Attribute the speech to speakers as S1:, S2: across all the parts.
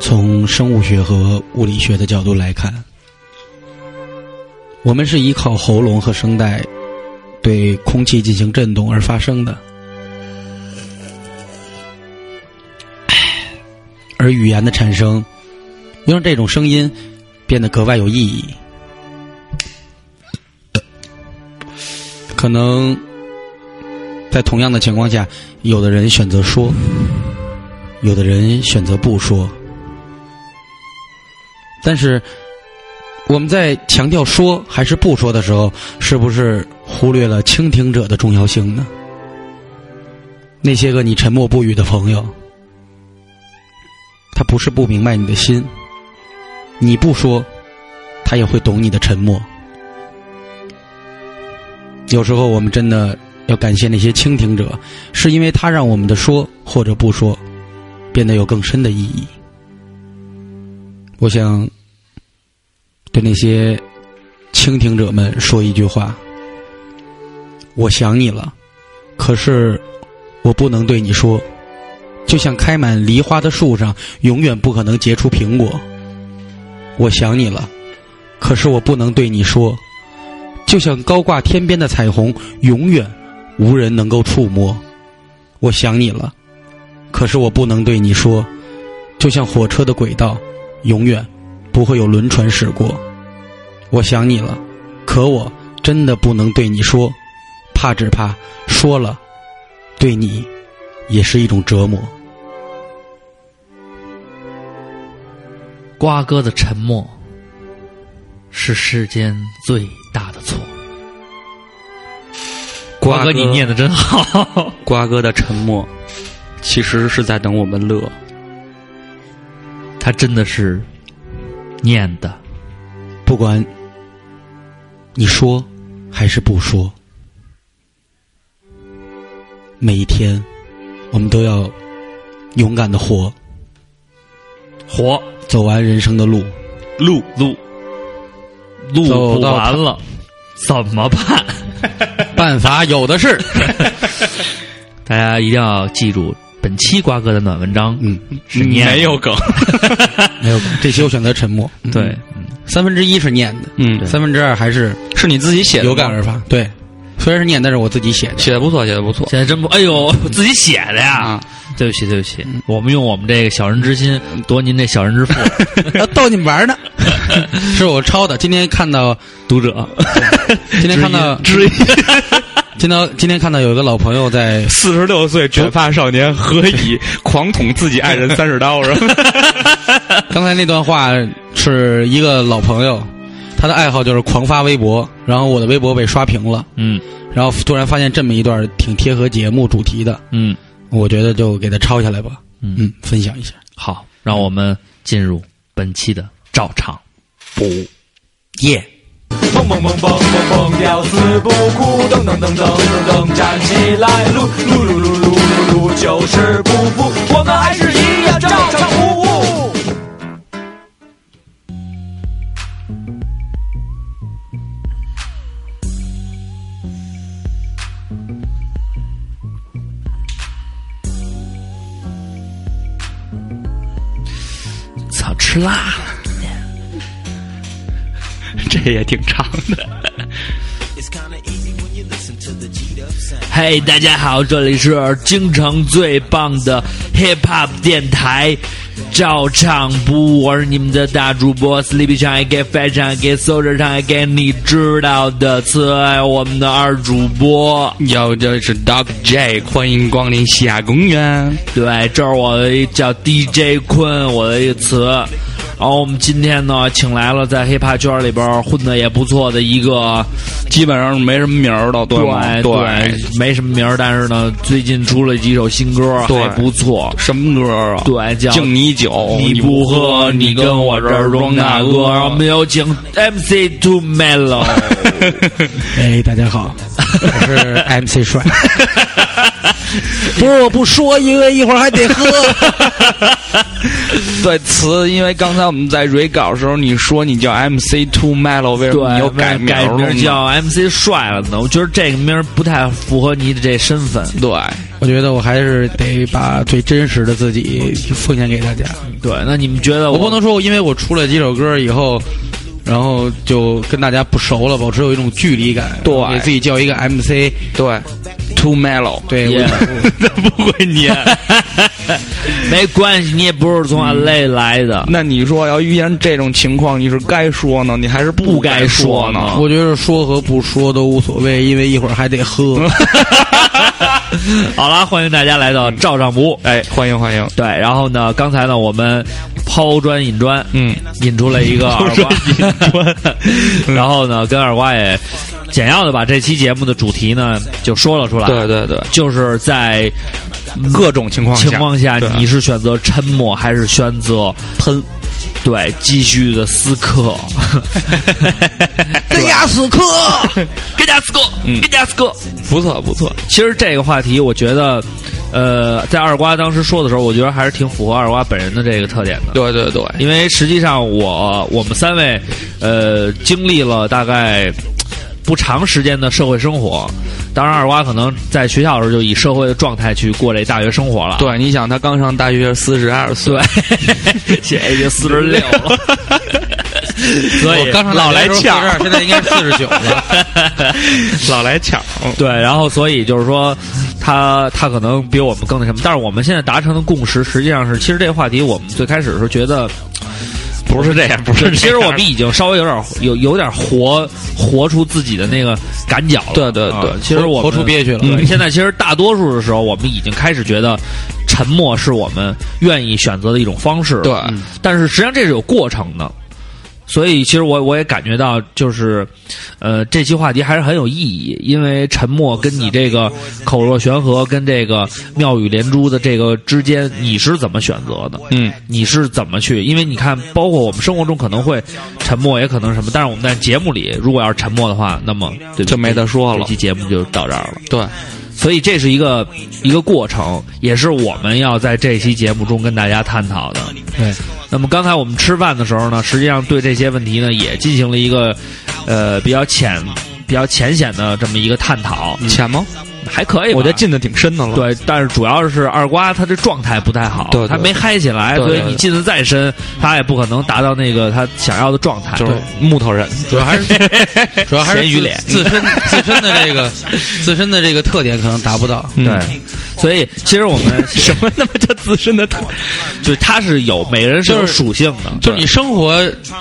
S1: 从生物学和物理学的角度来看，我们是依靠喉咙和声带对空气进行振动而发声的，而语言的产生又让这种声音变得格外有意义。可能在同样的情况下，有的人选择说，有的人选择不说。但是我们在强调说还是不说的时候，是不是忽略了倾听者的重要性呢？那些个你沉默不语的朋友，他不是不明白你的心，你不说，他也会懂你的沉默。有时候我们真的要感谢那些倾听者，是因为他让我们的说或者不说，变得有更深的意义。我想对那些倾听者们说一句话：我想你了，可是我不能对你说。就像开满梨花的树上，永远不可能结出苹果。我想你了，可是我不能对你说。就像高挂天边的彩虹，永远无人能够触摸。我想你了，可是我不能对你说。就像火车的轨道，永远不会有轮船驶过。我想你了，可我真的不能对你说，怕只怕说了，对你也是一种折磨。
S2: 瓜哥的沉默是世间最大的错。瓜哥，你念的真好。
S3: 瓜哥的沉默，其实是在等我们乐。
S2: 他真的是念的，
S1: 不管你说还是不说，每一天我们都要勇敢的活，
S2: 活
S1: 走完人生的路。
S3: 路
S2: 路路
S1: 走
S2: 不
S1: 到
S2: 完了，怎么办？
S1: 办法有的是。
S2: 大家一定要记住本期瓜哥的暖文章
S1: 嗯，
S2: 是念的
S3: 没有梗。
S1: 没有，这期我选择沉 默。嗯
S2: 对，
S1: 三分之一是念的，
S3: 嗯，
S1: 三分之二还是
S3: 是你自己写的吗，
S1: 有感而发。对，虽然是念，但是我自己 写的。
S3: 写的不错，写的不错
S2: 现在真不，哎呦，我自己写的呀。
S3: 啊！
S2: 对不起，对不起，我们用我们这个小人之心夺您这小人之腹，
S1: 逗你们玩呢， 是我抄的。今天看到，
S2: 读者。
S1: 今天看到，
S3: 之一
S1: 今天今天看到有一个老朋友在
S3: 四十六岁卷发少年何 以狂捅自己爱人三十刀？是吧？
S1: 刚才那段话是一个老朋友，他的爱好就是狂发微博，然后我的微博被刷屏了，
S2: 嗯
S1: 然后突然发现这么一段挺贴合节目主题的，
S2: 嗯，
S1: 我觉得就给他抄下来吧，
S2: 嗯
S1: 嗯，分享一下。
S2: 好，让我们进入本期的照场。
S1: 耶、
S4: 蹦蹦蹦蹦蹦蹦，吊死不哭，噔噔噔噔噔噔，站起来，撸撸撸撸撸撸撸，就是不服，我们还是一样照常服务。
S2: 操，吃辣了！
S3: 这也挺长的。
S2: 嘿、大家好，这里是京城最棒的 hip hop 电台，照唱不误，我是你们的大主播 Sleepy 唱 AK，翻唱 AK，搜着唱 AK，你知道的，此外我们的二主播。
S3: 要这里是 Dog J，欢迎光临西雅公园。
S2: 对，这是我的一叫 DJ 坤，我的一个词。然后我们今天呢，请来了在 hiphop 圈里边儿混的也不错的一个，
S3: 基本上是没什么名儿的，对吗？
S2: 对没什么名儿，但是呢，最近出了几首新歌，
S3: 对
S2: 还不错。
S3: 什么歌啊？
S2: 对，叫哦
S3: 敬你酒，
S2: 你不喝，你跟我这儿装大哥。然后我们有请 MC Two Melo，
S1: 哎，大家好，我是 MC 帅，不是我不说，因为一会儿还得喝。
S3: 对词，因为刚才我们在蕊稿的时候，你说你叫 MC Two Melo，为什么你又
S2: 对，
S3: 改
S2: 改
S3: 儿了呢
S2: 名？叫 MC 帅了呢。我觉得这个名儿不太符合你的这身份。
S3: 对，
S1: 我觉得我还是得把最真实的自己奉献给大家。
S2: 对，那你们觉得
S1: 我不能说，因为我出了几首歌以后，然后就跟大家不熟了，保持有一种距离感，
S3: 对
S1: 给自己叫一个 MC，
S3: 对，Two Melo，
S1: 对
S2: Yeah
S3: 他不会念。
S2: 啊没关系，你也不是从 LA 来的。
S3: 那你说要遇见这种情况，你是该说呢，你还是
S2: 不该
S3: 该
S2: 说
S3: 呢？
S2: 呢
S1: 我觉得说和不说都无所谓，因为一会儿还得 喝。
S2: 好了，欢迎大家来到照账不误。
S3: 哎，欢迎欢迎，
S2: 对，然后呢，刚才呢，我们抛砖引砖，
S3: 嗯，
S2: 引出了一个
S3: 抛
S2: 耳
S3: 砖嗯
S2: 瓜， 然后呢，跟二瓜也简要的把这期节目的主题呢就说了出来，
S3: 对对对，
S2: 就是在
S3: 各种情况下，
S2: 情况下，
S3: 对
S2: 你是选择沉默还是选择喷？对，继续的思考，
S1: 跟鸭死磕，
S2: 跟家思考，
S3: 嗯
S2: 跟家思考。
S3: 不错不错，
S2: 其实这个话题，我觉得，呃，在二瓜当时说的时候，我觉得还是挺符合二瓜本人的这个特点的。
S3: 对对对，
S2: 因为实际上我我们三位，呃，经历了大概不长时间的社会生活。当然，二瓜可能在学校的时候就以社会的状态去过这大学生活了。
S3: 对，你想他刚上大学四十二岁，
S2: 对，现在已经四十六 了。所以
S1: 我刚上
S2: 老来
S1: 气
S2: 呛，
S1: 现在应该四十九了。
S3: 老来抢，
S2: 对，然后所以就是说，他他可能比我们更那什么，但是我们现在达成的共识实际上是，其实这个话题我们最开始的时候觉得
S3: 不是这样，不
S2: 其实我们已经稍微有点有有点活活出自己的那个赶脚了。
S3: 对对
S2: 啊
S3: 对
S2: 其实我们
S1: 活出憋屈了
S2: 对，现在其实大多数的时候，我们已经开始觉得沉默是我们愿意选择的一种方式。
S3: 对
S2: 嗯但是实际上这是有过程的。所以，其实我我也感觉到，就是，呃，这期话题还是很有意义，因为沉默跟你这个口若悬河跟这个妙语连珠的这个之间，你是怎么选择的？
S3: 嗯，
S2: 你是怎么去？因为你看，包括我们生活中可能会沉默，也可能什么，但是我们在节目里如果要是沉默的话，那么对
S3: 就没得说
S2: 这
S3: 了
S2: 期，节目就到这儿了。
S3: 对。
S2: 所以这是一个一个过程，也是我们要在这期节目中跟大家探讨的。
S1: 对，
S2: 那么刚才我们吃饭的时候呢，实际上对这些问题呢也进行了一个呃比较浅、比较浅显的这么一个探讨，
S3: 浅吗？
S2: 还可以吧。
S3: 我觉得进的挺深的了。
S2: 对，但是主要是二瓜他这状态不太好，
S3: 对对
S2: 他没嗨起来，
S3: 对对
S2: 所以
S3: 对
S2: 你进的再深，他也不可能达到那个他想要的状态。
S3: 就是木 头人，
S1: 主要还 是主要还是
S2: 咸鱼脸
S1: 自自身自身的这 个自身的这个特点可能达不到。
S2: 对，
S3: 嗯
S2: 所以其实我们什么那么叫自身的特，就是他是有每个人是有
S1: 就是
S2: 属性的，
S1: 就是你生活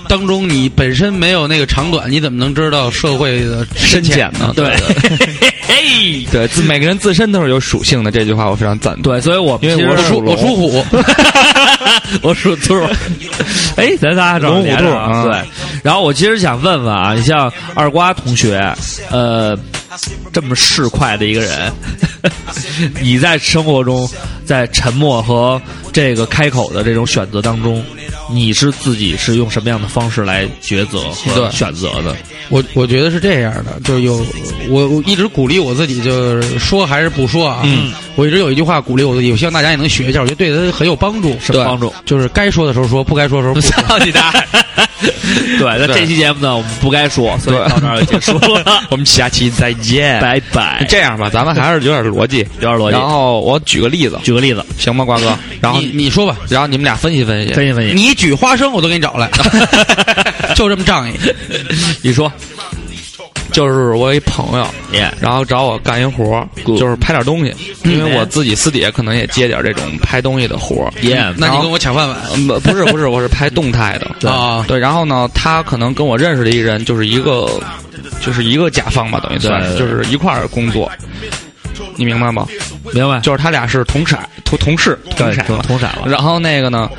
S1: 当中，你本身没有那个长短，你怎么能知道社会的深浅呢？
S2: 对， 嘿，
S3: 对，自每个人自身都是有属性的。这句话我非常赞同。
S2: 对，所以我们
S3: 因为
S2: 其实
S3: 我
S1: 我属
S3: 属
S1: 我属虎，
S2: 我属兔， 哎，咱仨正好连着啊
S3: 龙虎兔
S2: 对
S3: 啊。
S2: 然后我其实想问问啊，你像二瓜同学，呃，这么市侩的一个人， 你在生活中，在沉默和这个开口的这种选择当中，你是自己是用什么样的方式来抉择和
S1: 对
S2: 选择 的？
S1: 我我觉得是这样的，就有我我一直鼓励我自己，就是说还是不说啊。嗯，我一直有一句话鼓励我自己，我希望大家也能学一下，我觉得对他很有帮助。
S2: 什么帮助？
S1: 就是该说的时候说，不该说的时候 不说。
S2: 操你大爷！对，那这期节目呢，我们不该说，所以到这儿就结束
S3: ，
S2: 了
S3: 我们下期再见。
S2: 拜拜。
S3: 这样吧，咱们还是有点逻辑，
S2: 有点逻辑
S3: 然后我举个例子，
S2: 举个例子，
S3: 行吗，瓜哥？然后
S1: 你你说吧，
S3: 然后你们俩分析分析。
S2: 分析分析。
S1: 你举花生我都给你找 来，就这么仗义。
S2: 你说，
S3: 就是我有一朋友，
S2: 耶，
S3: 然后找我干一活儿，
S2: Good
S3: 就是拍点东西，
S2: 嗯
S3: 因为我自己私底下可能也接点这种拍东西的活儿。
S2: 耶，
S1: 那你
S3: 好
S1: 跟我抢饭碗
S3: 嗯不不是不是，我是拍动态的。
S1: 啊？
S3: 对，然后呢，他可能跟我认识的一人就是一个，就是一个甲方吧，等于算是，
S2: 对
S3: 就是一块儿工作，你明白吗？
S2: 明白？
S3: 就是他俩是同色同同事同
S2: 对，
S3: 色
S2: 同
S3: 嘛。
S2: 同闪了，
S3: 然后那个呢，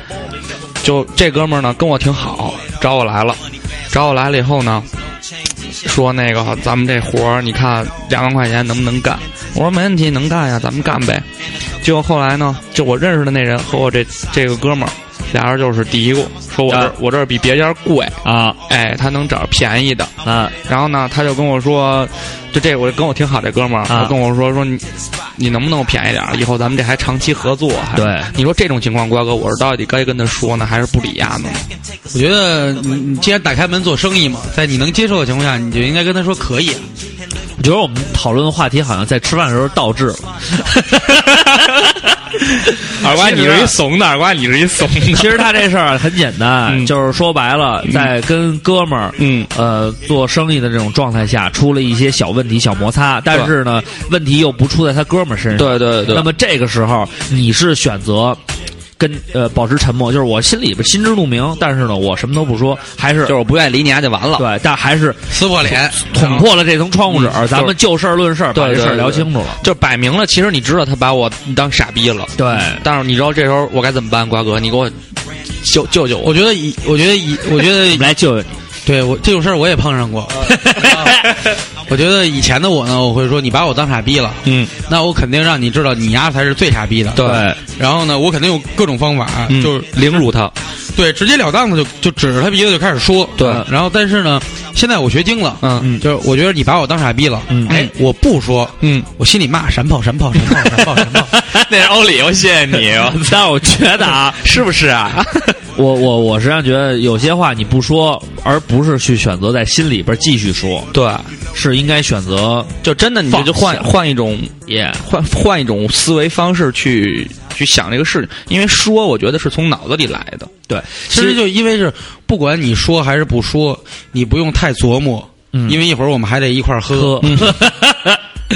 S3: 就这哥们儿呢跟我挺好，找我来了，找我来了以后呢，说那个咱们这活儿，你看两万块钱能不能干？我说没问题，能干呀，咱们干呗。结果后来呢，就我认识的那人和我这这个哥们儿，俩人就是嘀咕，说我这、
S2: 啊
S3: 我这儿比别家贵，
S2: 啊
S3: 哎，他能找便宜的。
S2: 啊
S3: 然后呢，他就跟我说，就这我跟我挺好这哥们儿，
S2: 啊
S3: 他跟我说说你你能不能便宜点儿？以后咱们这还长期合作。还
S2: 对，
S3: 你说这种情况，瓜哥，我是到底该跟他说呢，还是不理呀呢？
S1: 我觉得你你既然打开门做生意嘛，在你能接受的情况下，你就应该跟他说可以。啊
S2: 我觉得我们讨论的话题好像在吃饭的时候倒置了。
S3: 耳瓜，
S2: 其
S3: 你
S2: 实
S3: 是一怂的，耳瓜，你是一怂的。
S2: 其实他这事儿很简单，
S3: 嗯
S2: 就是说白了，在跟哥们儿。
S3: 嗯，
S2: 呃，做生意的这种状态下，出了一些小问题、小摩擦，但是呢，问题又不出在他哥们儿身上。
S3: 对对对
S2: 那么这个时候，你是选择跟呃保持沉默，就是我心里边心知肚明，但是呢，我什么都不说，还是
S3: 就是我不愿意理你啊，就完了。
S2: 对，但还是
S1: 撕破 脸，
S2: 捅破了这层窗户纸，
S3: 嗯
S2: 咱们就事儿论事儿，
S3: 对
S2: 把这事儿
S3: 对
S2: 聊
S3: 对
S2: 清楚了。
S3: 就摆明了，其实你知道他把我当傻逼了。
S2: 对，
S3: 但是你知道这时候我该怎么办，瓜哥？你给我救救救
S1: 我
S3: 我！
S1: 觉得以，我觉得 以，我觉
S2: 我们
S1: 得
S2: 来
S3: 嗯
S2: 救救你。
S1: 对我这种事儿我也碰上过。
S3: 啊
S1: 我觉得以前的我呢，我会说你把我当傻逼了，
S3: 嗯，
S1: 那我肯定让你知道你丫才是最傻逼的。
S3: 对，
S1: 然后呢，我肯定有各种方法，
S3: 嗯
S1: 就是
S3: 凌辱他。
S1: 对直截了当的就就指着他鼻子就开始说。啊
S3: 对
S1: 然后但是呢，现在我学精了，
S3: 嗯
S1: 嗯，就是我觉得你把我当傻逼了，
S2: 嗯
S1: 哎，我不说，
S3: 嗯，
S1: 我心里骂闪跑闪跑闪跑闪跑闪 跑，
S3: 那是欧里，我 谢谢你。
S2: 但我觉得啊，
S3: 是不是啊？
S2: 我我我实际上觉得有些话你不说，而不是去选择在心里边继续说，
S3: 对，
S2: 是应该选择
S3: 就真的你
S2: 放
S3: 就换
S2: 下
S3: 换一种
S2: 也
S3: 换换一种思维方式去去想这个事情，因为说我觉得是从脑子里来的。
S2: 对，
S1: 其实就因为是不管你说还是不说，你不用太琢磨，
S2: 嗯
S1: 因为一会儿我们还得一块儿喝。
S3: 嗯
S2: 喝，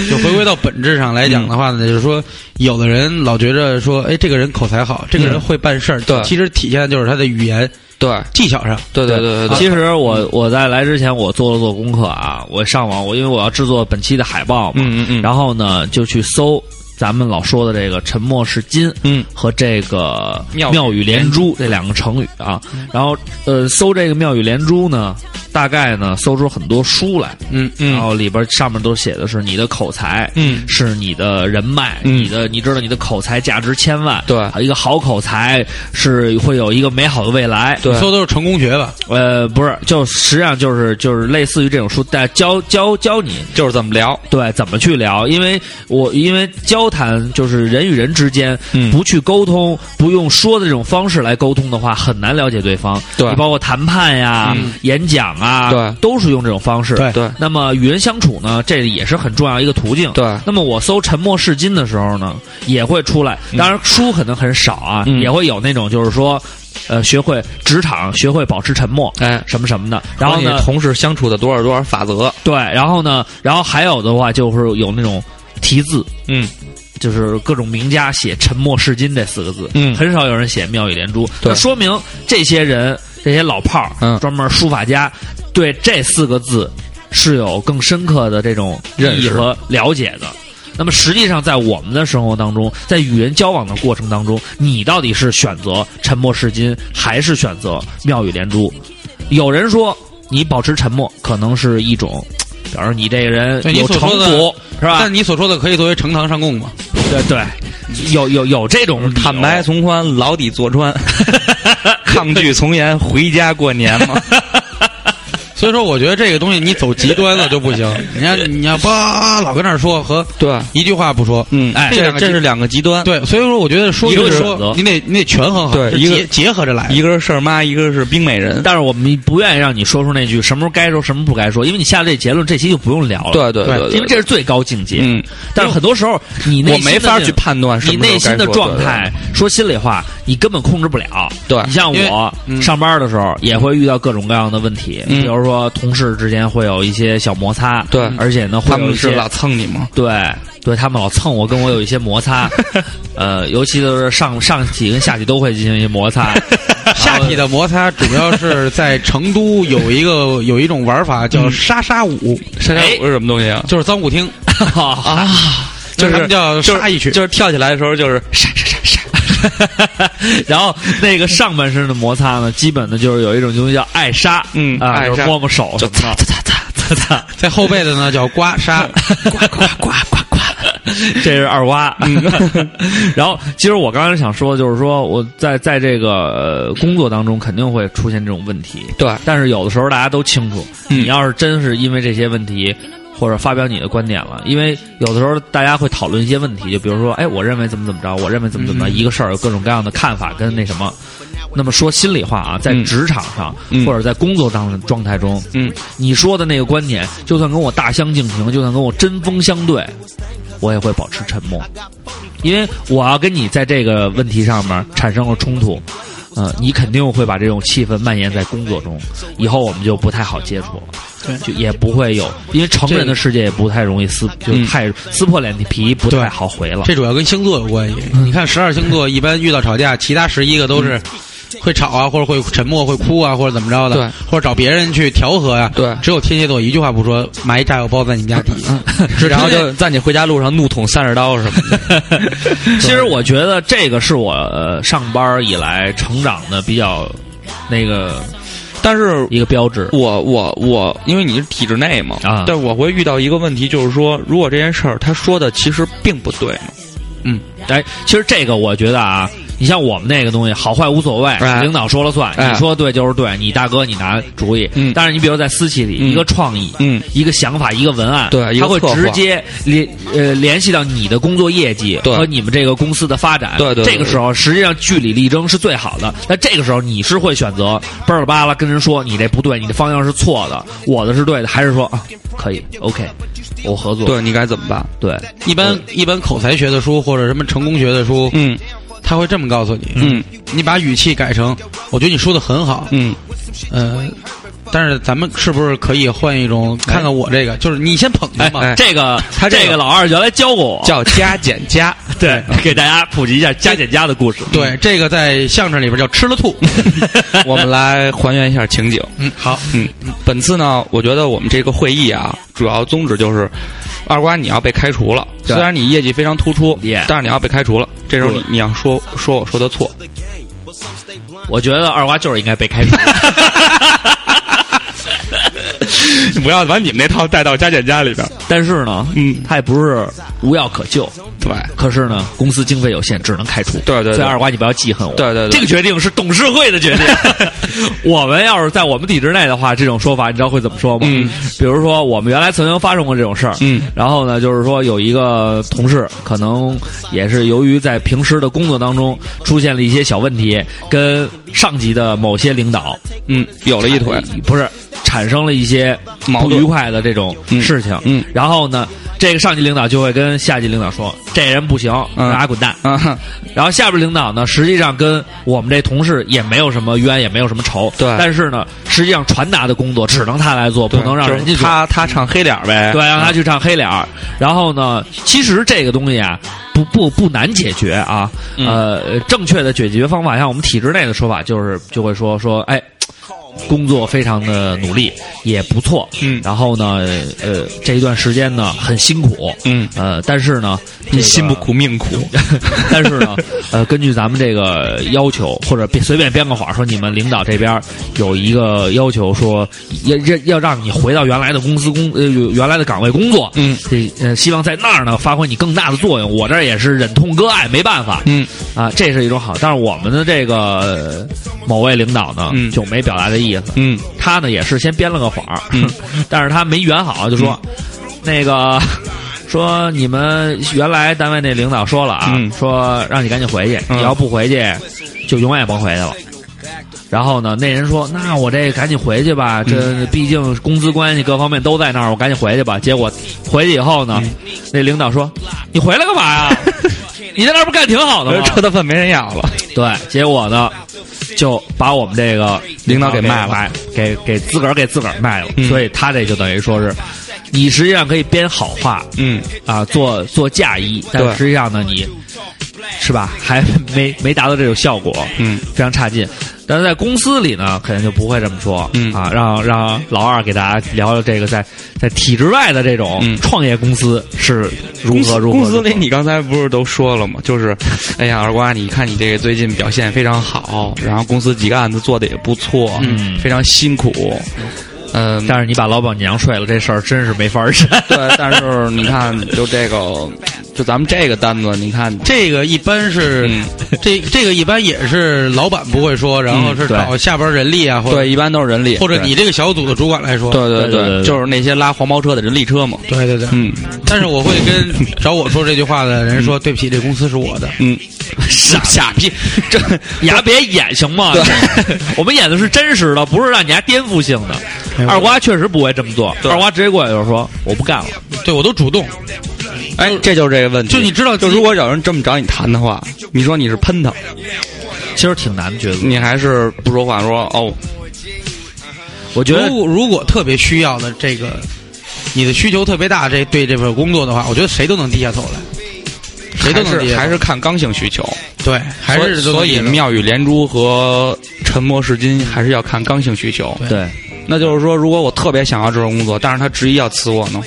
S1: 就回归到本质上来讲的话
S3: 嗯
S1: 呢，就是说，有的人老觉着说，哎，这个人口才好，这个人会办事儿，
S3: 对
S1: 其实体现的就是他的语言
S3: 对，
S1: 技巧上。
S3: 对对对对对。
S2: 其实我我在来之前我做了做功课啊，我上网我因为我要制作本期的海报嘛，
S3: 嗯嗯嗯，
S2: 然后呢就去搜咱们老说的这个“沉默是金”
S3: 嗯
S2: 和这个“
S3: 妙
S2: 妙语连珠”这两个成语啊。
S3: 嗯
S2: 然后呃，搜这个“妙语连珠”呢，大概呢搜出很多书来，
S1: 嗯
S2: 然
S3: 嗯
S2: 后里边上面都写的是你的口才。
S3: 嗯，
S2: 是你的人脉，
S3: 嗯
S2: 你的你知道你的口才价值千万，
S3: 对
S2: 啊一个好口才是会有一个美好的未来，
S3: 对
S1: 你说的都是成功学吧？
S2: 呃，不是，就实际上就是就是类似于这种书，但教教教你
S3: 就是怎么聊。
S2: 对怎么去聊，因为我因为交谈就是人与人之间，
S3: 嗯
S2: 不去沟通，不用说的这种方式来沟通的话，很难了解对方。
S3: 对
S2: 你包括谈判呀、
S3: 嗯
S2: 演讲啊，
S3: 对
S2: 都是用这种方式。
S1: 对
S3: 对
S2: 那么与人相处呢，这也是很重要一个途径。
S3: 对
S2: 那么我搜“沉默是金”的时候呢，也会出来，当然书可能很少啊，
S3: 嗯
S2: 也会有那种就是说，呃，学会职场，学会保持沉默，
S3: 哎，
S2: 什么什么的。然后
S3: 和
S2: 呢
S3: 你，同事相处的多少多少法则。
S2: 对，然后呢，然后还有的话就是有那种题字，
S3: 嗯，
S2: 就是各种名家写“沉默是金”这四个字，
S3: 嗯
S2: 很少有人写妙语连珠，
S3: 对
S2: 那说明这些人这些老炮儿，
S3: 嗯
S2: 专门书法家对这四个字是有更深刻的这种
S3: 认
S2: 意义
S3: 识
S2: 和了解的。那么实际上，在我们的生活当中，在与人交往的过程当中，你到底是选择沉默是金，还是选择妙语连珠？有人说你保持沉默可能是一种，表示你这个人
S1: 对你
S2: 有
S1: 所
S2: 城
S1: 说的
S2: 府，是
S3: 啊
S2: 吧？
S1: 但你所说的可以作为呈堂上供嘛？
S2: 对对，有有有这种理由
S3: 坦白从宽，牢底坐 穿，抗拒从严，回家过年嘛。
S1: 所以说，我觉得这个东西你走极端了就不行。 你看，你要叭老跟那儿说和
S3: 对，
S1: 一句话不说，
S3: 嗯，
S2: 哎
S1: 这两
S3: 这
S1: 个
S3: 这
S1: 极
S3: 是两个极端。，
S1: 对，所以说我觉得说
S2: 一个
S1: 就是
S2: 选择
S1: 说，你得你得权衡好，
S3: 对
S1: 就
S3: 一个
S1: 结结合着来。
S3: 一个是事儿妈，一个是冰美人。
S2: 但是我们不愿意让你说出那句什么时候该说，什么时候不该说，因为你下这结论，这期就不用聊了。
S3: 对对
S1: 对
S3: 对，
S2: 因为这是最高境界。
S3: 嗯，
S2: 但是很多时候你内
S3: 我
S2: 心的
S3: 没法
S2: 那
S3: 去判断什
S2: 你
S3: 么时候
S2: 内心的
S3: 该说
S2: 状态，，说心里话，你根本控制不了。
S3: 对
S2: 你像
S1: 因为
S2: 我
S1: 嗯
S2: 上班的时候也会遇到各种各样的问题，
S3: 嗯
S2: 比如说同事之间会有一些小摩擦，
S3: 对
S2: 而且呢
S3: 对对
S2: 会
S3: 他
S2: 有一
S3: 们
S2: 些
S3: 是老蹭你吗？
S2: 对对，他们老蹭我，跟我有一些摩擦，呃，尤其就是上上体跟下体都会进行一些摩擦，
S1: 下体的摩擦主要是在成都有一个有一种玩法
S3: 嗯
S1: 叫沙沙舞，
S3: 沙沙舞是什么东西啊？
S1: 就是脏舞厅，
S3: 啊，
S1: 就
S3: 就是
S1: 他
S3: 是
S1: 们叫沙一曲，
S3: 就是跳起来的时候就是沙沙沙沙。
S2: 然后那个上半身的摩擦呢，基本的就是有一种东西叫爱杀，
S3: 嗯
S2: 啊，
S3: 爱
S2: 就是
S3: 杀
S2: 摸摸手什么的，擦擦擦擦擦，
S1: 在后背的呢叫刮痧，
S3: 呱呱呱呱呱，
S2: 这是二瓜。
S3: 嗯
S2: 然后，其实我刚才想说，就是说我在在这个呃工作当中肯定会出现这种问题，
S3: 对，
S2: 但是有的时候大家都清楚，
S3: 嗯
S2: 你要是真是因为这些问题。或者发表你的观点了，因为有的时候大家会讨论一些问题，就比如说，哎，我认为怎么怎么着，我认为怎么怎么着，
S3: 嗯
S2: 一个事儿有各种各样的看法跟那什么。那么说心里话啊，在
S3: 嗯
S2: 职场上、
S3: 嗯
S2: 或者在工作状状态中，
S3: 嗯，
S2: 你说的那个观点，就算跟我大相径庭，就算跟我针锋相对，我也会保持沉默，因为我要跟你在这个问题上面产生了冲突，呃，你肯定会把这种气氛蔓延在工作中，以后我们就不太好接触了。
S1: 对
S2: 就也不会有，因为成人的世界也不太容易撕，就
S3: 嗯
S2: 太撕破脸皮，不太
S1: 对
S2: 好回了。
S1: 这主要跟星座有关系。你看十二星座一般遇到吵架，其他十一个都是会吵啊，或者会沉默、会哭啊，或者怎么着的，
S3: 对
S1: 或者找别人去调和啊。
S3: 对
S1: 只有天蝎座一句话不说，埋一炸药包在你们家底下。
S3: 然后就呃在你回家路上怒捅三十刀什么的。
S2: 其实我觉得这个是我呃上班以来成长的比较那个
S3: 但是
S2: 一个标志。
S3: 我我我，因为你是体制内嘛，
S2: 啊
S3: 但我会遇到一个问题，就是说，如果这件事儿他说的其实并不对嘛，
S2: 哎，其实这个我觉得啊，你像我们那个东西，好坏无所谓，
S3: 哎
S2: 领导说了算，
S3: 哎
S2: 你说对就是对，你大哥你拿主意。
S3: 嗯
S2: 但是你比如在私企里，
S3: 嗯
S2: 一个创意，
S3: 嗯，
S2: 一个想法，一个文案，
S3: 对一
S2: 他
S3: 个
S2: 会
S3: 策划
S2: 直接联呃联系到你的工作业绩
S3: 对
S2: 和你们这个公司的发展。
S3: 对对对
S2: 这个时候实际上据理力争是最好的。那这个时候你是会选择嘣儿了吧啦跟人说你这不对，你这方向是错的，我的是对的，还是说啊可以 OK，我合作？
S3: 对你该怎么办？
S2: 对，
S1: 一般一般口才学的书或者什么成功学的书，
S3: 嗯
S1: 他会这么告诉你。
S3: 嗯
S1: 你把语气改成，我觉得你说的很好，
S3: 嗯，
S1: 呃，但是咱们是不是可以换一种看看我这个？就是你先捧他
S2: 哎
S1: 嘛，，
S2: 这个
S3: 他这个
S2: 这个老二原来教过我，
S3: 叫加减 加，
S2: 对，给大家普及一下加减加的故事。
S3: 嗯
S1: 对，这个在相声里边叫吃了吐。
S3: 我们来还原一下情景。
S1: 嗯，好，
S3: 嗯，本次呢，我觉得我们这个会议啊，主要宗旨就是，二瓜你要被开除了，
S2: 对
S3: 虽然你业绩非常突出
S2: Yeah
S3: 但是你要被开除了。这时候你你要说说我说的错，
S2: 我觉得二瓜就是应该被开除。
S3: 不要把你们那套带到加减加里边。
S2: 但是呢，
S3: 嗯
S2: 他也不是无药可救。
S3: 对，
S2: 可是呢，公司经费有限，只能开除。
S3: 对对对
S2: 所以二瓜，你不要记恨我。
S3: 对对对
S2: 这个决定是董事会的决 定。我们要是在我们体制内的话，这种说法你知道会怎么说吗？
S3: 嗯，
S2: 比如说我们原来曾经发生过这种事儿。
S3: 嗯，
S2: 然后呢，就是说有一个同事，可能也是由于在平时的工作当中出现了一些小问题，跟上级的某些领导
S3: 嗯，有了一腿，
S2: 不是产生了一些
S3: 矛
S2: 不
S3: 盾
S2: 愉快的这种
S3: 嗯
S2: 事情。
S3: 嗯
S2: 然后呢，这个上级领导就会跟下级领导说：“这人不行，
S3: 嗯
S2: 让他滚蛋。
S3: 啊哈，
S2: 然后下边领导呢，实际上跟我们这同事也没有什么冤，也没有什么仇。
S3: 对
S2: 但是呢，实际上传达的工作只能他来做，不能让
S3: 就是
S2: 人家做。
S3: 他他唱黑脸儿呗。
S2: 对，让他去唱黑脸儿。然后呢，其实这个东西啊，不不不难解决啊。
S3: 嗯
S2: 呃，正确的解决方法，像我们体制内的说法，就是就会说说，哎，工作非常的努力，也不错。
S3: 嗯
S2: 然后呢，呃，这一段时间呢很辛苦。
S3: 嗯
S2: 呃，但是呢，
S3: 你
S2: 这个
S3: 心不苦命苦，
S2: 但是呢，呃，根据咱们这个要求，或者随便编个谎说，你们领导这边有一个要求说，要要要让你回到原来的公司工呃原来的岗位工作，
S3: 嗯
S2: 这呃希望在那儿呢发挥你更大的作用。我这儿也是忍痛割爱，没办法，
S3: 嗯
S2: 啊，这是一种好。但是我们的这个呃某位领导呢，
S3: 嗯
S2: 就没表达这意思，
S3: 嗯
S2: 他呢也是先编了个谎儿，
S3: 嗯
S2: 但是他没圆好，就说、那个 说你们原来单位那领导说了啊，
S3: 嗯
S2: 说让你赶紧回去，
S3: 嗯
S2: 你要不回去就永远也甭回去了。然后呢，那人说：“那我这赶紧回去
S3: 嗯
S2: 吧，这毕竟工资关系各方面都在那儿，我赶紧回去吧。”结果回去以后
S3: 嗯
S2: 呢，那领导说：“你回来干嘛 呀？你在那儿不干挺好的吗？”
S3: 车的份没人要了。
S2: 对，结果呢，就把我们这个
S3: 领导给卖了，
S2: 给给自个儿给自个儿卖了，
S3: 嗯
S2: 所以他这就等于说是，你实际上可以编好话
S3: 嗯，
S2: 啊，做做嫁衣，但
S3: 对
S2: 实际上呢，你是吧，还没没达到这种效果，
S3: 嗯，
S2: 非常差劲。但是在公司里呢，肯定就不会这么说，
S3: 嗯
S2: 啊，让让老二给大家聊聊这个在在体制外的这种
S3: 嗯
S2: 创业公司是如何如何
S3: 公司
S2: 如何
S3: 里你刚才不是都说了吗？就是，哎呀，二瓜，你看你这个最近表现非常好，然后公司几个案子做的也不错，
S2: 嗯
S3: 非常辛苦，嗯、
S2: 但是你把老板娘睡了这事儿真是没法儿忍。
S3: 对，但是你看，就这个就咱们这个单子，你看，
S1: 这个一般是，
S3: 嗯
S1: 这这个一般也是老板不会说，然后
S3: 嗯
S1: 是
S3: 对
S1: 找下边人力啊，或者
S3: 对，一般都是人力，
S1: 或者
S3: 对
S1: 你这个小组的主管来说，
S3: 对对
S2: 对对对
S3: 就是那些拉黄包车的人力车嘛。
S1: 对对对。
S3: 嗯
S1: 但是我会 跟找我说这句话的人说，对不起，这公司是我的。
S3: 嗯，
S2: 傻
S3: 傻 逼，这
S2: 你还别演行吗？ 我们演的是真实的，不是让你还颠覆性的。
S1: 哎我
S2: 二瓜确实不会这么做，二瓜直接过来就说我不干了。
S1: 对我都主动，
S3: 哎，这就是这个问
S1: 嗯
S3: 题。
S1: 就你知道自
S3: 就
S1: 己
S3: 如果有人这么找你谈的话，你说你是喷他，
S2: 其实挺难的，觉得。
S3: 你还是不说话说哦，
S2: 我觉得
S1: 如如果特别需要的这个，你的需求特别大，这对这份工作的话，我觉得谁都能低下头来，谁都
S3: 还
S1: 能低
S3: 是
S1: 下头
S3: 还是看刚性需求，
S1: 对，还是都能
S3: 所以
S1: 低
S3: 所以
S1: 下头
S3: 妙语连珠和沉默是金还是要看刚性需求。
S1: 对
S2: 对，
S3: 那就是说，如果我特别想要这份工作，但是他执意要辞我呢？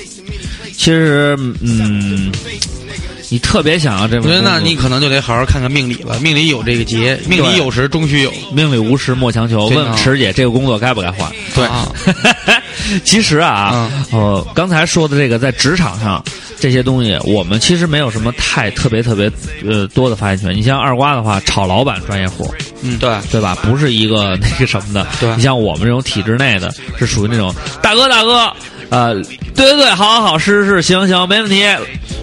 S2: 其实嗯，你特别想要这份
S1: 我
S2: 工
S1: 觉
S2: 作，
S1: 得那你可能就得好好看看命理了，命里有这个劫，命里有时终须有。
S2: 命里无时莫强求。
S1: 真的
S2: 问问池姐，这个工作该不该换？
S1: 对
S3: 啊，
S2: 其实啊，呃，刚才说的这个在职场上这些东西，我们其实没有什么太特别特别呃多的发言权。你像二瓜的话，炒老板专业户，
S3: 嗯，对，
S2: 对吧？不是一 个那个什么的。
S3: 对
S2: 你像我们这种体制内的，是属于那种大哥大哥，呃，对对对，好好好，是是是，行行，没问题。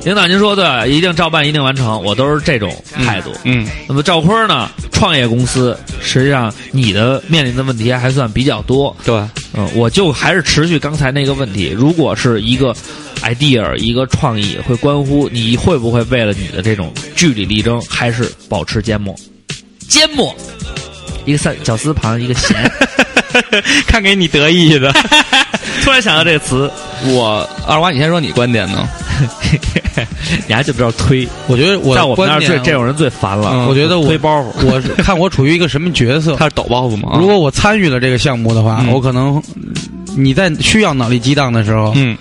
S2: 领导您说对，一定照办，一定完成。我都是这种态度。
S3: 嗯，
S2: 那么赵坤呢？创业公司，实际上你的面临的问题还算比较多。
S3: 对，
S2: 嗯，我就还是持续刚才那个问题，如果是一个 idea 一个创意，会关乎你会不会为了你的这种据理力争，还是保持缄默？缄默，一个三绞丝旁一个闲，
S3: 看给你得意的。
S2: 突然想到这个词，
S3: 我二娃，你先说你观点呢？
S2: 你还就不知道推，
S1: 我觉得我
S2: 在我们那
S1: 观
S2: 儿最
S1: 点，
S2: 这种人最烦了。
S3: 嗯
S1: 我觉得我
S2: 推包袱，
S1: 我 是看我处于一个什么角色。
S3: 他是抖包袱吗？
S1: 如果我参与了这个项目的话，
S3: 嗯
S1: 我可能你在需要脑力激荡的时候，
S3: 嗯，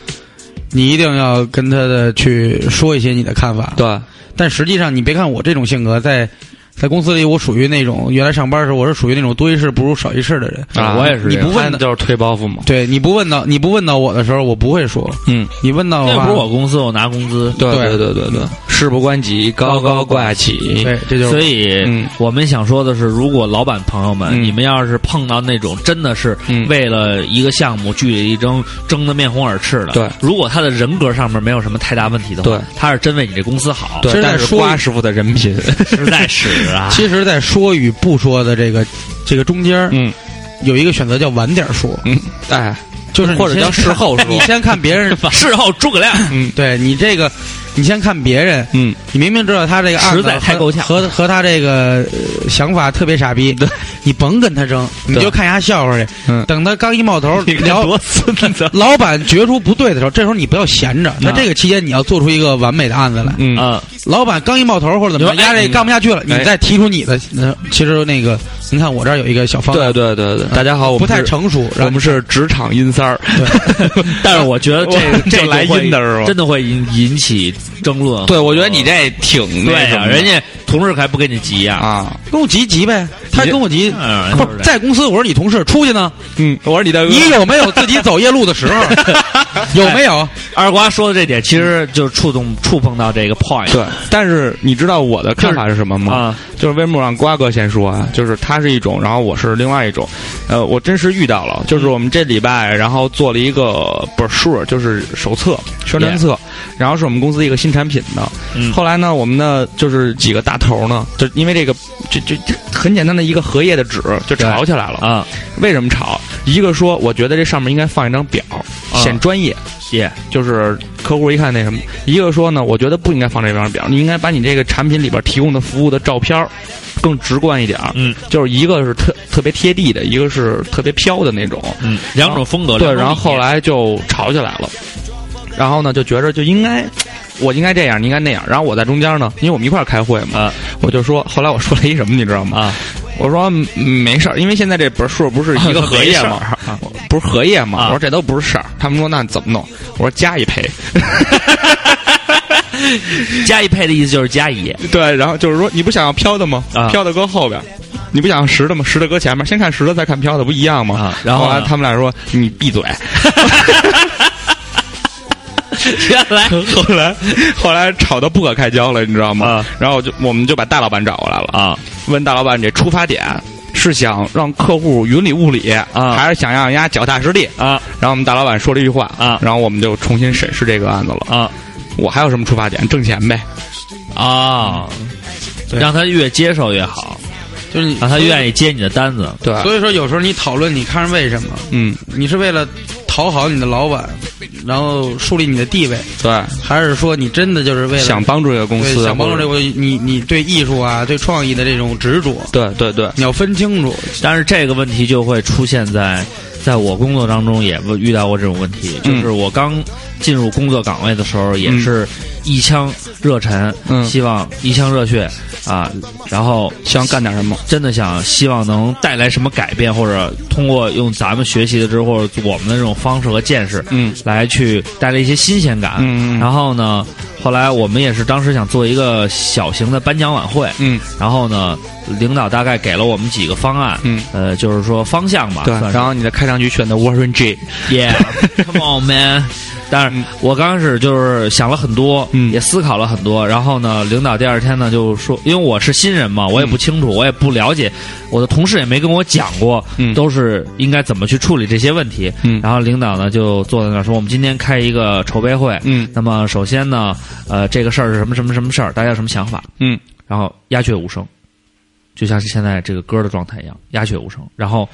S1: 你一定要跟他的去说一些你的看法。
S3: 对，
S1: 但实际上，你别看我这种性格，在在公司里，我属于那种原来上班的时候，我是属于那种多一事不如少一事的人。
S3: 啊
S2: 我也是
S1: 你
S2: 这样
S1: 不问的，
S3: 他就是推包袱嘛。
S1: 对，你不问到你不问到我的时候，我不会说。
S3: 嗯，
S1: 你问到的
S2: 那
S1: 话，
S2: 不是我公司，我拿工资，
S3: 对
S1: 对
S3: 对对对，事不关己，高高挂起。
S1: 对，这就是
S2: 所以、
S3: 嗯
S2: 我们想说的是，如果老板朋友们，
S3: 嗯
S2: 你们要是碰到那种真的是
S3: 嗯
S2: 为了一个项目据理力争，争得面红耳赤的，
S3: 对
S2: 如果他的人格上面没有什么太大问题的话，
S3: 对
S2: 他是真为你这公司好，
S1: 其
S3: 对，
S1: 实
S3: 但
S1: 再
S3: 是
S1: 说一
S3: 瓜师傅的人品，
S2: 实在是啊，
S1: 其实，在说与不说的这个这个中间儿，
S3: 嗯
S1: 有一个选择叫晚点说，
S3: 嗯， 哎，
S1: 就是你
S3: 或者
S1: 先
S3: 叫事后说
S1: 你先看别 人，
S2: 事后诸葛亮，
S3: 嗯
S1: 对你这个，你先看别人，
S3: 嗯，
S1: 你明明知道他这个案子
S2: 实在太够呛
S1: 和和和他这个、呃想法特别傻逼，你甭跟他争，你就看他笑话去。
S3: 嗯
S1: 等他刚一冒 头，
S2: 你看
S1: 聊
S2: 多孙 子
S1: 老板觉出不对的时候，这时候你不要闲着，那这个期间你要做出一个完美的案子来。
S3: 啊嗯
S2: 啊！
S1: 老板刚一冒头或者怎么
S2: 你说
S1: 样，压
S2: 哎
S1: 这干不下去了，你
S3: 哎
S1: 再提出你的。那其实那个，您看我这儿有一个小方案，
S3: 对对对
S2: 嗯
S3: 对，大家好，我
S1: 不
S3: 们
S1: 太
S3: 是，
S1: 成熟，然
S3: 我
S1: 后
S3: 们是职场阴三儿，
S2: 但是我觉得这个
S3: 我
S2: 这
S3: 就
S2: 个
S3: 来
S2: 会
S3: 阴的是吧
S2: 真的会引引起争论。
S3: 对，我觉得你这挺
S2: 对
S3: 那什
S2: 啊，
S3: 么的
S2: 人家同事还不跟你急呀、
S3: 啊，
S1: 跟我急急呗，他跟我急。
S2: 嗯，
S1: 不
S2: 就是是
S1: 在公司，我是你同事，出去呢，
S3: 嗯，我说你的，
S1: 你有没有自己走夜路的时候？ 有没有？
S2: 二瓜说的这点，其实就触动触碰到这个 point。
S3: 对，但是你知道我的看法是什么吗？
S2: 啊，
S3: 就是为什么让瓜哥先说啊？就是他是一种，然后我是另外一种。呃，我真是遇到了，就是我们这礼拜然后做了一个 brochure，就是手册、宣传册然后是我们公司一个新产品的。
S2: 嗯
S3: 后来呢，我们的就是几个大头呢，就因为这个，这这这很简单的一个荷叶的纸就吵起来了。
S2: 啊，
S3: 为什么吵？一个说，我觉得这上面应该放一张表，
S2: 啊
S3: 显专业。
S2: 耶，
S3: 就是客户一看那什么，一个说呢，我觉得不应该放这张表，你应该把你这个产品里边提供的服务的照片儿更直观一点儿。
S2: 嗯
S3: 就是一个是特特别贴地的，一个是特别飘的那种。
S2: 嗯，两种风格。
S3: 对，
S2: 两种
S3: 然后后
S2: 理念
S3: 来就吵起来了，然后呢就觉着就应该。我应该这样，你应该那样。然后我在中间呢，因为我们一块儿开会嘛，
S2: 啊
S3: 我就说，后来我说了一什么，你知道吗？
S2: 啊
S3: 我说嗯没事儿，因为现在这本数不是一
S2: 没
S3: 个
S2: 事儿
S3: 荷叶嘛，不是荷叶嘛。
S2: 啊
S3: 我说这都不是事儿。他们说那怎么弄？我说加一赔。
S2: 加一配的意思就是加 一，
S3: 对，然后就是说，你不想要飘的吗？
S2: 啊
S3: 飘的搁后边儿，你不想要实的吗？实的搁前面，先看实的，再看飘的，不一样吗？
S2: 啊然后
S3: 后来
S2: 呢
S3: 他们俩说：“你闭嘴。”
S2: 原来
S3: 后来 后来吵得不可开交了，你知道吗？
S2: 啊
S3: 然后我就我们就把大老板找过来了，
S2: 啊
S3: 问大老板你这出发点是想让客户云里雾里，
S2: 啊
S3: 还是想让人家脚踏实地？
S2: 啊
S3: 然后我们大老板说了一句话
S2: 啊
S3: 然后我们就重新审视这个案子了。
S2: 啊
S3: 我还有什么出发点？挣钱呗。
S2: 啊！
S1: 对
S2: 让他越接受越好，
S1: 就是你
S2: 让啊他愿意啊接你的单子。
S3: 对
S1: 所以说，有时候你讨论，你看是为什么？
S3: 嗯，
S1: 你是为了讨好你的老板，然后树立你的地位，
S3: 对，
S1: 还是说你真的就是为了
S3: 想帮助这个公
S1: 对
S2: 啊
S3: 司，
S1: 想帮助这个你你对艺术啊、对创意的这种执着？
S3: 或者，对对对，
S1: 你要分清楚，
S2: 但是这个问题就会出现在在我工作当中也遇到过这种问题，就
S3: 嗯
S2: 是我刚进入工作岗位的时候，也
S3: 嗯
S2: 是一腔热忱，
S3: 嗯
S2: 希望一腔热血啊，然后
S3: 想干点什么。
S2: 真的想希望能带来什么改变，或者通过用咱们学习的之后，或者我们的这种方式和见识，
S3: 嗯
S2: 来去带来一些新鲜感。
S3: 嗯嗯
S2: 然后呢，后来我们也是当时想做一个小型的颁奖晚会，
S3: 嗯
S2: 然后呢，领导大概给了我们几个方案，
S3: 嗯，
S2: 呃，就是说方向吧，
S3: 对。
S2: 算是
S3: 然后你的开场曲选的 Warren G，
S2: Yeah，come on man。但是
S3: 嗯
S2: 我刚开始就是想了很多，
S3: 嗯
S2: 也思考了很多。然后呢，领导第二天呢就说，因为我是新人嘛，我也不清楚，我也不了解，我的同事也没跟我讲过，
S3: 嗯
S2: 都是应该怎么去处理这些问题。
S3: 嗯
S2: 然后领导呢就坐在那儿说，我们今天开一个筹备会。
S3: 嗯
S2: 那么首先呢，呃，这个事儿是什么什么什么事儿，大家有什么想法？
S3: 嗯
S2: 然后鸦雀无声，就像是现在这个歌的状态一样，鸦雀无声。然后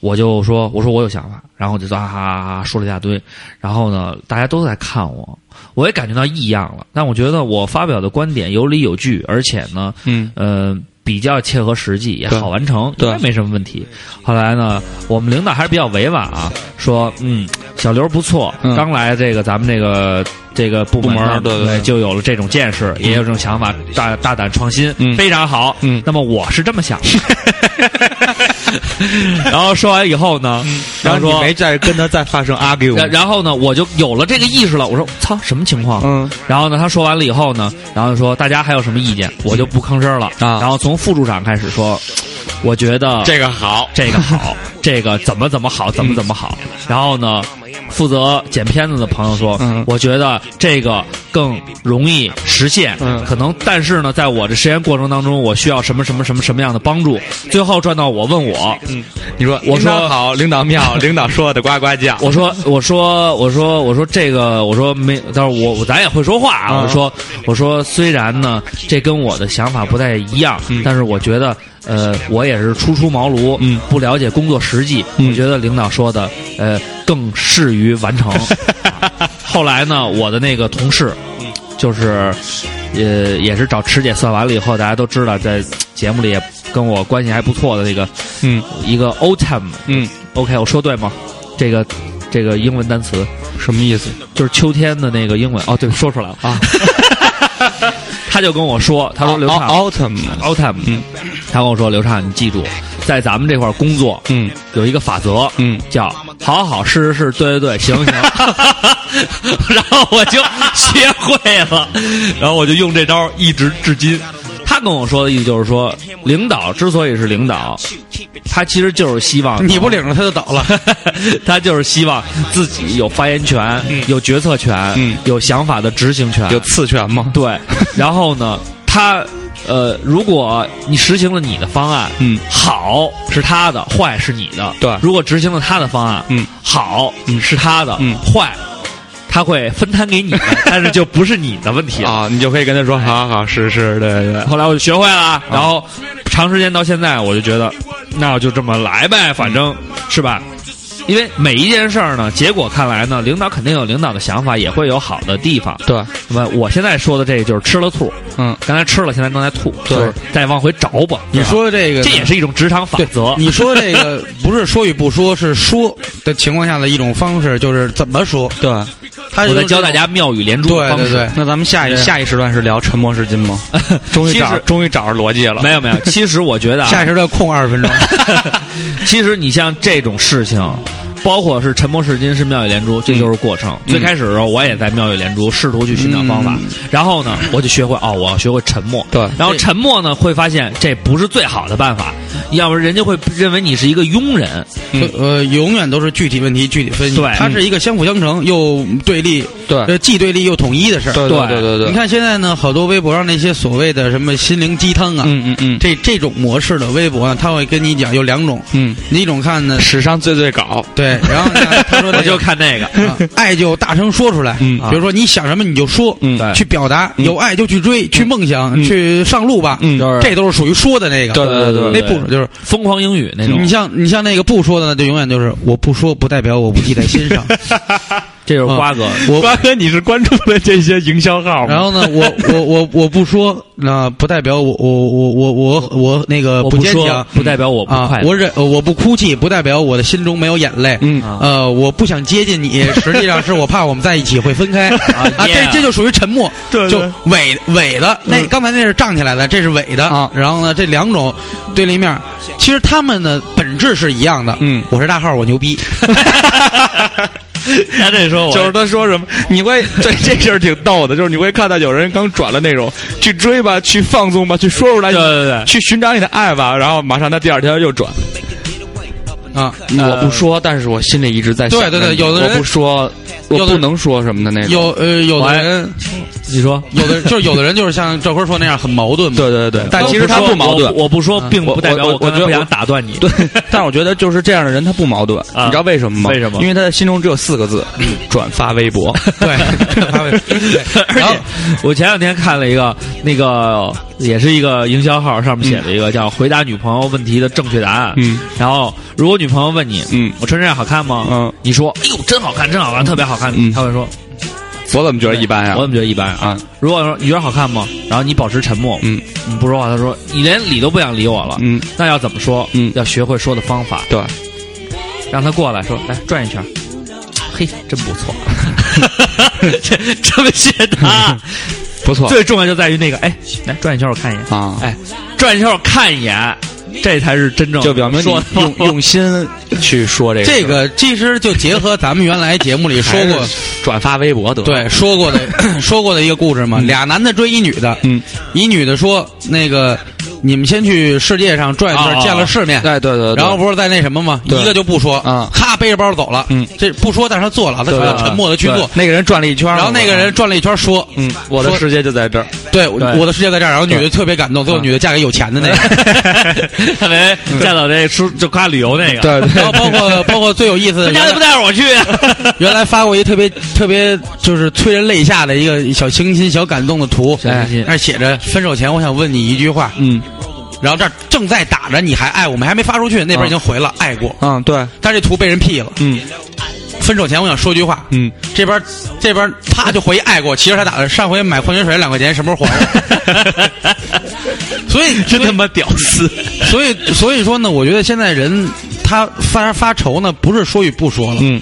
S2: 我就说，我说我有想法，然后我就啊哈哈哈说了一大堆。然后呢，大家都在看我，我也感觉到异样了。但我觉得我发表的观点有理有据，而且呢，
S3: 嗯
S2: 呃，比较切合实际，也
S3: 对
S2: 好完成，应
S3: 对
S2: 该没什么问题。后来呢，我们领导还是比较委婉啊，说嗯，小刘不错，
S3: 嗯
S2: 刚来这个咱们这个这个部门呢，哎
S3: 部门对对对
S2: 就有了这种见识，也有这种想法，大大胆创新，
S3: 嗯
S2: 非常好。
S3: 嗯
S2: 那么我是这么想的。 然后说完以后呢，然后
S3: 嗯你
S2: 说
S3: 没，再跟他再发生 argue，
S2: 然然后呢，我就有了这个意识了。我说，操，什么情况？啊
S3: 嗯
S2: 然后呢，他说完了以后呢，然后就说大家还有什么意见，我就不吭声了。
S3: 啊
S2: 然后从副处长开始说，我觉得
S3: 这嗯个好，
S2: 这个 好，这个怎么怎么好，怎么怎么好。然后呢，负责剪片子的朋友说，
S3: 嗯
S2: 我觉得这个更容易实现，
S3: 嗯
S2: 可能但是呢，在我的实验过程当中，我需要什么什么什么什么样的帮助。最后转到我问我，
S3: 你说
S2: 我说
S3: 领导好，领导 妙，领导说的呱呱叫，
S2: 我说，我说，我说，我说这个，我说没，但是我我咱也会说话啊。
S3: 嗯
S2: 我说，我说虽然呢，这跟我的想法不太一样，但是我觉得，呃，我也是初出茅庐，
S3: 嗯
S2: 不了解工作实际，
S3: 嗯
S2: 我觉得领导说的，呃，更适于完 成。啊后来呢，我的那个同事，
S3: 嗯
S2: 就是，呃，也是找池姐算完了以后，大家都知道，在节目里也跟我关系还不错的那个
S3: 嗯
S2: 一个 o t a m
S3: 嗯，
S2: OK，我说对吗？这个这个英文单词
S3: 什么意思
S2: 就是秋天的那个英文。哦，对，说出来了 啊。他就跟我说，他
S3: 嗯
S2: 说刘畅
S3: Au-？autumn，
S2: ，autumn，
S3: 嗯
S2: 他跟我说刘畅，你记住，在咱们这块儿工作
S3: 嗯
S2: 有一个法则，
S3: 嗯，
S2: 叫好好是是是，对对对，行 行。然后我就学会了，然后我就用这招一直至今。他跟我说的意思就是说，领导之所以是领导，他其实就是希望
S1: 你不领着他就倒了。
S2: 他就是希望自己有发言权、有决策权、
S3: 嗯
S2: 有想法的执行权。
S3: 有次权吗？
S2: 对，然后呢，他呃，如果你实行了你的方案，
S3: 嗯
S2: 好是他的，坏是你的。
S3: 对
S2: 如果执行了他的方案，
S3: 嗯，
S2: 好是他的，
S3: 嗯
S2: 坏他会分摊给你，但是就不是你的 问题了。
S3: 啊，你就可以跟他说，好好是是，对对，
S2: 后来我就学会
S3: 哦
S2: 了，然后长时间到现在，我就觉得那我就这么来呗，反正
S3: 嗯
S2: 是吧？因为每一件事儿呢，结果看来呢，领导肯定有领导的想法，也会有好的地方。
S3: 对，
S2: 那么我现在说的这个就是吃了吐，
S3: 嗯，
S2: 刚才吃了，现在正在吐，
S3: 对
S2: 就是再往回找吧。
S1: 你说这个，
S2: 这也是一种职场法
S1: 对
S2: 则，
S1: 你说这个不是说与不说，是说的情况下的一种方式，就是怎么说。
S3: 对。
S1: 他
S2: 我在
S1: 就是
S2: 教大家妙语连珠的
S1: 对
S2: 方式。
S1: 对对
S3: 那咱们下一
S1: 对
S3: 下一时段是聊沉默是金 吗？终于
S2: 其
S3: 找
S2: 实
S3: 终于找着逻辑了，
S2: 没有没有，其实我觉得啊，
S1: 下意识的空二十分钟。
S2: 其实你像这种事情，包括是沉默是金，是妙语连珠，这就是过程。
S3: 嗯
S2: 最开始的时候，我也在妙语连珠，试图去寻找方法。然后呢，我就学会哦，我要学会沉默。
S3: 对
S2: 然后沉默呢，会发现这不是最好的办法，要不然人家会认为你是一个庸人。
S3: 嗯
S1: 呃，永远都是具体问题具体分析，
S2: 对嗯
S1: 它是一个相辅相成又对立，
S3: 对
S1: 呃，既对立又统一的事儿。
S3: 对对对对，
S1: 你，看现在呢，好多微博上那些所谓的什么心灵鸡汤啊，
S3: 嗯嗯嗯
S1: 这这种模式的微博呢，他会跟你讲有两种，
S3: 嗯，
S1: 一种看 呢，
S3: 史上最最 搞，
S1: 对，然后呢，他说
S2: 我
S1: 那
S2: 就
S1: 个
S2: 看那个，
S1: 啊 爱就大声说出来，
S3: 嗯
S1: 比如说你想什么你就说，
S3: 嗯
S2: 对
S1: 去表达，
S3: 嗯
S1: 有爱就去追，去梦想，
S3: 嗯
S1: 去上路吧，
S3: 嗯，
S2: 就是
S1: 这都是属于说的那个，
S3: 对对对
S1: 那
S3: 对
S1: 不说就是
S2: 疯狂英语那种
S3: 嗯
S1: 你。像你像那个不说的呢，就永远就是我不说，不代表我不记在心 上。
S2: 这就是瓜哥，
S1: 我
S3: 瓜哥，你是关注了这些营销号
S1: 然后呢，我我我我不说，那不代表我我我我我我那个
S2: 我
S1: 坚
S2: 说
S1: 强
S2: 不代表我不
S1: 啊
S2: 快，乐。
S1: 我忍我不哭泣，不代表我的心中没有眼泪。
S3: 嗯
S2: 啊
S1: 呃，我不想接近你，实际上是我怕我们在一起会分开啊。这
S2: yeah
S1: 这就属于沉默，
S3: 对
S1: 就
S3: 对
S1: 伪伪的。那刚才那是胀起来的，这是伪的
S3: 啊
S1: 然后呢，这两种对立面，其实他们的本质是一样的。
S3: 嗯
S1: 我是大号，我牛逼。
S2: 他这说
S3: 就是他说什么，你会对这事儿挺逗的，就是你会看到有人刚转了那种去追吧，去放纵吧，去说出来，
S2: 对对对
S3: 去寻找你的爱吧，然后马上他第二天又转，
S1: 啊，
S3: 我不说，但是我心里一直在
S1: 对对对
S3: 着你
S1: 有的人
S3: 说，
S1: 有的人
S3: 能说什么的那，
S1: 有呃有
S2: 我
S1: 的
S2: 还
S1: 人，
S2: 你说，
S1: 有的就是有的人就是像赵坤说那样很矛盾嘛。
S3: 对对对，但其实他
S2: 我
S3: 不
S2: 不
S3: 矛盾嗯
S2: 我。我不说
S1: 啊，
S2: 并不代表
S3: 我我
S2: 刚才
S3: 我觉
S2: 不
S3: 得
S2: 想
S3: 我
S2: 打断你。
S3: 对，但是我觉得就是这样的人，他不矛盾，
S2: 啊
S3: 你知道为什么吗？
S2: 为什么
S3: 因为他的心中只有四个字：
S1: 嗯
S3: 转发微 博。
S1: 对，发微对
S2: 而
S1: 然后
S2: 且我前两天看了一个，那个也是一个营销号，上面写了一个叫“回答女朋友问题的正确答案”。
S3: 嗯，
S2: 然后如果女朋友问你，
S3: 嗯
S2: 我穿这样好看吗？
S3: 嗯，
S2: 你说，哎呦，真好看，真好看，特别好看。
S3: 嗯
S2: 他会说，
S3: 我怎么觉得一般呀
S2: 我？怎么觉得一般
S3: 啊？
S2: 如果说你觉得好看吗？然后你保持沉默，
S3: 嗯，
S2: 你不说话，他说你连理都不想理我了。
S3: 嗯，
S2: 那要怎么说？
S3: 嗯
S2: 要学会说的方法，
S3: 对，
S2: 让他过来说，来转一圈。
S3: 嗯
S2: 嘿，真不 错，这这么谢
S3: 嗯
S2: 他。
S3: 不错
S2: 最重要就在于那个，哎，来转一圈，我看一眼。
S3: 啊，
S2: 哎，转一圈，我看一眼，这才是真正
S3: 就表明
S2: 说
S3: 你用用心去说嗯这个
S1: 这
S3: 事儿
S1: 个其实就结合咱们原来节目里说过
S3: 还，是转发微博得了
S1: 对说过的 说过的一个故事嘛，俩男的追一女的，
S3: 嗯，
S1: 一女的说那个你们先去世界上转一
S2: 啊
S1: 圈，见了世面。
S3: 对对对，对
S1: 然后不是在那什么吗？
S3: 对
S1: 一个就不说，
S3: 啊
S1: 咔背着包走了。
S3: 嗯，
S1: 这不说，但是他做了，他
S3: 对
S1: 只要
S3: 对
S1: 沉默的去
S3: 对
S1: 做。
S3: 那个人转了一圈，
S1: 然后那个人，转了一圈说：“
S3: 嗯，我的世界就在这儿，
S1: 对，我
S3: 对啊
S1: 我的世界在这儿。”然后女的特别感动，最后女的嫁给有钱的那个。
S2: 他没嫁到这出就夸旅游那个，
S3: 嗯对
S1: 然后包括包括最有意思的，
S2: 他家
S1: 原来
S2: 都不带着 我去。
S1: 原来发过一特别特别就是催人泪下的一个小清新、小感动的图，
S2: 小清新
S1: 那儿写着分手前我想问你一句话，
S3: 嗯
S1: 然后这儿正在打着，你还爱我们还没发出去，那边已经回了、爱过，
S3: 嗯对，
S1: 但是这图被人 P 了。
S3: 嗯
S1: 分手前我想说句话，
S3: 嗯，
S1: 这边这边啪就回爱过，其实他打的上回买矿泉水两块钱什么时候还我？ 所以
S2: 真他妈屌丝！
S1: 所以所以说呢，我觉得现在人他发发愁呢，不是说与不说了，
S3: 嗯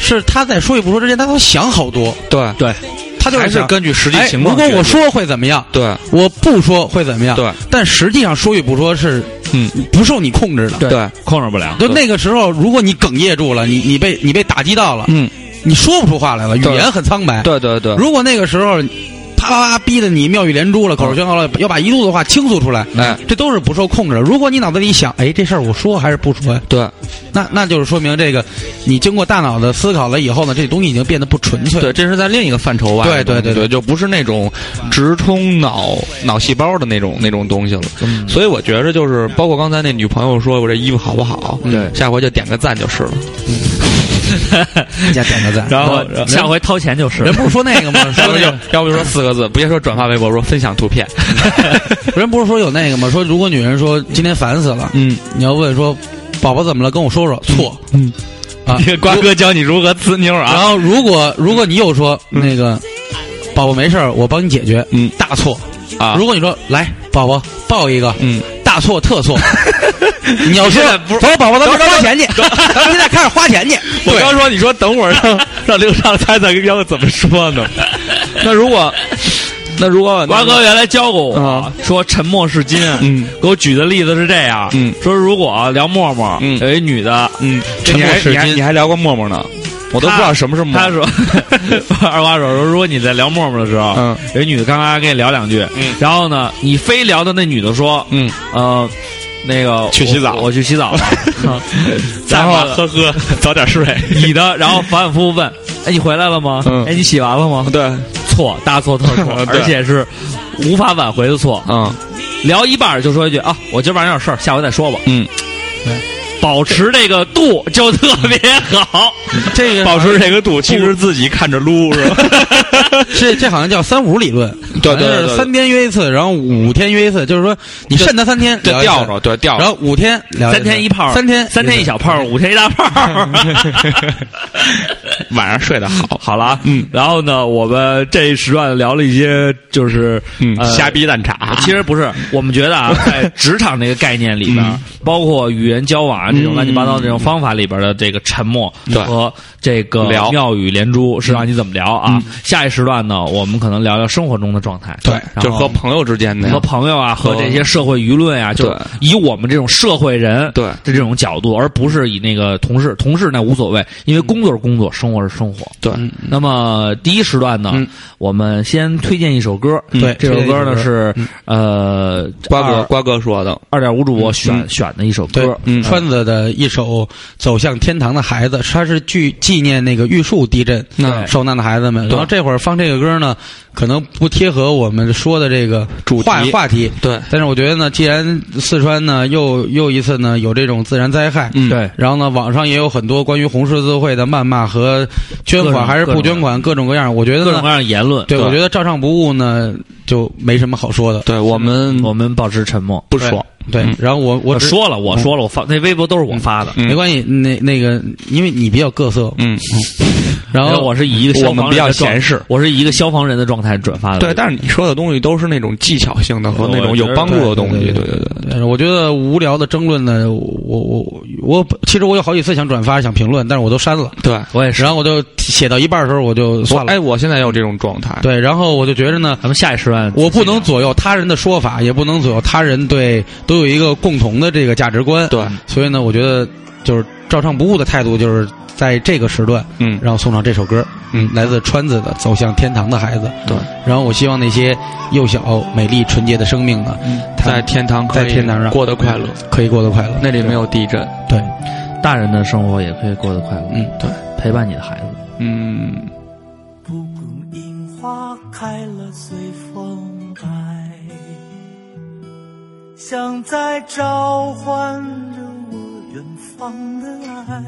S1: 是他在说与不说之间，他都想好多。
S3: 对
S2: 对，
S1: 他就是
S3: 还是
S1: 想
S3: 根据实际
S1: 哎
S3: 情况
S1: 如果我
S3: 决
S1: 说会怎么样？
S3: 对
S1: 我不说会怎么样？
S3: 对，
S1: 但实际上说与不说是
S3: 嗯
S1: 不受你控制的。
S3: 对
S2: 控制不了。
S1: 就那个时候，如果你哽咽住了，你你被你被打击到了，
S3: 嗯
S1: 你说不出话来了，语
S3: 对
S1: 言很苍白。
S3: 对对对，
S1: 如果那个时候，啪啪啪逼得你妙语连珠了，口是悬河了，要把一肚子话倾诉出来，
S3: 哎
S1: 这都是不受控制的。如果你脑子里想，哎，这事儿我说还是不说呀？
S3: 对
S1: 那那就是说明这个，你经过大脑的思考了以后呢，这东西已经变得不纯粹了。
S3: 对，这是在另一个范畴外的
S1: 对对
S3: 东西，
S1: 对对
S3: 对，就不是那种直冲脑脑细胞的那种那种东西了。所以我觉着就是，包括刚才那女朋友说我这衣服好不好，
S2: 对
S3: 下回就点个赞就是了。
S1: 家点个赞。
S2: 然后
S1: 人
S2: 下回掏钱就是
S1: 人不是说那个吗？说
S3: 要不
S1: 那
S3: 就
S1: 个
S3: 要不就说四个字，别说转发微博，说分享图片。
S1: 人不是说有那个吗？说如果女人说今天烦死了，
S3: 嗯，
S1: 你要问说宝宝怎么了，跟我说说。错，
S3: 嗯
S1: 啊，
S3: 瓜哥 教你如何呲妞
S1: 然
S3: 啊！
S1: 后如果如果你又说
S3: 嗯
S1: 那个宝宝没事儿，我帮你解决，
S3: 嗯
S1: 大错。
S3: 啊，
S1: 如果你说来宝宝抱一个，
S3: 嗯，
S1: 大错特 错。你要说
S3: 现在不是
S1: 走，宝宝咱们花钱去，咱们现在开始花钱去。
S3: 我
S1: 对
S3: 刚说你 说等会儿让让刘畅猜猜要怎么说呢？那如果那如果
S2: 瓜哥原来教过我，
S3: 啊
S2: 说沉默是金。
S3: 嗯
S2: 给我举的例子是这样，
S3: 嗯
S2: 说如果啊聊陌陌，
S3: 嗯
S2: 有一女的，
S3: 嗯，
S2: 沉
S3: 你
S2: 默
S3: 还
S2: 是
S3: 你还
S2: 金
S3: 你还聊过陌陌呢，我都不
S2: 他
S3: 知道什么是陌
S2: 她
S3: 陌。
S2: 说， 二瓜手说，如果你在聊陌陌的时候，
S3: 嗯
S2: 有一女的刚刚跟你聊两句，
S3: 嗯
S2: 然后呢，你非聊到那女的说，
S3: 嗯，
S2: 呃，那个
S3: 去
S2: 我
S3: 洗澡
S2: 我去洗 澡了， 然
S3: 然后
S2: 后
S3: 呵呵，早点睡。
S2: 你的，然后反反复复 问，哎，你回来了吗？
S3: 嗯
S2: 哎，你洗完了吗？
S3: 对，，
S2: 错，大错特错 而
S3: 对
S2: 且是无法挽回的错。
S3: 嗯
S2: 聊一半儿就说一句啊，我今儿晚上有事儿，下回再说吧。哎
S3: 嗯，
S2: 保持这个度就特别好。
S1: 这个
S3: 保持这个度，其实自己看着撸是吧？
S1: 这这好像叫三五理论，
S3: 对
S1: 好像
S3: 对对
S1: 是
S3: 对
S1: 三天约一次，然后五天约一次，就是说你
S3: 对
S1: 慎他三天
S3: 对，
S1: 聊一次
S3: 吊着，对吊
S1: 然
S3: 着。
S1: 后五天聊
S2: 三天一
S1: 次
S2: 炮，
S1: 三天
S2: 三天一
S1: 次
S2: 小炮，五天一大炮。
S3: 晚上睡得好，
S2: 好了啊，
S3: 嗯
S2: 然后呢，我们这一时段聊了一些，就是
S3: 嗯，
S2: 呃
S3: 瞎逼蛋挞。
S2: 其实不是，我们觉得啊，在职场这个概念里边，
S3: 嗯
S2: 包括与人交往啊这种
S3: 嗯
S2: 乱七八糟的这种方法里边的这个沉默
S3: 对
S2: 和这个
S3: 嗯聊嗯
S2: 妙语连珠，是让你怎么聊啊？下一时段呢，我们可能聊聊生活中的状态，
S3: 对，
S2: 然后
S3: 就是和朋友之间的呀
S2: 和朋友啊，和这些社会舆论啊，就是
S3: 对
S2: 以我们这种社会人
S3: 对
S2: 的这种角度，而不是以那个同事，同事那无所谓，因为工作是工作，生活是生活。
S3: 对，
S2: 那么第一时段呢，
S3: 嗯
S2: 我们先推荐一首歌。
S3: 嗯
S1: 对
S2: 这首歌
S1: 推荐
S2: 呢
S1: 一首
S2: 是呃
S3: 瓜哥
S2: 二
S3: 瓜哥说的，
S2: 二点五主播选、
S3: 嗯
S2: 选的一首
S1: 对
S2: 歌，，
S3: 嗯
S1: 川子的一首《走向天堂的孩子》，他是去纪念那个玉树地震
S2: 嗯
S3: 那
S1: 受难的孩子们。
S3: 对
S1: 然后这会儿放这个歌呢，可能不贴合我们说的这个
S3: 主题
S1: 话话题。
S3: 对，
S1: 但是我觉得呢，既然四川呢又又一次呢有这种自然灾害，
S3: 嗯，
S2: 对
S1: 然后呢网上也有很多关于红十字会的谩骂和捐
S2: 各
S1: 款
S2: 种
S1: 还是不捐款各种各样。我觉
S2: 各
S1: 得
S2: 种
S1: 呢，
S2: 各样的言论。
S1: 对
S3: 对
S1: 我觉得照唱不误呢就没什么好说的。
S3: 对我们
S2: 我们保持沉默，
S3: 嗯不说，
S1: 对
S3: 嗯，
S1: 然后我我
S2: 我
S1: 只
S2: 呃说了，我说了，我发那微博都是我发的。
S3: 嗯
S1: 没关系，那那个因为你比较各色，
S3: 嗯，
S1: 然
S2: 因为
S1: 后
S2: 我是以一个消
S3: 我
S2: 防
S3: 们
S2: 人
S3: 比较
S2: 的状
S3: 闲适。
S2: 我是以一个消防人的状态转发的。
S3: 对，但是你说的东西都是那种技巧性的和那种有帮助的东西，对
S1: 对
S3: 对
S1: 对
S3: 对，
S1: 但是我觉得无聊的争论呢，我我我其实我有好几次想转发、想评论，但是我都删了。
S3: 对。
S2: 我也是。啊
S1: 然后我就写到一半的时候，我就
S3: 我
S1: 算了。
S3: 哎，我现在有这种状态，
S1: 对，然后我就觉着呢，
S2: 咱们下一时段，
S1: 我不能左右他人的说法，也不能左右他人对都有一个共同的这个价值观。，
S3: 对，
S1: 所以呢，我觉得就是照唱不误的态度，就是在这个时段，
S3: 嗯
S1: 然后送上这首歌，
S3: 嗯
S1: 来自川子的《走向天堂的孩子》。
S3: 对，
S1: 然后我希望那些幼小、美丽、纯洁的生命呢，他
S3: 嗯在天堂可以
S1: 在天堂上
S3: 过得快乐，
S1: 可以过得快乐。
S3: 那里没有地震，
S1: 对，
S2: 大人的生活也可以过得快乐。
S1: 嗯，
S3: 对，
S2: 陪伴你的孩子。
S3: 嗯，
S5: 蒲公英花开了随风摆，像在召唤着我远方的爱。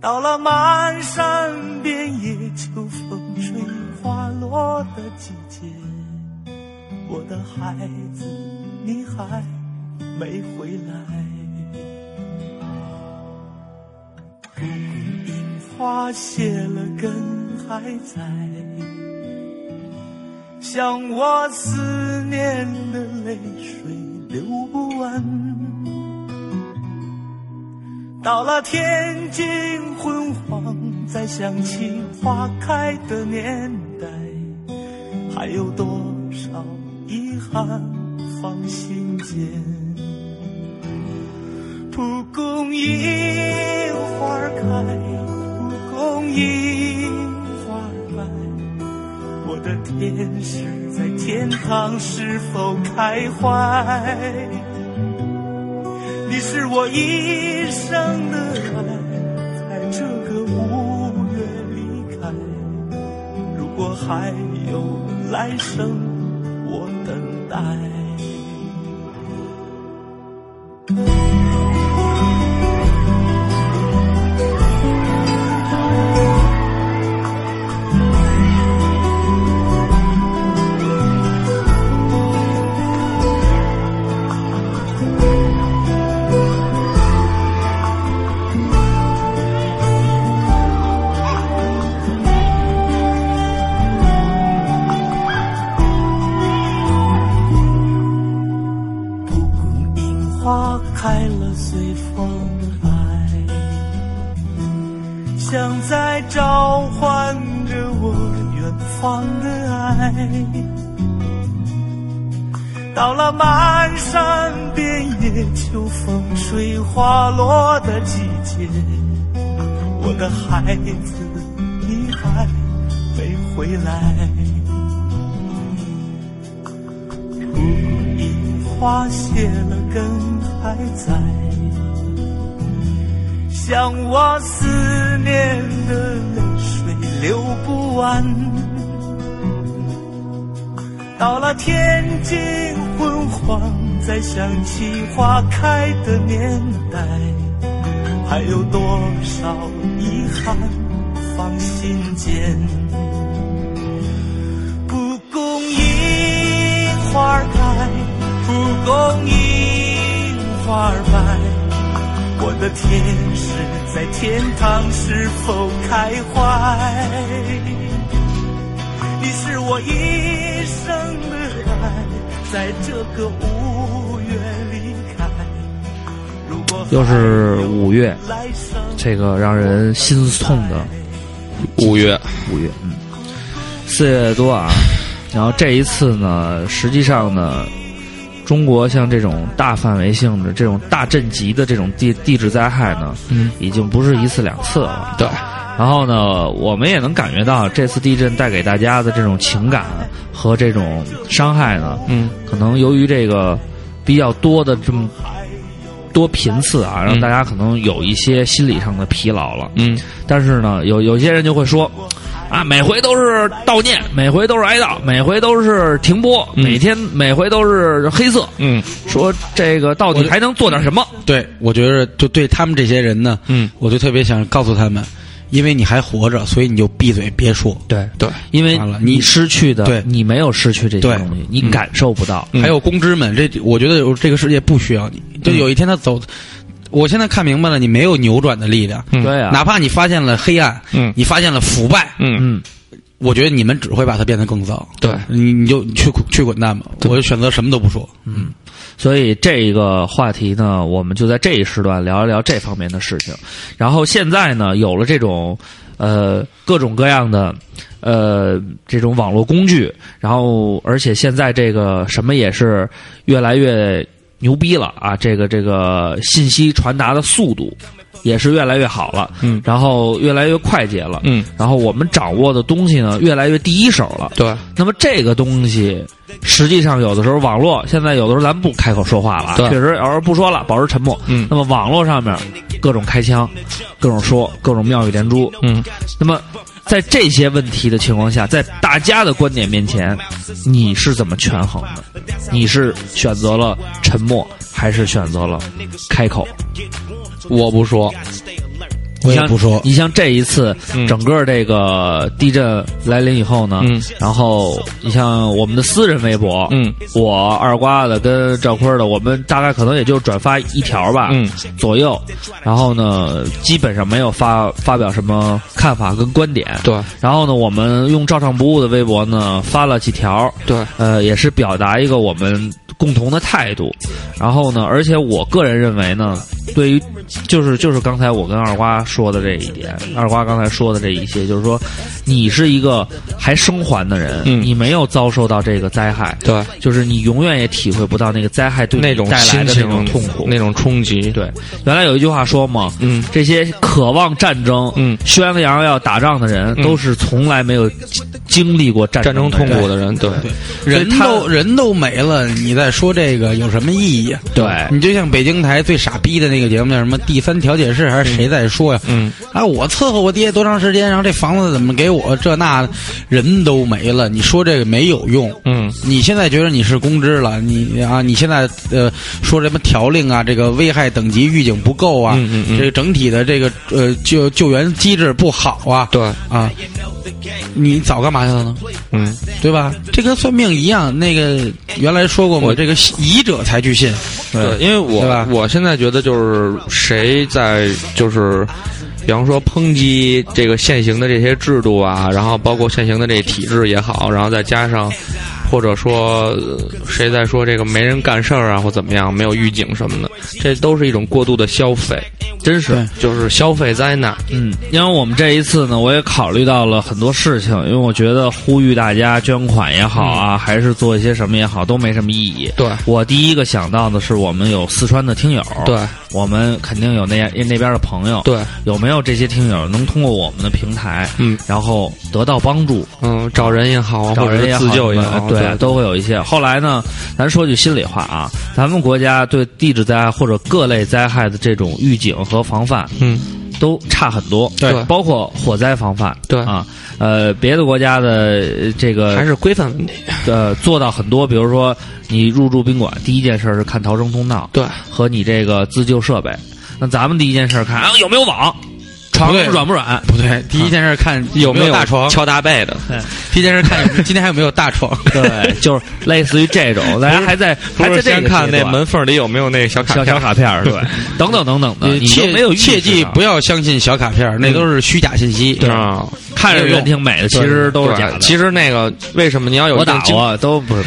S5: 到了漫山遍野秋风吹花落的季节，我的孩子，你还没回来。樱花谢了根还在，像我思念的泪水流不完。到了天津昏黄，再想起花开的年代，还有多少遗憾放心间？蒲公英花儿开，蒲公英花儿开，我的天使在天堂是否开怀？你是我一生的爱，在这个五月离开。如果还有来生，我等待。蒲公英花开了随风摆，像在召唤着我远远方的爱。到了漫山遍野秋风吹花落的季节，我的孩子你还没回来。如果樱花谢了根还在。像我思念的泪水流不完。到了天津昏黄，再想起花开的年代，还有多少遗憾放心间？蒲公樱花开，蒲公樱花白。我的天使在天堂是否开怀？你是我一生的爱，在这个五月离开。如果
S2: 又是五月，
S5: 来生
S2: 这个让人心痛的
S3: 五月，
S2: 五月，嗯，四月多啊。然后这一次呢，实际上呢，中国像这种大范围性的、这种大震级的这种地地质灾害呢，
S3: 嗯，
S2: 已经不是一次两次了。
S3: 对，
S2: 然后呢，我们也能感觉到这次地震带给大家的这种情感和这种伤害呢，
S3: 嗯，
S2: 可能由于这个比较多的这么多频次啊，让大家可能有一些心理上的疲劳了。
S3: 嗯，
S2: 但是呢，有有些人就会说，啊，每回都是悼念，每回都是哀悼，每回都是停播，
S3: 嗯
S2: 每天每回都是黑色，
S3: 嗯，
S2: 说这个到底还能做点什么？
S1: 对，我觉得就对他们这些人呢，
S3: 嗯，
S1: 我就特别想告诉他们，因为你还活着，所以你就闭嘴别说。
S2: 对
S3: 对，
S2: 因为
S1: 完了
S2: 你
S1: 你
S2: 失去的，
S1: 对
S2: 你没有失去这些
S1: 对
S2: 东西，你感受不到。
S3: 嗯
S1: 还有公知们，这我觉得有这个世界不需要你。就有一天他走，我现在看明白了，你没有扭转的力量，
S3: 嗯
S2: 对啊，
S1: 哪怕你发现了黑暗，
S3: 嗯
S1: 你发现了腐败，
S3: 嗯
S2: 嗯，
S1: 我觉得你们只会把它变得更糟。
S3: 对
S1: 你你就去去滚蛋吧，我就选择什么都不说。
S2: 所以这个话题呢，我们就在这一时段聊一聊这方面的事情。然后现在呢，有了这种呃各种各样的呃这种网络工具，然后而且现在这个什么也是越来越牛逼了啊，这个这个信息传达的速度也是越来越好了，
S3: 嗯
S2: 然后越来越快捷了，
S3: 嗯，
S2: 然后我们掌握的东西呢越来越第一手了。
S3: 对，
S2: 那么这个东西，实际上有的时候网络现在有的时候咱不开口说话了啊，
S3: 对
S2: 确实有时候不说了，保持沉默。
S3: 嗯
S2: 那么网络上面各种开枪，各种说，各种妙语连珠。
S3: 嗯，
S2: 那么在这些问题的情况下，在大家的观点面前，你是怎么权衡的？你是选择了沉默，还是选择了开口？
S3: 我不说，
S1: 我
S2: 你
S1: 也
S2: 像
S1: 不说，
S2: 你像这一次，
S3: 嗯
S2: 整个这个地震来临以后呢，
S3: 嗯
S2: 然后你像我们的私人微博，
S3: 嗯，
S2: 我二瓜的跟赵坤的，我们大概可能也就转发一条吧，
S3: 嗯，
S2: 左右，然后呢，基本上没有发发表什么看法跟观点，
S3: 对
S2: 然后呢，我们用照常不误的微博呢发了几条，
S3: 对，
S2: 呃，也是表达一个我们共同的态度。然后呢，而且我个人认为呢，对于就是就是刚才我跟二瓜说的这一点，二瓜刚才说的这一些，就是说你是一个还生还的人，
S3: 嗯
S2: 你没有遭受到这个灾害，
S3: 对，
S2: 就是你永远也体会不到那个灾害对你
S3: 那种
S2: 带来
S3: 心
S2: 的
S3: 情
S2: 那种痛苦。
S3: 那种冲击，
S2: 对，原来有一句话说嘛，
S3: 嗯
S2: 这些渴望战争、
S3: 嗯
S2: 宣扬要打仗的人，
S3: 嗯
S2: 都是从来没有经经历过战
S3: 战
S2: 争
S3: 争
S2: 的
S3: 痛
S2: 人
S3: 苦的人，对，
S2: 所以
S1: 人
S2: 他
S1: 都人都没了，你再说这个有什么意义啊？
S2: 对
S1: 你就像北京台最傻逼的那个节目叫什么《第三调解室》，还是谁在说呀？
S3: 嗯，
S1: 啊，我伺候我爹多长时间，然后这房子怎么给我这那的，人都没了，你说这个没有用。
S3: 嗯，
S1: 你现在觉得你是公知了，你啊，你现在呃说什么条令啊，这个危害等级预警不够啊，
S3: 嗯嗯嗯
S1: 这个整体的这个呃救救援机制不好啊，
S3: 对，
S1: 啊，你早干嘛去了呢？
S3: 嗯，
S1: 对吧？这跟算命一样，那个原来说过嘛，
S3: 我
S1: 这个疑者才去信。
S3: 对，因为
S1: 对
S3: 我
S1: 吧
S3: 我现在觉得就是谁在就是，比方说抨击这个现行的这些制度啊，然后包括现行的这体制也好，然后再加上或者说呃谁在说这个没人干事儿啊，或怎么样，没有预警什么的，这都是一种过度的消费，真是
S1: 对
S3: 就是消费灾难。
S2: 嗯，因为我们这一次呢，我也考虑到了很多事情，因为我觉得呼吁大家捐款也好
S3: 嗯
S2: 啊，还是做一些什么也好，都没什么意义。
S3: 对
S2: 我第一个想到的是，我们有四川的听友，
S3: 对，
S2: 我们肯定有那那边的朋友，，
S3: 对，
S2: 有没有这些听友能通过我们的平台，
S3: 嗯
S2: 然后得到帮助，
S3: 嗯，找人也好，
S2: 找
S3: 或者
S2: 人
S3: 是
S2: 也好
S3: 自救也好，
S2: 对，都会有一些。后来呢，咱说句心里话啊，咱们国家对地质灾害或者各类灾害的这种预警和防范，
S3: 嗯，
S2: 都差很多，
S3: 对对
S2: 包括火灾防范，
S3: 对
S2: 啊，呃，别的国家的呃这
S3: 还
S2: 个
S3: 是规范问题。
S2: 呃做到很多，比如说你入住宾馆，第一件事儿是看逃生通道
S3: 对，
S2: 和你这个自救设备，那咱们第一件事儿看啊有没有网，床
S1: 不对
S2: 软不软，
S1: 不对，第一件事看有
S3: 没
S1: 没有大床，
S3: 敲大背的？
S1: 第一件事看有没有今天还有没有大床。
S2: 对，就是类似于这种，大家还在还
S3: 不
S2: 在
S3: 是
S2: 这
S3: 先
S2: 个
S3: 看
S2: 阶
S3: 那
S2: 段
S3: 门缝里有没有那小卡
S2: 小
S3: 片
S2: 小
S3: 儿？
S2: 卡片儿，对，等等等等的，你就
S1: 切
S2: 没有意啊识
S1: 切记
S2: 到
S1: 不要相信小卡片儿，那都是虚假信息。
S3: 啊，
S2: 看着人挺美的，其实都是
S3: 对
S2: 假的。
S3: 其实那个为什么你要有
S2: 我
S3: 一定
S2: 打
S3: 经
S2: 过都不是，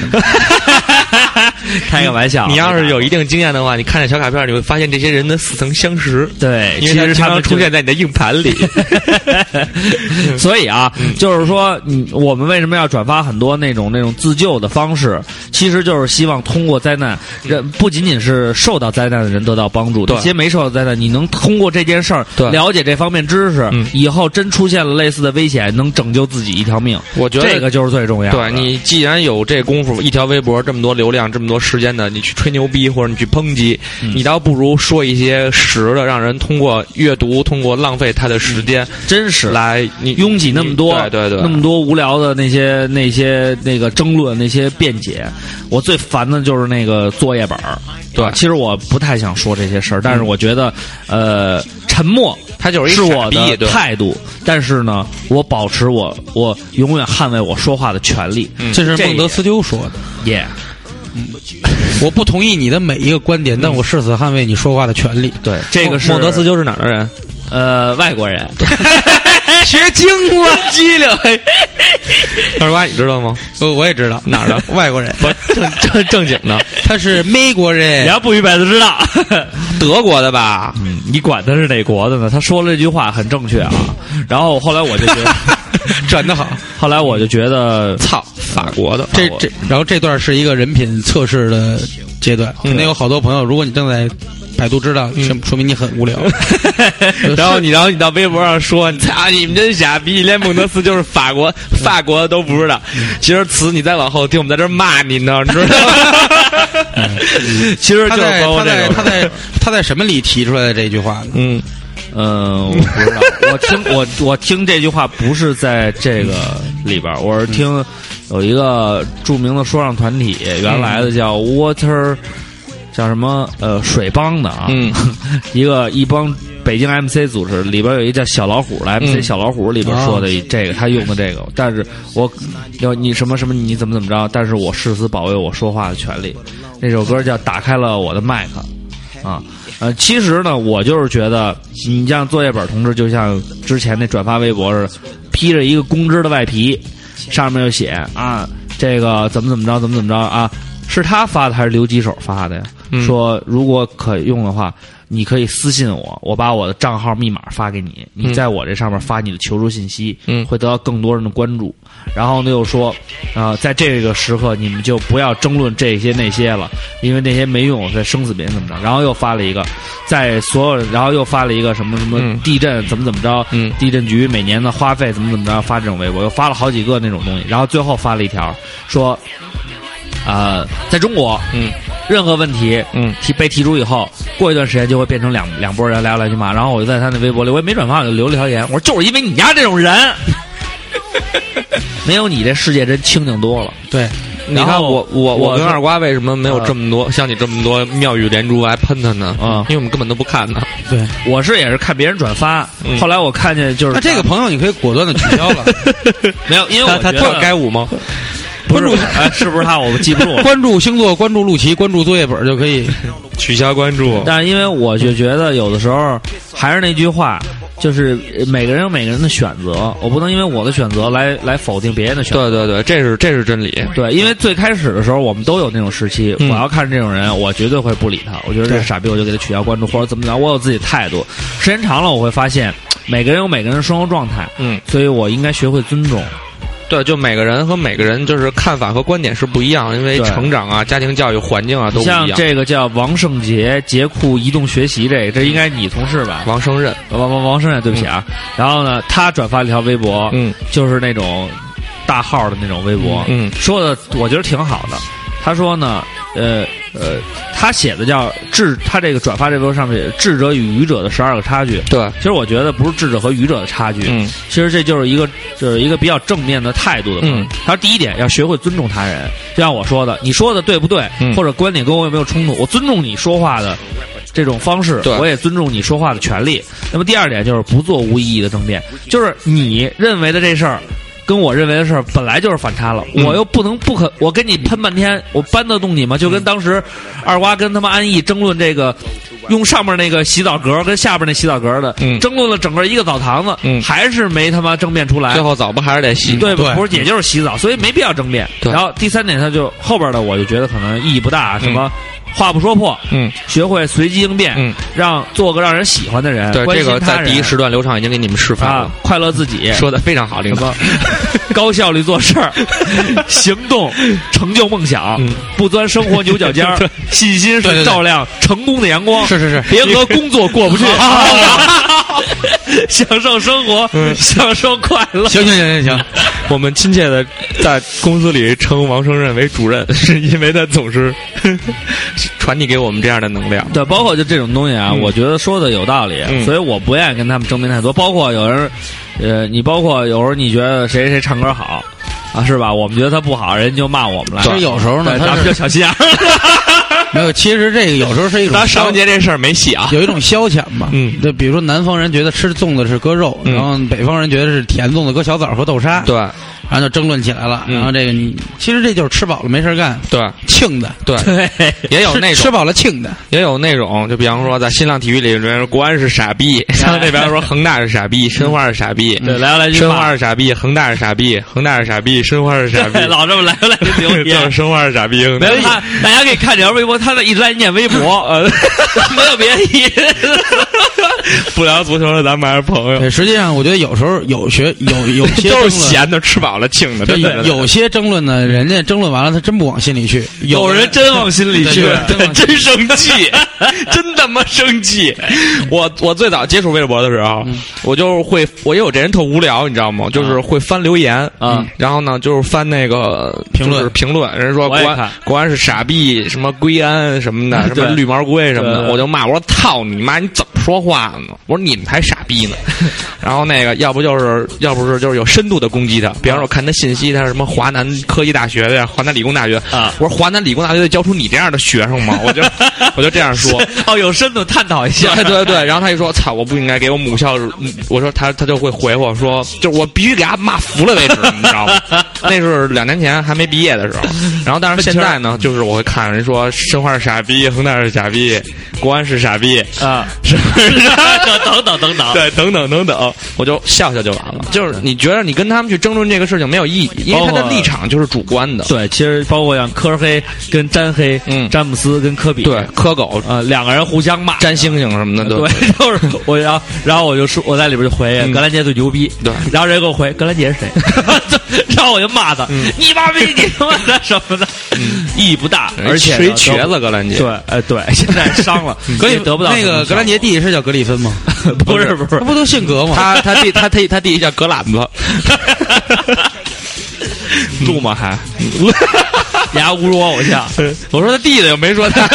S2: 开个玩笑。
S3: 你要
S2: 我
S3: 是
S2: 打
S3: 有一定经验的话，你看这小卡片，你会发现这些人的似曾相识，
S2: 对，
S3: 因为
S2: 哎其实他
S3: 它经常
S2: 们
S3: 出现在你的硬盘 里。
S2: 就。所以啊，就是说，你我们为什么要转发很多那种那种自救的方式？其实就是希望通过灾难，人不仅仅是受到灾难的人得到帮助，
S3: 对
S2: 这些没受到灾难，你能通过这件事儿
S3: 对
S2: 了解这方面知识
S3: 嗯，
S2: 以后真出现了类似的危险，能拯救自己一条命。
S3: 我觉得
S2: 这个就是最重要的。
S3: 对你既然有这功夫，一条微博这么多流量，这么多时间的，你去吹牛逼或者你去抨击，
S2: 嗯
S3: 你倒不如说一些实的，让人通过阅读，通过浪费他的时间
S2: 真嗯是
S3: 来你
S2: 拥挤那么多，
S3: 对对对，
S2: 那么多无聊的那些那些那个争论那些辩解，我最烦的就是那个作业本儿。啊
S3: 对
S2: 其实我不太想说这些事儿，但是我觉得，呃，沉默
S3: 他就是一
S2: 是
S3: 傻
S2: 我
S3: 逼，
S2: 的
S3: 对。
S2: 态度，但是呢，我保持我我永远捍卫我说话的权利。
S3: 嗯
S1: 这是
S2: 这
S1: 孟德斯鸠说的。
S2: 也
S1: 我不同意你的每一个观点，但我誓死捍卫你说话的权利。
S2: 对，这个是
S3: 孟德斯鸠是哪儿的人？
S2: 呃外国人，
S3: 学精了， 机灵。二瓜，你知道吗？
S1: 呃，我也知道
S3: 哪儿的
S1: 外国人，
S3: 不正正正经 的，
S1: 他是美国
S2: 你
S1: 人。
S2: 要不明白就知道。
S3: 德国的吧？
S2: 嗯，你管他是哪国的呢？他说了这句话很正确啊，然后后来我就觉 得。
S1: 转的好，
S2: 后来我就觉得，
S3: 操，法国的。
S1: 这这，然后这段是一个人品测试的阶段，可能有好多朋友，如果你正在百度知道，说说明你很无聊。
S3: 然后你，然后你到微博上说，你 操，你们真傻逼，连孟德斯就是法国，
S2: 嗯
S3: 法国的都不知道。其实词你再往后听，我们在这儿骂你呢，你知道 吗？
S2: 嗯 其实
S1: 他
S2: 就是
S1: 在
S2: 包
S1: 他
S2: 括
S1: 在
S2: 这
S1: 他
S2: 种，
S1: 在他在什么里提出来的这句话呢？
S3: 嗯，
S2: 嗯，我不知道，我听我我听这句话不是在这个里边儿，我是听有一个著名的说唱团体，原来的叫 Water，叫什么呃水帮的啊，
S3: 嗯，
S2: 一个一帮北京 MC 组织，里边有一叫小老虎的 MC，、
S3: 嗯
S2: 小老虎里边说的这个，他用的这个，但是我要你什么什么你怎么怎么着，但是我誓死保卫我说话的权利。那首歌叫《打开了我的麦克》啊，呃，其实呢，我就是觉得你像作业本同志，就像之前那转发微博似的，披着一个公知的外皮，上面就写啊，这个怎么怎么着，怎么怎么着啊，是他发的还是留几手发的呀？说如果可用的话，你可以私信我，我把我的账号密码发给你，你在我这上面发你的求助信息，
S3: 嗯
S2: 会得到更多人的关注。然后呢，又说啊、在这个时刻你们就不要争论这些那些了，因为那些没用，在生死别人怎么着。然后又发了一个，在所有人，然后又发了一个什么什么
S3: 嗯
S2: 地震怎么怎么着，
S3: 嗯
S2: 地震局每年的花费怎么怎么着，发这种微博，又发了好几个那种东西，然后最后发了一条说，呃，在中国，
S3: 嗯，
S2: 任何问题，
S3: 嗯，
S2: 提被提出以后，过一段时间就会变成两两拨人来来去骂，然后我就在他那微博里，我也没转发，我就留了条言，我说就是因为你家这种人， 没有你这世界真清静多了。
S1: 对，
S3: 你看
S2: 然后
S3: 我我
S2: 我
S3: 我跟二瓜为什么没有这么多像你这么多妙语连珠来喷他呢？
S2: 嗯
S3: 因为我们根本都不看他。
S1: 对，
S2: 我是也是看别人转发，
S3: 嗯
S2: 后来我看见就是
S1: 那这个朋友你可以果断的取 消了，
S2: 没有，因为我觉
S3: 跳
S2: 得
S3: 街舞吗？
S2: 不是，哎，是不是他？我记不 住了。
S1: 关注星座，关注陆琪，关注作业本就可以。
S3: 取消关注。
S2: 但是因为我就觉得有的时候还是那句话，就是每个人有每个人的选择，我不能因为我的选择来来否定别人的选择。
S3: 对对对，这是这是真理。
S2: 对，因为最开始的时候，我们都有那种时期。
S3: 嗯
S2: 我要看这种人，我绝对会不理他。我觉得这
S1: 对
S2: 傻逼，我就给他取消关注，或者怎么着，我有自己的态度。时间长了，我会发现每个人有每个人的生活状态，
S3: 嗯，
S2: 所以我应该学会尊重。
S3: 对，就每个人和每个人就是看法和观点是不一样，因为
S2: 对
S3: 成长啊、家庭教育环境啊都不一
S2: 像
S3: 样。
S2: 这个叫王胜杰杰库移动学习这个，这应该你同事吧？
S3: 王胜任，
S2: 王王王胜杰，对不起啊。然后呢，他转发了一条微博，
S3: 嗯
S2: 就是那种大号的那种微博，
S3: 嗯
S2: 说的我觉得挺好的。他说呢，呃呃，他写的叫智，他这个转发这波上面智者与愚者的十二个差距。
S3: 对，
S2: 其实我觉得不是智者和愚者的差距，
S3: 嗯
S2: 其实这就是一个就是一个比较正面的态度的嘛。
S3: 嗯
S2: 他说第一点要学会尊重他人，就像我说的，你说的对不对，
S3: 嗯
S2: 或者观点跟我有没有冲突，我尊重你说话的这种方式
S3: 对，
S2: 我也尊重你说话的权利。那么第二点就是不做无意义的争辩，就是你认为的这事儿。跟我认为的事儿本来就是反差了，
S3: 嗯
S2: 我又不能不可，我跟你喷半天，我搬得动你吗？就跟当时二瓜跟他妈安逸争论这个，用上面那个洗澡格跟下边那洗澡格的，
S3: 嗯
S2: 争论了整个一个澡堂子，
S3: 嗯
S2: 还是没他妈争辩出来
S3: 最。后早不还是得洗？
S2: 嗯对吧，
S1: 对
S2: 不是，也就是洗澡，所以没必要争辩。
S3: 嗯对
S2: 然后第三点，他就后边的我就觉得可能意义不大，什
S3: 嗯
S2: 么话不说破，
S3: 嗯
S2: 学会随机应变，
S3: 嗯，
S2: 让做个让人喜欢的人，
S3: 对，
S2: 关
S3: 这
S2: 心
S3: 个
S2: 他
S3: 在
S2: 人
S3: 第一时段流畅已经给你们示范
S2: 啊
S3: 了，，
S2: 快乐自己，
S3: 说的非常好，领
S2: 什
S3: 导
S2: 么。高效率做事儿，行动成就梦想，
S3: 嗯
S2: 不钻生活牛角尖儿，信心
S3: 对对
S2: 是
S3: 对
S2: 照亮成功的阳光，
S3: 是是是
S2: 别和工作过 不去， 享受生活，
S3: 嗯
S2: 享受快乐。
S1: 行行行行行，
S3: 我们亲切的在公司里称王胜任为主任， 是因为他总 是传递给我们这样的能量。
S2: 对，包括就这种东西啊，
S3: 嗯
S2: 我觉得说的有道理，
S3: 嗯
S2: 所以我不愿意跟他们争辩太多。包括有人，呃，你包括有时候你觉得谁谁唱歌好啊，是吧？我们觉得他不好，人家就骂我们了。
S1: 其实有时候呢，
S2: 对咱
S1: 他
S2: 们就是小心眼儿。
S1: 没有。其实这个有时候是一种
S3: 咱
S1: 消
S3: 上节这事儿没戏啊，
S1: 有一种消遣嘛。
S3: 嗯
S1: 就比如说南方人觉得吃粽子是割肉，
S3: 嗯
S1: 然后北方人觉得是甜粽子搁小枣儿和豆沙，
S3: 对
S1: 然后就争论起来了。
S3: 嗯
S1: 然后这个你其实这就是吃饱了没事儿干，
S3: 对
S1: 庆的，
S3: 对，
S2: 对，
S3: 也有
S1: 吃
S3: 那
S1: 吃
S3: 种，
S1: 饱了庆的，
S3: 也有那种，就比方说在新浪体育里面，国安是傻逼，像那边说恒大是傻逼，申花是傻逼，
S2: 对，来来去
S3: 申
S2: 骂
S3: 花是傻逼，恒大是傻逼，恒大是傻逼，申花是傻逼
S2: 对，，老这么来回来去留
S3: 就是
S2: 言。
S3: 申花是傻逼，恒
S2: 没
S3: 大
S2: 有他，大家可以看这条微博，他在一直在念微博，呃，没有别的意思。
S3: 不聊足球的咱们还是朋友，
S1: 对，实际上我觉得有时候有学 有有些
S3: 都
S1: 争
S3: 是
S1: 论
S3: 闲的，吃饱了请的，
S1: 对
S3: 真
S1: 有
S3: 的
S1: 有些争论呢，人家争论完了，他真不往心里去。
S2: 有人真往心里去，啊
S1: 对 对对
S2: 真
S3: 真生气，真他妈生气！我我最早接触微博的时候，
S2: 嗯
S3: 我就会，我因为我这人特无聊，你知道吗？就是会翻留言嗯
S2: 啊，
S3: 然后呢，就是翻那个
S1: 评论
S3: 就是评论，人说
S2: 我
S3: 国
S2: 也
S3: 安
S2: 看
S3: 国安是傻逼，什么归安什么的，什
S2: 对
S3: 么绿毛龟什
S2: 对
S3: 么的，
S2: 对
S3: 我就骂我说操你妈，你怎么说话呢？我说你们才傻逼 呢。然后那个要不就是要不是就是有深度的攻击他，比方说我看他信息，他是什么华南科技大学的呀，华南理工大学
S2: 啊
S3: 我说华南理工大学得教出你这样的学生吗？我就 我就这样 说。
S2: 哦，有深度探讨一下。
S3: 对对对，然后他就说：“操，我不应该给我母 校。”嗯我说他他就会回我说：“就是我必须给他骂服了为止，你知道吗？”那是两年前还没毕业的 时候。然后但是现在呢，就是我会看人说申花是傻逼，恒大是傻逼，国安是傻逼，
S2: 啊，
S3: 是不是？
S2: 等等等等，
S3: 对，等等等等，我就笑笑就完了。就是你觉得你跟他们去争论这个事情没有意义，因为他
S2: 包
S3: 的
S2: 括
S3: 立场就是主观的。
S2: 对，其实包括像科黑跟詹黑，
S3: 嗯
S2: 詹姆斯跟科比，
S3: 对，磕狗、
S2: 呃，两个人互相骂，
S3: 粘猩猩什么的，
S2: 对， 都是我，然后然后我就说我在里边就回格兰杰最牛逼，
S3: 嗯对
S2: 然后人给我回格兰杰是谁， 然后我就骂他，
S3: 嗯
S2: 你妈逼你他妈的什么的，意义不大，而且
S3: 嗯谁
S2: 呢
S3: 瘸子格嗯兰杰，
S2: 对，哎对，现在伤了，
S1: 格里
S2: 也得不到
S1: 那个格兰杰弟是叫格里芬吗？
S2: 杰，不是不
S1: 他
S2: 是，
S1: 不都姓格吗？
S3: 他他弟他弟他弟叫格 懒子，住吗还？
S2: 你还侮辱我偶像，
S3: 我说他弟弟又没说他，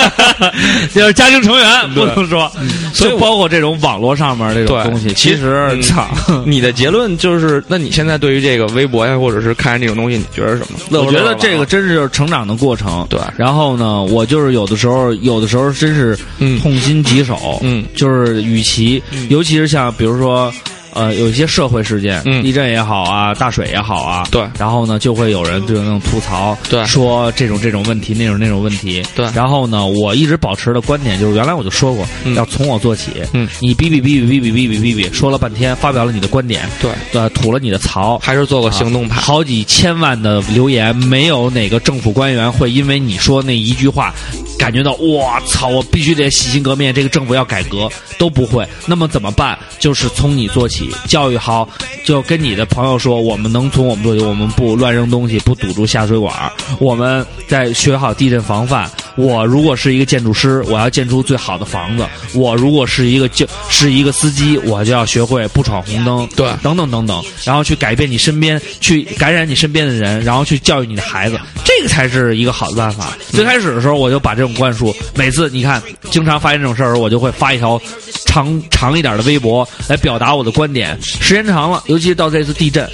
S2: 就是家庭成员不
S3: 对嗯
S2: 能说，
S3: 所以
S2: 就
S3: 我
S2: 包括这种网络上面这种
S3: 对
S2: 东西，其实
S3: 嗯
S2: 操。
S3: 你的结论就是，那你现在对于这个微博呀，或者是看这种东西，你觉得什么？乐
S2: 我
S3: 呵
S2: 觉
S3: 乐
S2: 得
S3: 呵吧
S2: 这个真是就是成长的过程。
S3: 对
S2: 然后呢，我就是有的时候，有的时候真是
S3: 嗯
S2: 痛心疾首。
S3: 嗯
S2: 就是与其，尤其是像比如说。呃有一些社会事件，
S3: 嗯
S2: 地震也好啊，大水也好啊，
S3: 对
S2: 然后呢就会有人就那种吐槽，
S3: 对
S2: 说这种这种问题，那种那种问题，
S3: 对
S2: 然后呢，我一直保持的观点就是，原来我就说过，
S3: 嗯
S2: 要从我做起，
S3: 嗯，
S2: 你哔哔哔哔哔哔哔哔哔说了半天，发表了你的观点，
S3: 对，
S2: 呃，吐了你的槽，
S3: 还是做个行动派。
S2: 好几千万的留言，没有哪个政府官员会因为你说那一句话，感觉到我操，我必须得洗心革面，这个政府要改革，都不会。那么怎么办？就是从你做起，教育好，就跟你的朋友说，我们能从我们做起，我们不乱扔东西，不堵住下水管儿，我们在学好地震防范。我如果是一个建筑师，我要建出最好的房子；我如果是一个就是一个司机，我就要学会不闯红灯。
S3: 对
S2: 等等等等，然后去改变你身边，去感染你身边的人，然后去教育你的孩子，这个才是一个好的办法。最开始的时候，我就把这种灌输，每次你看，经常发生这种事儿的时候，我就会发一条长长一点的微博来表达我的观点。时间长了，尤其是到这次地震，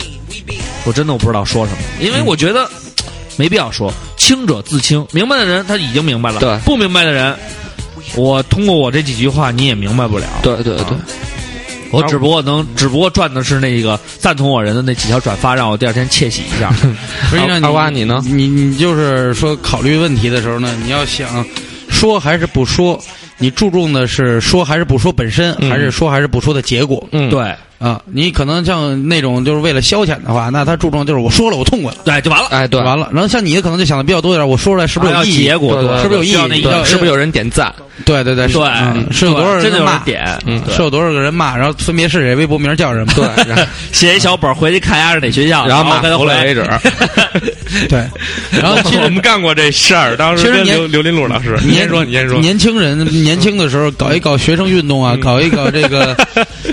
S2: 我真的我不知道说什么，因为我觉得。没必要说，清者自清。明白的人他已经明白了，
S3: 对
S2: 不明白的人，我通过我这几句话你也明白不了。
S3: 对对对，
S2: 我只不过能，只不过赚的是那个赞同我人的那几条转发，让我第二天窃喜一 下。
S1: 实际上
S3: 二瓜你呢啊
S1: 你你就是说考虑问题的时候呢，你要想说还是不说，你注重的是说还是不说本身，
S3: 嗯
S1: 还是说还是不说的结果
S3: 嗯，
S2: 对
S1: 啊？你可能像那种就是为了消遣的话，那他注重就是我说了我痛快了，
S2: 对，就完了。
S3: 哎对，
S1: 完了。然后像你的可能就想的比较多一点，我说出来是不是
S2: 还
S1: 有
S2: 要
S1: 意义？
S2: 结果
S3: 对对
S1: 是不是有意
S2: 需要那
S1: 义？
S2: 一
S1: 要
S2: 段
S1: 要
S3: 是不是有人点赞？
S1: 对对对，是
S2: 对
S1: 嗯是有
S2: 对
S1: 多少人
S2: 真的有
S1: 骂
S2: 人点？
S3: 嗯
S1: 是有多少个人骂，然后分别是谁，微博名叫什么？
S3: 对，然 后
S2: 写一小本儿回去看一下是哪学校，
S3: 然
S2: 然
S3: 后骂
S2: 跟他
S3: 服
S2: 回
S3: 了
S2: 来
S3: 为止。
S1: 对，然后其
S3: 我
S1: 实
S3: 们干过这事 儿，当时
S1: 其实
S3: 跟
S1: 年
S3: 刘刘林路老师，你先说，你先说，
S1: 年轻人年轻的时候搞一搞学生运动啊，搞一搞这 个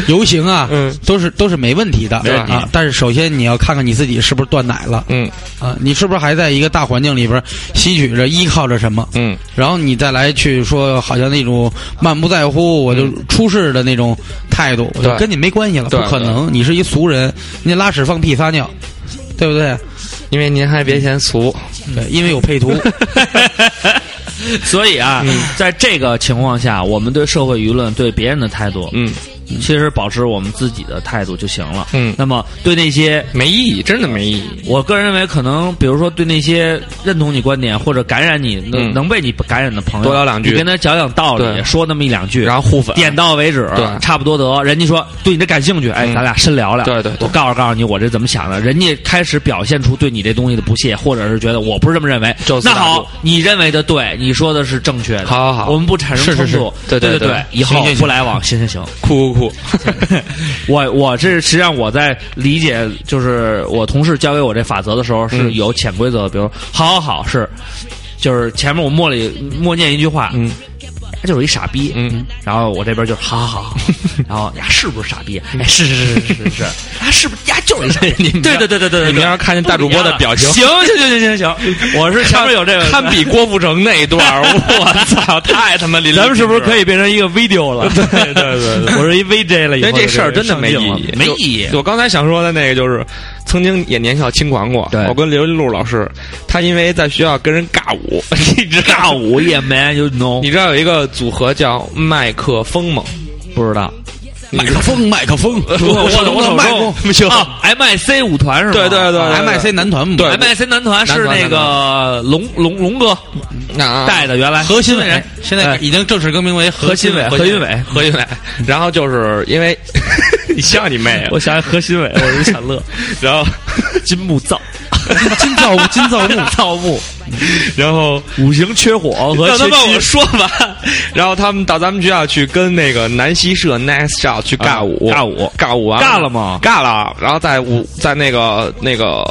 S1: 游行啊，
S3: 嗯
S1: 都是都是没问题的
S3: 没问题
S1: 啊。但是首先你要看看你自己是不是断奶了
S3: 嗯
S1: 啊，你是不是还在一个大环境里边吸取着、依靠着什么，
S3: 嗯，
S1: 然后你再来去说好像那种漫不在乎我就出世的那种态度，我就
S3: 嗯对
S1: 跟你没关系了，不
S3: 对
S1: 可能，你是一俗人，你拉屎放屁撒尿，对不对？
S3: 因为您还别嫌俗，
S1: 对，因为有配 图，
S2: 所以啊，在这个情况下，我们对社会舆论、对别人的态度，
S3: 嗯，
S2: 其实保持我们自己的态度就行了。
S3: 嗯
S2: 那么对那些
S3: 没意义，真的没意义。
S2: 我个人认为，可能比如说对那些认同你观点或者感染你、能
S3: 嗯
S2: 能被你感染的朋友，
S3: 多聊两句
S2: 你跟他讲讲道理，
S3: 对
S2: 说那么一两句，
S3: 然后互粉，
S2: 点到为止，
S3: 对
S2: 差不多得。人家说对你这感兴趣，哎，
S3: 嗯
S2: 咱俩深聊聊。
S3: 对对
S2: 我
S3: 对
S2: 告诉告诉你我这怎么想的。人家开始表现出对你这东西的不屑，或者是觉得我不是这么认为
S3: 就。此
S2: 那
S3: 打住
S2: 好，你认为的对，你说的是正确的。
S3: 好好好
S2: 我们不产生
S3: 是
S2: 冲
S3: 是
S2: 突。
S3: 是对
S2: 对
S3: 对对
S2: 对，以后
S3: 行行行
S2: 不来往。行行行，
S3: 酷酷酷，
S2: 我我这实际上我在理解，就是我同事教给我这法则的时候是
S3: 嗯
S2: 有潜规则的，比如好好好是，就是前面我默里默念一句话，
S3: 嗯
S2: 他就是一傻逼，
S3: 嗯，
S2: 然后我这边就是好好 好，然后呀是不是傻逼？哎是是是是是是， 啊是不是呀就是一傻 逼？对对对对对
S3: 你们要是看见大主播的表 情，
S2: 行行行行行行，我是前面有这个，
S3: 堪比郭富城那一段 儿，我操，太他妈淋漓
S2: 咱们是不是
S3: 尽致了
S2: 可以变成一个 video 了？对对对对，我是一 VJ 了以
S3: 因
S2: 后，
S3: 为这事儿真的没意义，
S2: 没意义
S3: 就。我刚才想说的那个就是，曾经也年少轻狂过
S2: 对。
S3: 我跟刘一路老师，他因为在学校跟人尬舞， 你知道
S2: 尬舞也没，you know，
S3: 你知道有一个组合叫麦克风吗？
S2: 不知道。
S1: 麦克风，麦克风，我
S2: 我我我
S1: 麦克风
S2: 不行啊！MIC 舞团是吗？
S3: 对对对
S1: ，MIC 男团嘛
S3: 对
S2: MIC 男团是那个龙龙龙哥
S3: 啊
S2: 带的，原来
S1: 何新伟
S2: 人，
S1: 现在
S2: 哎
S1: 已经正式更名为
S2: 何新
S1: 伟
S2: 伟，。何新伟，
S3: 何云伟，然后就是因 为你笑你妹啊，
S2: 我想起何新伟，我就想乐。
S3: 然后
S2: 金木 造，
S1: 金造木，金造木，
S2: 造 木，
S3: 然后
S2: 五行缺火和
S3: 让他
S2: 缺
S3: 让我
S2: 金。
S3: 说完，然后他们到咱们学校去跟那个南希社 Nice Shot 去尬舞，
S2: 啊尬舞
S3: 尬舞完
S2: 尬了吗
S3: 尬了，然后在舞在那个那个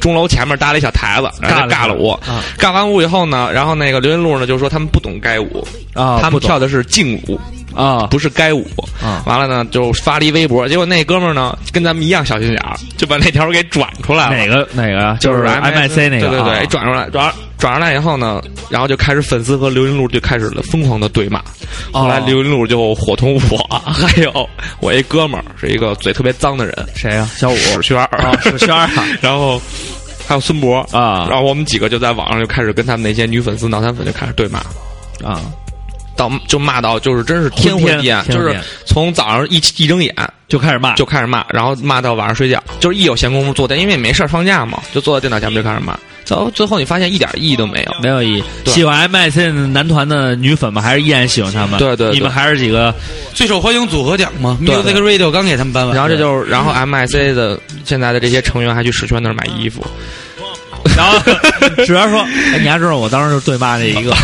S3: 钟楼前面搭了一小台子，然后就
S2: 啊尬
S3: 哎尬
S2: 了
S3: 了
S2: 一
S3: 舞。啊尬完舞以后呢，然后那个刘云路呢就说他们不懂该舞
S2: 啊
S3: 他
S2: 不
S3: 们
S2: 懂
S3: 跳的是劲舞。
S2: 啊，
S3: 不是该舞
S2: 啊
S3: 完了呢，就发了一微博，结果那哥们儿呢，跟咱们一样小心眼儿，就把那条给转出来了。
S2: 哪个哪个啊？
S3: 就是
S2: MIC 那个，
S3: 对对哎对，
S2: 啊
S3: 转出来，转转出来以后呢，然后就开始粉丝和刘云路就开始了疯狂的对骂，
S2: 哦
S3: 后来刘云路就伙同我， 还有我一哥们儿是一个嘴特别脏的人，哦
S2: 谁呀？小五
S3: 史轩 儿
S2: 啊，史轩儿啊
S3: 然后 还有孙博
S2: 啊
S3: 然后我们几个就在网上就开始跟他们那些女粉丝、脑残粉就开始对骂，
S2: 啊，
S3: 到就骂到就是真是天昏地暗，
S2: 昏天
S3: 就是
S2: 天昏
S3: 从早上一一睁眼
S2: 就开始骂，
S3: 就开始骂，然后骂到晚上睡觉，就是一有闲工夫坐在，因为没事儿放假嘛，就坐在电脑前面就开始骂，到最后你发现一点意义都没有。
S2: 没有意义。
S3: 对
S2: 喜欢 MSN 男团的女粉们还是依然喜欢他们，
S3: 对对对
S2: 你们还是几 个
S1: 最受欢迎组合奖嘛
S3: 对
S1: ，Music Radio 刚给他们颁完
S3: 然。后这就是，然后 MIC 的现在的这些成员还去史轩那儿买衣服，
S2: 然后 史源说：“哎，你还知道我当时就对骂那一 个，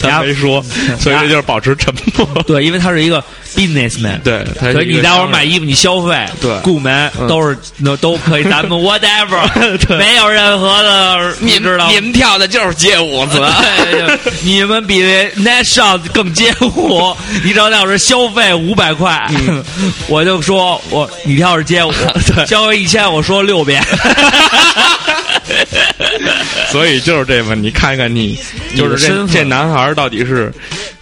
S2: 你还
S3: 说，所以这就是保持沉默。
S2: 对，因为他是一个 businessman，，
S3: 对，他
S2: 所以你待会儿买
S3: 衣
S2: 衣服，你消费，
S3: 对
S2: 顾门
S3: 嗯
S2: 都是都都可以， 咱们 whatever，没有任何的，你知道吗
S3: 你。们跳的就是街 舞，怎么
S2: 对哎你们比 Net Shot 更街 舞，你只要要是消费五百块，
S3: 嗯
S2: 我就说我你要是街 舞，消费一千，我说六遍。
S3: 所以就是这问题，看看你就是
S2: 你的身
S3: 这
S2: 份
S3: 这男孩儿到底是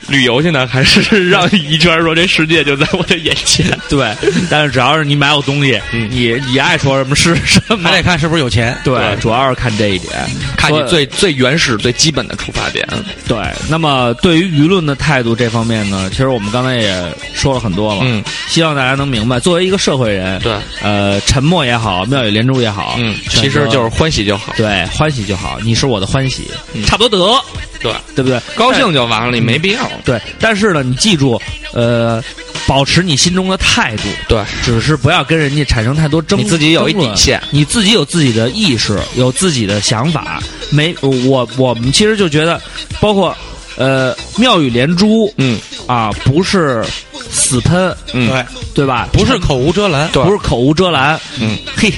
S3: 旅游去呢，还 是让一圈说这世界就在我的眼前？
S2: 对，但是只要是你买我东西，你你爱说什么是什么
S1: 还。得看是不是有钱。
S2: 对
S3: 嗯 对，
S2: 主要是看这一点，
S3: 看你
S2: 所以
S3: 最最原始、最基本的出发点。
S2: 对。那么对于舆论的态度这方面呢，其实我们刚才也说了很多了，
S3: 嗯，
S2: 希望大家能明白，作为一个社会人，
S3: 对，
S2: 呃，沉默也好，妙语连珠也好，
S3: 嗯，
S2: 选
S3: 其实
S2: 择
S3: 就是欢喜就好，
S2: 对欢喜就好，你是我的欢喜，差不多得，
S3: 嗯对，
S2: 对不对？
S3: 高兴就完了，你没必要。
S2: 对，但是呢，你记住，呃，保持你心中的态度，
S3: 对，
S2: 只是不要跟人家产生太多争，
S3: 你自己有一
S2: 争论
S3: 底线
S2: 你自己有自己的意识，有自己的想法。没，我我们其实就觉得，包括呃，妙语连珠
S3: 嗯，
S2: 啊，不是死喷，
S3: 嗯
S1: 对，
S2: 对吧？
S1: 不是口无遮拦，
S3: 对
S2: 不是口无遮 拦，
S3: 嗯，
S2: 嘿，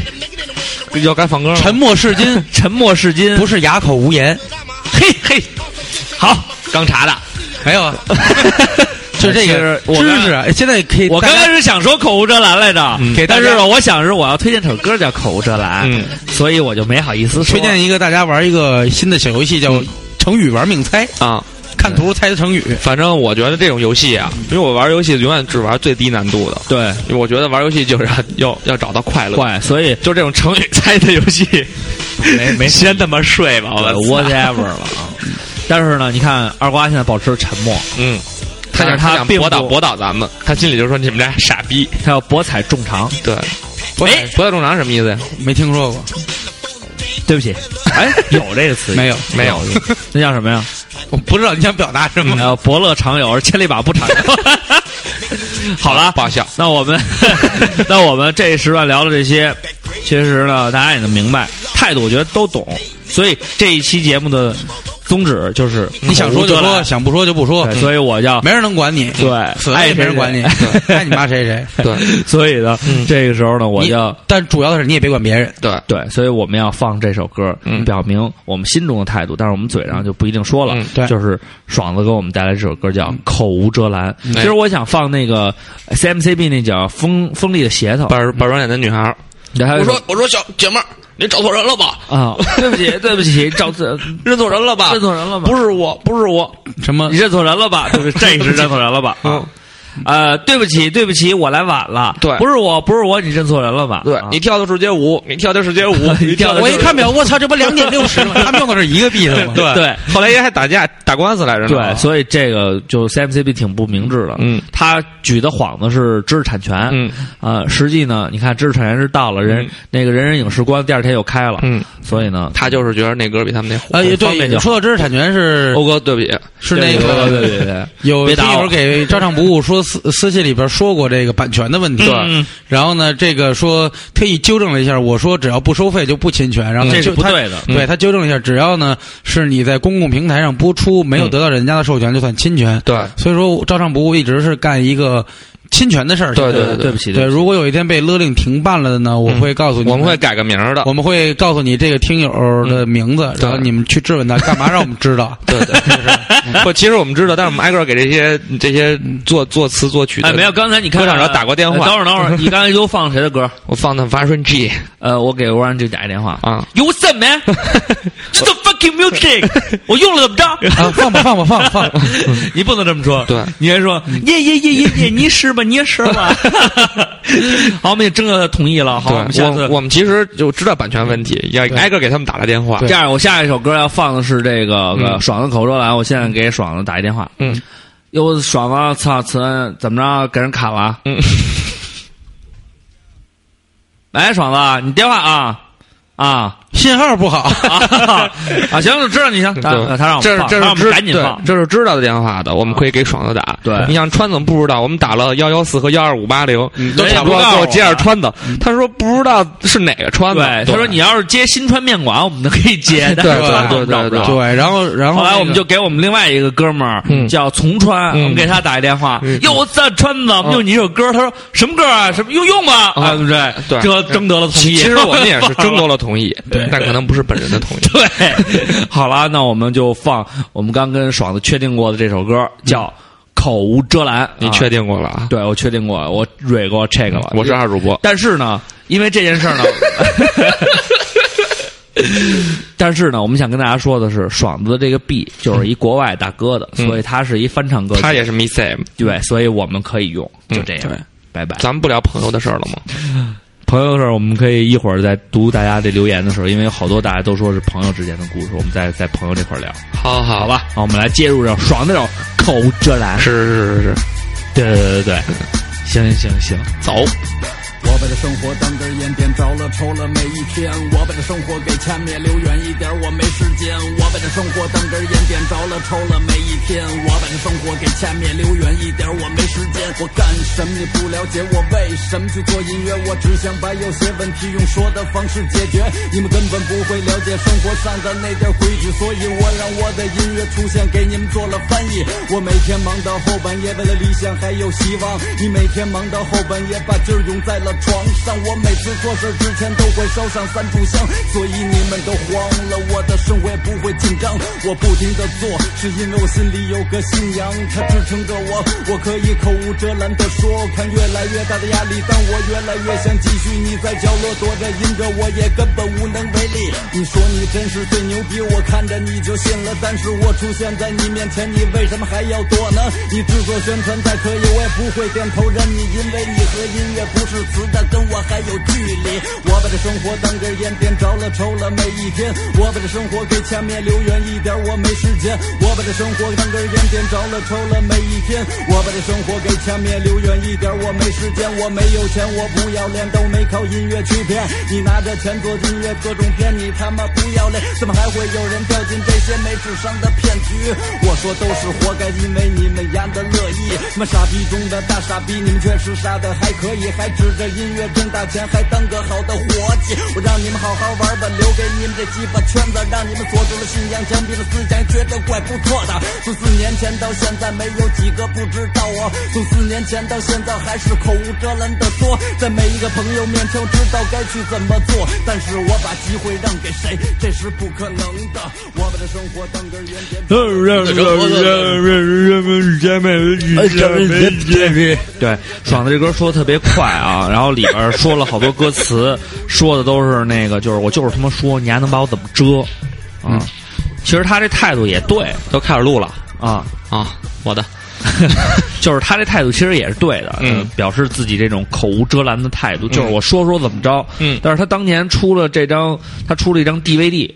S3: 要嗯该放歌了。
S1: 沉默是 金，
S2: 沉默是金，
S1: 不是哑口无言。
S2: 嘿嘿，好，刚查的。
S1: 没有 啊，就这个
S2: 其实我刚
S1: 知识啊，现在可以
S2: 我
S1: 大
S2: 刚
S1: 家
S2: 开始想说口无遮拦来着，
S1: 给大
S2: 但
S1: 家
S2: 是我想是我要推荐首歌叫《口无遮拦》，
S3: 嗯
S2: 所以我就没好意思说。
S1: 推荐一个大家玩一个新的小游戏，
S2: 嗯
S1: 叫成语玩命猜，
S3: 啊，
S1: 看图猜成语。
S3: 反正我觉得这种游戏啊，因为我玩游戏永远只玩最低难度的。
S2: 对，
S3: 因为我觉得玩游戏就是要要 要找到快乐，
S2: 怪，所以
S3: 就这种成语猜的游戏，没没 先他妈睡吧，
S2: 呃
S3: 我
S2: whatever 了啊。但是呢，你看二瓜现在保持沉默，
S3: 嗯，他
S2: 但是
S3: 想
S2: 他
S3: 想
S2: 并
S3: 博导
S2: 不
S3: 博导咱们，他心里就说你们俩傻逼。
S2: 他要博采众长。
S3: 对，博
S2: 哎
S3: 博导众长什么意思呀？
S2: 嗯
S1: 没听说过，
S2: 对不起，哎，有这个词语
S1: 没有，
S3: 没有，嗯
S2: 那叫什么呀？
S1: 我不知道你想表达什么。
S2: 呃，伯乐常有，而千里马不 常有。好了，
S3: 不好笑。
S2: 那我们， 那我们这一时段聊的这些，其实呢，大家也能明白，态度我觉得都懂。所以这一期节目的宗旨就是
S1: 你想说就
S2: 口无遮
S1: 说，
S2: 拦
S1: 想不说就不说，嗯
S2: 对所以我要
S1: 没人能管你，
S2: 对
S1: 死了
S2: 爱
S1: 也
S2: 谁
S1: 没人管你，
S2: 谁
S1: 对爱你妈谁谁。
S3: 对
S2: 所以呢，这个时候呢，我
S1: 你
S2: 要
S1: 但主要的是你也别管别人。
S3: 对，
S2: 对，所以我们要放这首歌，
S3: 嗯
S2: 表明我们心中的态度，但是我们嘴上就不一定说了。
S3: 嗯
S1: 对嗯
S2: 就是爽子给我们带来这首歌叫《口无遮拦》。其实我想放那个 CMCB 那叫《锋锋利的鞋头》，
S3: 板板砖脸的女孩儿，哎
S2: 然后还有一
S3: 我
S2: 首
S3: 说我说小姐妹儿，你找错人了吧？
S2: 啊，对 不起，对不起，找错
S3: 认错人了吧？
S2: 认错人了吧？
S3: 不是我，不是我。
S1: 什么
S2: 你？认错人了吧？就是这是认错人了吧？啊，呃，对不起，对不起，我来晚了。
S3: 对
S2: 不是我，不是我，你认错人了吧？
S3: 对
S2: 啊，
S3: 你跳的是街舞，你跳的是 街舞你跳的
S1: 我
S3: 是
S1: 一看表，我操，这不两点六十 吗？他们用的是一个币的吗？
S3: 对
S2: 对。
S3: 后来人还打架打官司来着呢。
S2: 对，所以这个就 CMCB 挺不明智的。
S3: 哦嗯，
S2: 他举的幌子是知识产权。
S3: 嗯，
S2: 呃，实际呢，你看知识产权是到了人、
S3: 嗯
S2: 那个人人影视关，第二天又开了。
S3: 嗯，
S2: 所以呢，
S3: 他就是觉得那歌比他们那火。
S1: 呃，也
S2: 方便
S1: 对，
S2: 就好哦
S1: 说到知识产权是
S3: 欧哥，对不起，
S1: 是那个
S2: 对对对对对，
S1: 有
S2: 别
S1: 听
S2: 打我
S1: 友给照唱不误说私私信里边说过这个版权的问题，
S2: 嗯
S1: 然后呢，这个说特意纠正了一下，我说只要不收费就不侵权， 然后他
S2: 嗯这是
S1: 就
S2: 不
S1: 他
S2: 对的。
S1: 对他纠正了一下，只要呢是你在公共平台上播出，没有得到人家的授权，就算侵权。
S3: 对
S1: 所以说照唱不误一直是干一个侵权的事儿。
S3: 对
S1: 对
S2: 对不起，
S1: 对，如果有一天被勒令停办了的呢，我会告诉你，
S3: 我们会。改个名儿的
S1: 我。们会告诉你这个听友的名字，然后
S3: 对
S1: 你们去质问他，干嘛让我们知道？
S3: 对对，不，其实我们知道，但是我们挨个儿给这些这些作作词作曲的，
S2: 哎，没有，刚才你看
S3: 歌场上打过电话
S2: 呃等会儿等会儿，你刚才又放谁的歌？
S3: 我放的 Version G
S2: 呃，我给 Orange 就打一电话。
S3: 啊，
S2: You what's up, man? Just a fucking music。我用了怎么着？
S1: 啊，放吧，放吧，放吧，放吧。
S2: 你不能这么说。
S3: 对
S2: 嗯 你还说耶耶耶耶耶，你是吧？把你吃 了。好，我们也征求他同意了。好，我们
S3: 对，
S2: 下
S3: 我
S2: 次
S3: 我们其实就知道版权问题，要挨个给他们打了电话。
S1: 对
S2: 这样，我下一首歌要放的是这个、呃
S3: 嗯
S2: 爽的口头禅，我现在给爽子打一电话。
S3: 嗯
S2: 哟，爽子，操，此恩怎么着给人砍了啊？
S3: 嗯，
S2: 哎，爽子，你电话啊啊
S1: 信号不好，
S2: 啊 啊！行，我知道你行，他
S3: 对
S2: 他让我
S3: 这
S2: 们放，
S3: 是这
S2: 他让我
S3: 是
S2: 们
S3: 知
S2: 赶紧放
S3: 对，。这是知道的电话的，我们可以给爽子打。
S2: 对
S3: 你像川总不知道，我们打了幺幺四和幺二五八零，
S2: 嗯人也
S3: 差
S2: 不
S3: 不多
S2: 告诉
S3: 给
S2: 我
S3: 我接着川子。他说不知道是哪个川子，
S2: 嗯对，他说你要是接新川面馆，我们都可以 接。但
S3: 对
S2: 是
S3: 对
S2: 我们找
S3: 对
S2: 不
S3: 对
S2: 着
S3: 对
S1: 对，然后然后
S2: 后来
S1: 那
S2: 我们
S1: 个
S2: 就给我们另外一个哥们儿、
S3: 嗯
S2: 叫从川，
S3: 嗯
S2: 我们给他打一电话
S3: 嗯，
S2: 哟、我在川子，我们就你一首歌，他说什么歌啊？什么用用吧？
S3: 啊
S2: 啊，对不对？
S3: 对
S2: 这征得了同
S3: 其
S2: 意。
S3: 其实我们也 是
S2: 放了
S3: 征得了同意，但可能不是本人 的同意。
S2: 啊对，好了，那我们就放我们刚跟爽子确定过的这首歌，叫《口无遮拦》。
S3: 嗯你
S2: 啊
S3: 确？定过了啊？
S2: 对，我确定过，我蕊过 check 了。
S3: 我是二主播。
S2: 但是呢，因为这件事儿 呢，但是呢，我们想跟大家说的是，爽子的这个 B 就是一国外大哥的，
S3: 嗯
S2: 所以他是一翻唱歌曲，
S3: 他也是 Miss M，
S2: 对，所以我们可以用，就这样，
S3: 嗯对
S2: 拜拜。
S3: 咱们不聊朋友的事儿了吗？
S2: 朋友的事儿，我们可以一会儿在读大家的留言的时候，因为有好多大家都说是朋友之间的故事，我们再在朋友这块儿聊，
S3: 好好
S2: 好，吧？好，我们来接入这爽那种口无遮拦，
S3: 是是是是是，
S2: 对对对对对，行行行行，
S3: 走，
S6: 我把这生活当根烟，点着了抽了每一天。我把这生活给掐灭，留远一点，我没时间。我把这生活当根烟，点着了抽了每一天。我把这生活给掐灭，留远一点，我没时间。我干什么你不了解，我为什么去做音乐？我只想把有些问题用说的方式解决。你们根本不会了解生活上的那点规矩，所以我让我的音乐出现，给你们做了翻译。我每天忙到后半夜，为了理想还有希望。你每天忙到后半夜，把劲儿涌在了床上。我每次做事之前都会烧上三炷香，所以你们都慌了，我的生活也不会紧张。我不停的做，是因为我心里有个信仰，它支撑着我。我可以口无遮拦的说，看越来越大的压力，当我越来越想继续，你在角落躲着阴着，我也根本无能为力。你说你真是最牛逼，我看着你就信了。但是我出现在你面前，你为什么还要躲呢？你制作宣传再可以，我也不会点头认你，因为你和音乐不是词的，跟我还有距离。我把这生活当根烟，点着了抽了每一天。我把这生活给前面留远一点，我没时间。我把这生活当根烟，点着了抽了每一天。我把这生活给前面留远一点，我没时间，我没有钱，我不要脸，都没靠音乐去骗。你拿着钱做音乐，各种骗，你他妈不要脸，怎么还会有人掉进这些没智商的骗局？我说都是活该，因为你们丫的乐意。妈傻逼中的大傻逼，你们确实傻的还可以，还指着音乐挣大钱，还当个好的伙计。我让你们好好玩吧，留给你们这鸡巴圈子，让你们锁住了信仰，枪毙了思想，觉得怪不错的。从四年前到现在，没有几个不知道我。从四年前到现在，还是口无遮拦的说，在每一个朋友面前，我知道该去怎么做，但是我把机会让给谁，这是不可能的。我把这生活当根烟点。
S2: 对，爽子这歌说的特别快啊，然后里边说了好多歌词，说的都是那个，就是我就是他妈说，你还能把我怎么遮？啊，其实他这态度也对
S3: 都开始录了
S2: 啊，
S3: 啊！我的，
S2: 就是他这态度其实也是对的，
S3: 嗯
S2: 呃表示自己这种口无遮拦的态度，就是
S3: 嗯
S2: 我说说怎么着。
S3: 嗯
S2: 但是他当年出了这张，他出了一张 DVD，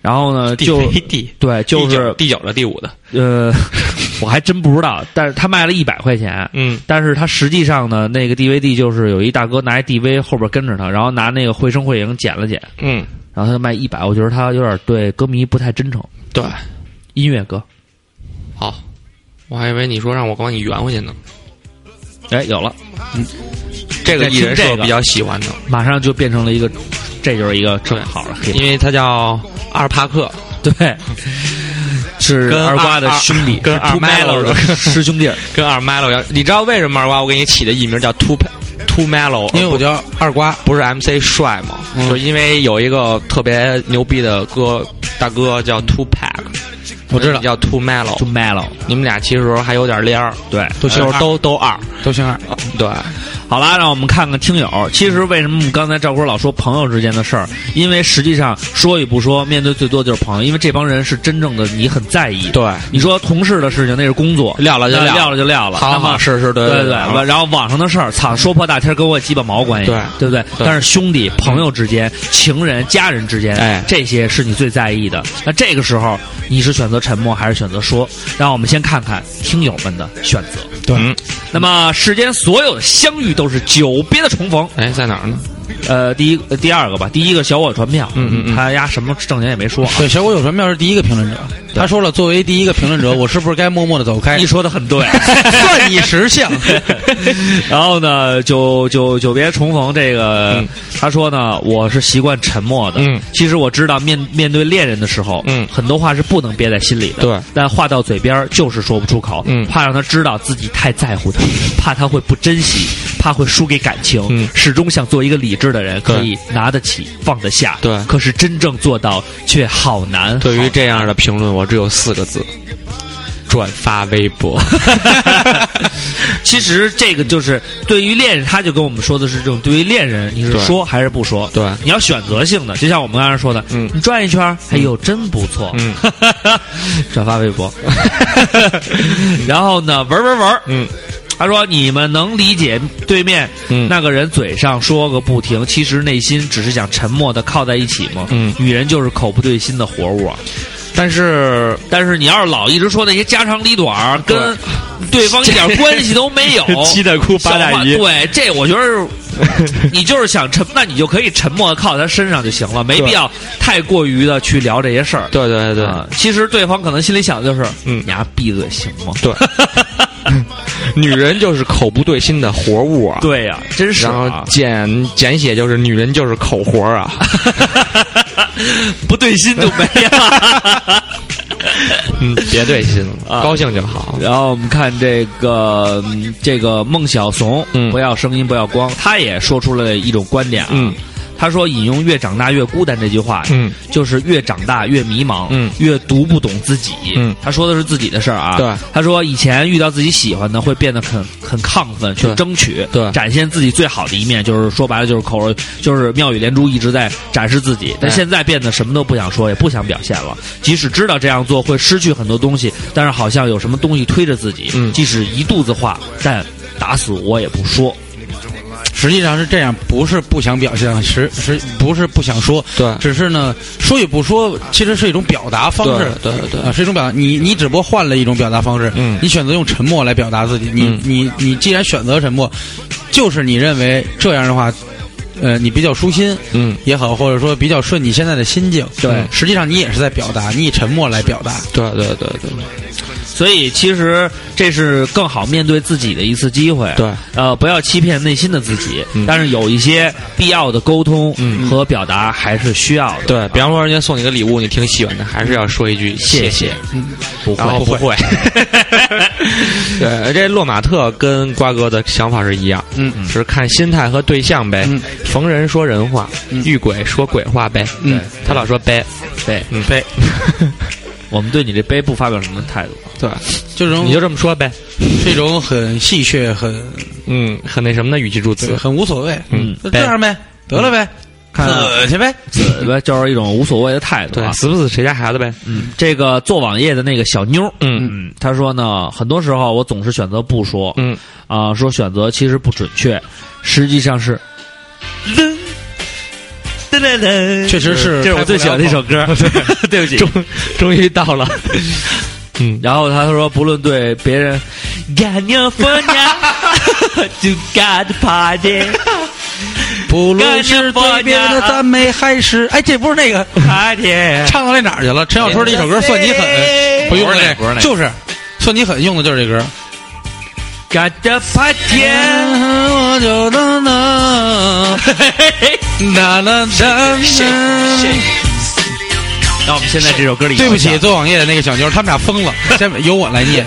S2: 然后呢就
S3: DVD
S2: 对，就
S3: 第
S2: 是
S3: 九第九的第五的，
S2: 呃， 我还真不知道，但是他卖了一百块钱，
S3: 嗯
S2: 但是他实际上呢，那个 DVD 就是有一大哥拿一 DV 后边跟着他，然后拿那个绘声绘影剪了剪，
S3: 嗯，
S2: 然后他就卖一百，我觉得他有点对歌迷不太真诚。
S3: 对，
S2: 音乐歌，
S3: 好，我还以为你说让我帮你圆回去呢。
S2: 哎，有了，
S3: 这个艺人是
S2: 这
S3: 我
S2: 个
S3: 比较喜欢的，
S2: 马上就变成了一个，这就是一个正好的 hip
S3: 因为他叫阿尔帕克，
S2: 对，是
S3: 跟
S2: 二瓜
S3: 二
S2: 的
S3: 二
S2: 兄弟，
S3: 跟
S2: 是
S3: 二
S2: Two Mellow
S3: Mellow
S2: 的师兄弟儿。
S3: 跟二 Melo 要，你知道为什么二瓜我给你起的艺名叫 Two Pe- Two Melo？
S1: 因为我叫二瓜，
S3: 不是 MC 帅吗？是因为有一个特别牛逼的哥大哥叫 Two Pack，
S1: 我知道
S3: 叫 Two
S2: Two
S3: Melo，
S2: Mellow，
S3: 你们俩其实还有点儿联儿，
S2: 对，
S1: 都姓
S3: 就是
S1: 二
S3: 都都二，
S1: 都姓二，
S3: 对，
S2: 好啦，让我们看看听友。其实为什么我们刚才赵哥老说朋友之间的事儿？因为实际上说与不说，面对最多就是朋友，因为这帮人是真正的你很在意。
S3: 对，
S2: 你说同事的事情那是工作，
S3: 撂了就
S2: 那
S3: 撂
S2: 撂了就撂了。
S3: 好
S2: 那
S3: 好
S2: 么
S3: 是是对
S2: 对
S3: 对好
S2: 然后网上的事儿，操，说破大天儿跟我鸡巴毛关系，
S3: 对
S2: 对不对？
S3: 对嗯
S2: 但是兄弟、朋友之间、情人、家人之间，
S3: 哎
S2: 这些是你最在意的。那这个时候，你是选择沉默还是选择说？让我们先看看听友们的选择。
S1: 对，
S3: 嗯
S2: 那么世间所有的相遇都是久别的重逢。
S3: 哎，在哪儿呢？
S2: 呃，第一、呃第二个吧，第一个小我传票，
S3: 嗯嗯嗯
S2: 他丫什么正经也没说 啊。
S1: 对，小果有什么要是第一个评论者，他说了，作为第一个评论者，我是不是该默默的走开
S2: 你？说的很对，
S1: 算你识相。
S2: 然后呢，久久久别重逢，这个、
S3: 嗯
S2: 他说呢，我是习惯沉默的。
S3: 嗯
S2: 其实我知道面面对恋人的时候，
S3: 嗯
S2: 很多话是不能憋在心里的。
S3: 对
S2: 但话到嘴边儿就是说不出口，
S3: 嗯
S2: 怕让他知道自己太在乎他，怕他会不珍惜，怕会输给感情。
S3: 嗯
S2: 始终想做一个理智的人，
S3: 对
S2: 可以拿得起放得下。
S3: 对
S2: 可是真正做到却好难。
S3: 对
S2: 好
S3: 于这样的评论，我只有四个字：转发微博。
S2: 其实这个就是对于恋人，他就跟我们说的是这种，对于恋人，你是
S3: 对
S2: 说还是不说？
S3: 对
S2: 你要选择性的，就像我们刚才说的，
S3: 嗯
S2: 你转一圈儿，哎呦，真不错，
S3: 嗯，
S2: 转发微博， 然后呢，玩玩玩，
S3: 嗯，
S2: 他说你们能理解对面
S3: 嗯
S2: 那个人嘴上说个不停，其实内心只是想沉默的靠在一起吗？
S3: 嗯
S2: 女人就是口不对心的活物啊，
S3: 但是
S2: 但是你要是老一直说那些家长里短儿，
S3: 对，
S2: 跟对方一点关系都没有
S3: 七大姑八大姨
S2: 小话对，这我觉得是你就是想沉， 那你就可以沉默地靠在他身上就行了，没
S3: 对
S2: 必要太过于的去聊这些事儿。
S3: 对对对
S2: 啊，其实对方可能心里想的就是，
S3: 嗯
S2: 你丫闭嘴行吗？
S3: 对， 女人就是口不对心的活物啊。，
S2: 对呀、真是
S3: 然
S2: 啊
S3: 后，简简写就是女人就是口活啊。
S2: 不对心就没 了。
S3: 嗯，别对心
S2: 啊
S3: 了，高兴就好。
S2: 然后我们看这个嗯这个孟小怂，
S3: 嗯
S2: 不要声音，不要光，他也说出了一种观点啊。
S3: 嗯
S2: 他说引用“越长大越孤单”这句话，
S3: 嗯，
S2: 就是越长大越迷茫，
S3: 嗯
S2: 越读不懂自己。
S3: 嗯
S2: 他说的是自己的事儿啊。
S3: 对，
S2: 他说以前遇到自己喜欢的，会变得很很亢奋，去
S3: 对
S2: 争取，
S3: 对
S2: 展现自己最好的一面，就是说白了就是口，就是妙语连珠一直在展示自己。但
S3: 哎
S2: 现在变得什么都不想说，也不想表现了。即使知道这样做会失去很多东西，但是好像有什么东西推着自己，
S3: 嗯
S2: 即使一肚子话，但打死我也不说。
S1: 实际上是这样，不是不想表现，实实不是不想说，
S3: 对
S1: 只是呢说与不说，其实是一种表达方式，
S3: 对对对
S1: 啊，是一种表达。你你只不过换了一种表达方式，
S3: 嗯
S1: 你选择用沉默来表达自己，你、
S3: 嗯
S1: 你你既然选择沉默，就是你认为这样的话，呃，你比较舒心
S3: 嗯，
S1: 也好，或者说比较顺你现在的心境，嗯
S2: 对
S1: 实际上你也是在表达，你以沉默来表达，
S3: 对对对对
S2: 所以其实这是更好面对自己的一次机会。
S3: 对，
S2: 呃，不要欺骗内心的自己，
S3: 嗯
S2: 但是有一些必要的沟通
S3: 嗯
S2: 和表达还是需要的。
S3: 对，比方说人家送你个礼物，你挺喜欢的，还是要说一句
S2: 谢
S3: 谢谢。
S2: 不
S3: 然后
S2: 会，
S3: 不会。 对，这洛马特跟瓜哥的想法是一样，
S1: 嗯
S3: 只是看心态和对象呗。
S1: 嗯
S3: 逢人说人话，遇鬼说鬼话呗。
S1: 嗯
S3: 对，他老说呗
S2: 对，
S3: 嗯呗，
S2: 我们对你这杯不发表什么态度。啊
S3: 对，
S1: 这种
S3: 你就这么说呗。
S1: 是一种很戏谑、很
S3: 嗯，很那什么的语气助词。
S1: 很无所谓，
S3: 嗯
S1: 就这样呗，得了呗，
S2: 看
S1: 死去呗。
S2: 对，就是一种无所谓的态度
S3: 对
S2: 啊，。
S3: 死不死谁家孩子呗。
S2: 嗯，这个做网页的那个小妞儿，
S3: 嗯
S2: 嗯，她说呢，很多时候我总是选择不说，
S3: 嗯，
S2: 啊、说选择其实不准确，实际上是，噔噔噔
S1: 确实是
S2: 这是我最喜欢的一首歌， 对不起。
S3: 终终于到了。嗯，
S2: 然后他说，不论对别人，California to God party，
S1: 不论是对别人的赞美还是……哎，这不是 那个
S2: party，
S1: 唱到那哪儿去了？陈小春的一首歌《算你狠》，不用那，
S3: 不是那个
S1: 哎就是《算你狠》用的就是这歌。
S2: ，God party，
S1: 我就能 能那那那。
S2: 那我们现在这首歌里，
S1: 对不起，做网页的那个小妞，他们俩疯 了，下面由我来念。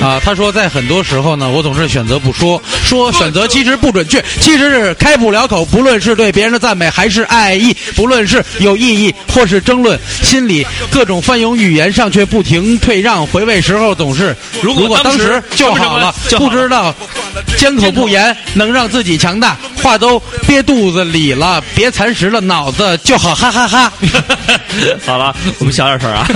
S1: 啊，他说在很多时候呢，我总是选择不说，说选择其实不准确，其实是开不了口。不论是对别人的赞美还是爱意，不论是有意义或是争论，心里各种翻涌，语言上却不停退让。回味时候总是，如
S2: 果
S1: 当
S2: 当时
S1: 就好了，
S2: 就好了
S1: 不知道缄口不言能让自己强大，话都憋肚子里了，别蚕食了脑子就好，哈哈 哈
S2: 好了，我们小点声啊。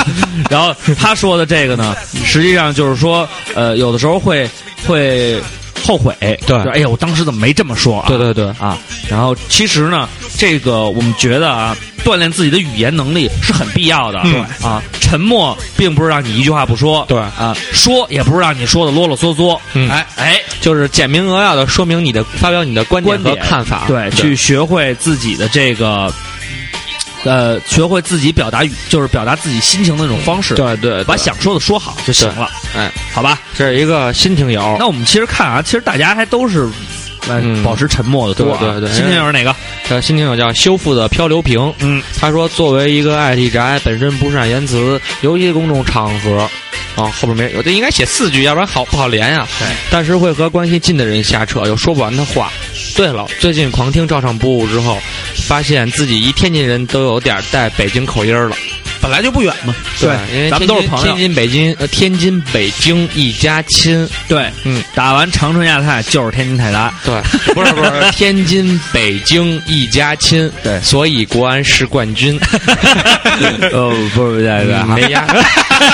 S2: 然后他说的这个呢，实际上就是说，呃，有的时候会会后悔，
S3: 对
S2: 就哎呀，我当时怎么没这么说啊？
S3: 对对对，
S2: 啊，然后其实呢，这个我们觉得啊，锻炼自己的语言能力是很必要的。
S3: 嗯
S2: 啊，沉默并不是让你一句话不说，
S3: 对
S2: 啊，说也不是让你说的啰啰嗦嗦。
S3: 嗯
S2: 哎哎，
S3: 就是简明扼要的说明你的发表你的观点
S2: 观
S3: 和
S2: 点
S3: 看法，
S2: 对，去学会自己的这个，呃，学会自己表达语，就是表达自己心情的那种方式，
S3: 对对，
S2: 把
S3: 对
S2: 想说的说好就行了，
S3: 哎，
S2: 好吧？
S3: 这是一个新听友，
S2: 那我们其实看啊，其实大家还都是。呃
S3: 嗯
S2: 保持沉默的多、啊，
S3: 对对对
S2: 今天又是哪个？
S3: 呃，新听友叫修复的漂流瓶，
S2: 嗯，
S3: 他说作为一个爱地宅，本身不善言辞，尤其公众场合，啊，后边没有，这应该写四句，要不然好不好连呀、
S2: 对，
S3: 但是会和关系近的人瞎扯，有说不完的话。对了，最近狂听照常不误之后，发现自己一天津人都有点带北京口音儿了。
S1: 本来就不远嘛。
S2: 对
S3: 因为
S2: 咱们
S3: 天津
S2: 都是朋友
S3: 天津北京，呃，天津北京一家亲。
S2: 对，
S3: 嗯，
S2: 打完长春亚泰就是天津泰达，
S3: 对，不是不是，天津北京一家亲。
S2: 对
S3: 所以国安是冠军。
S2: 呃，不是不对
S3: 嗯没压。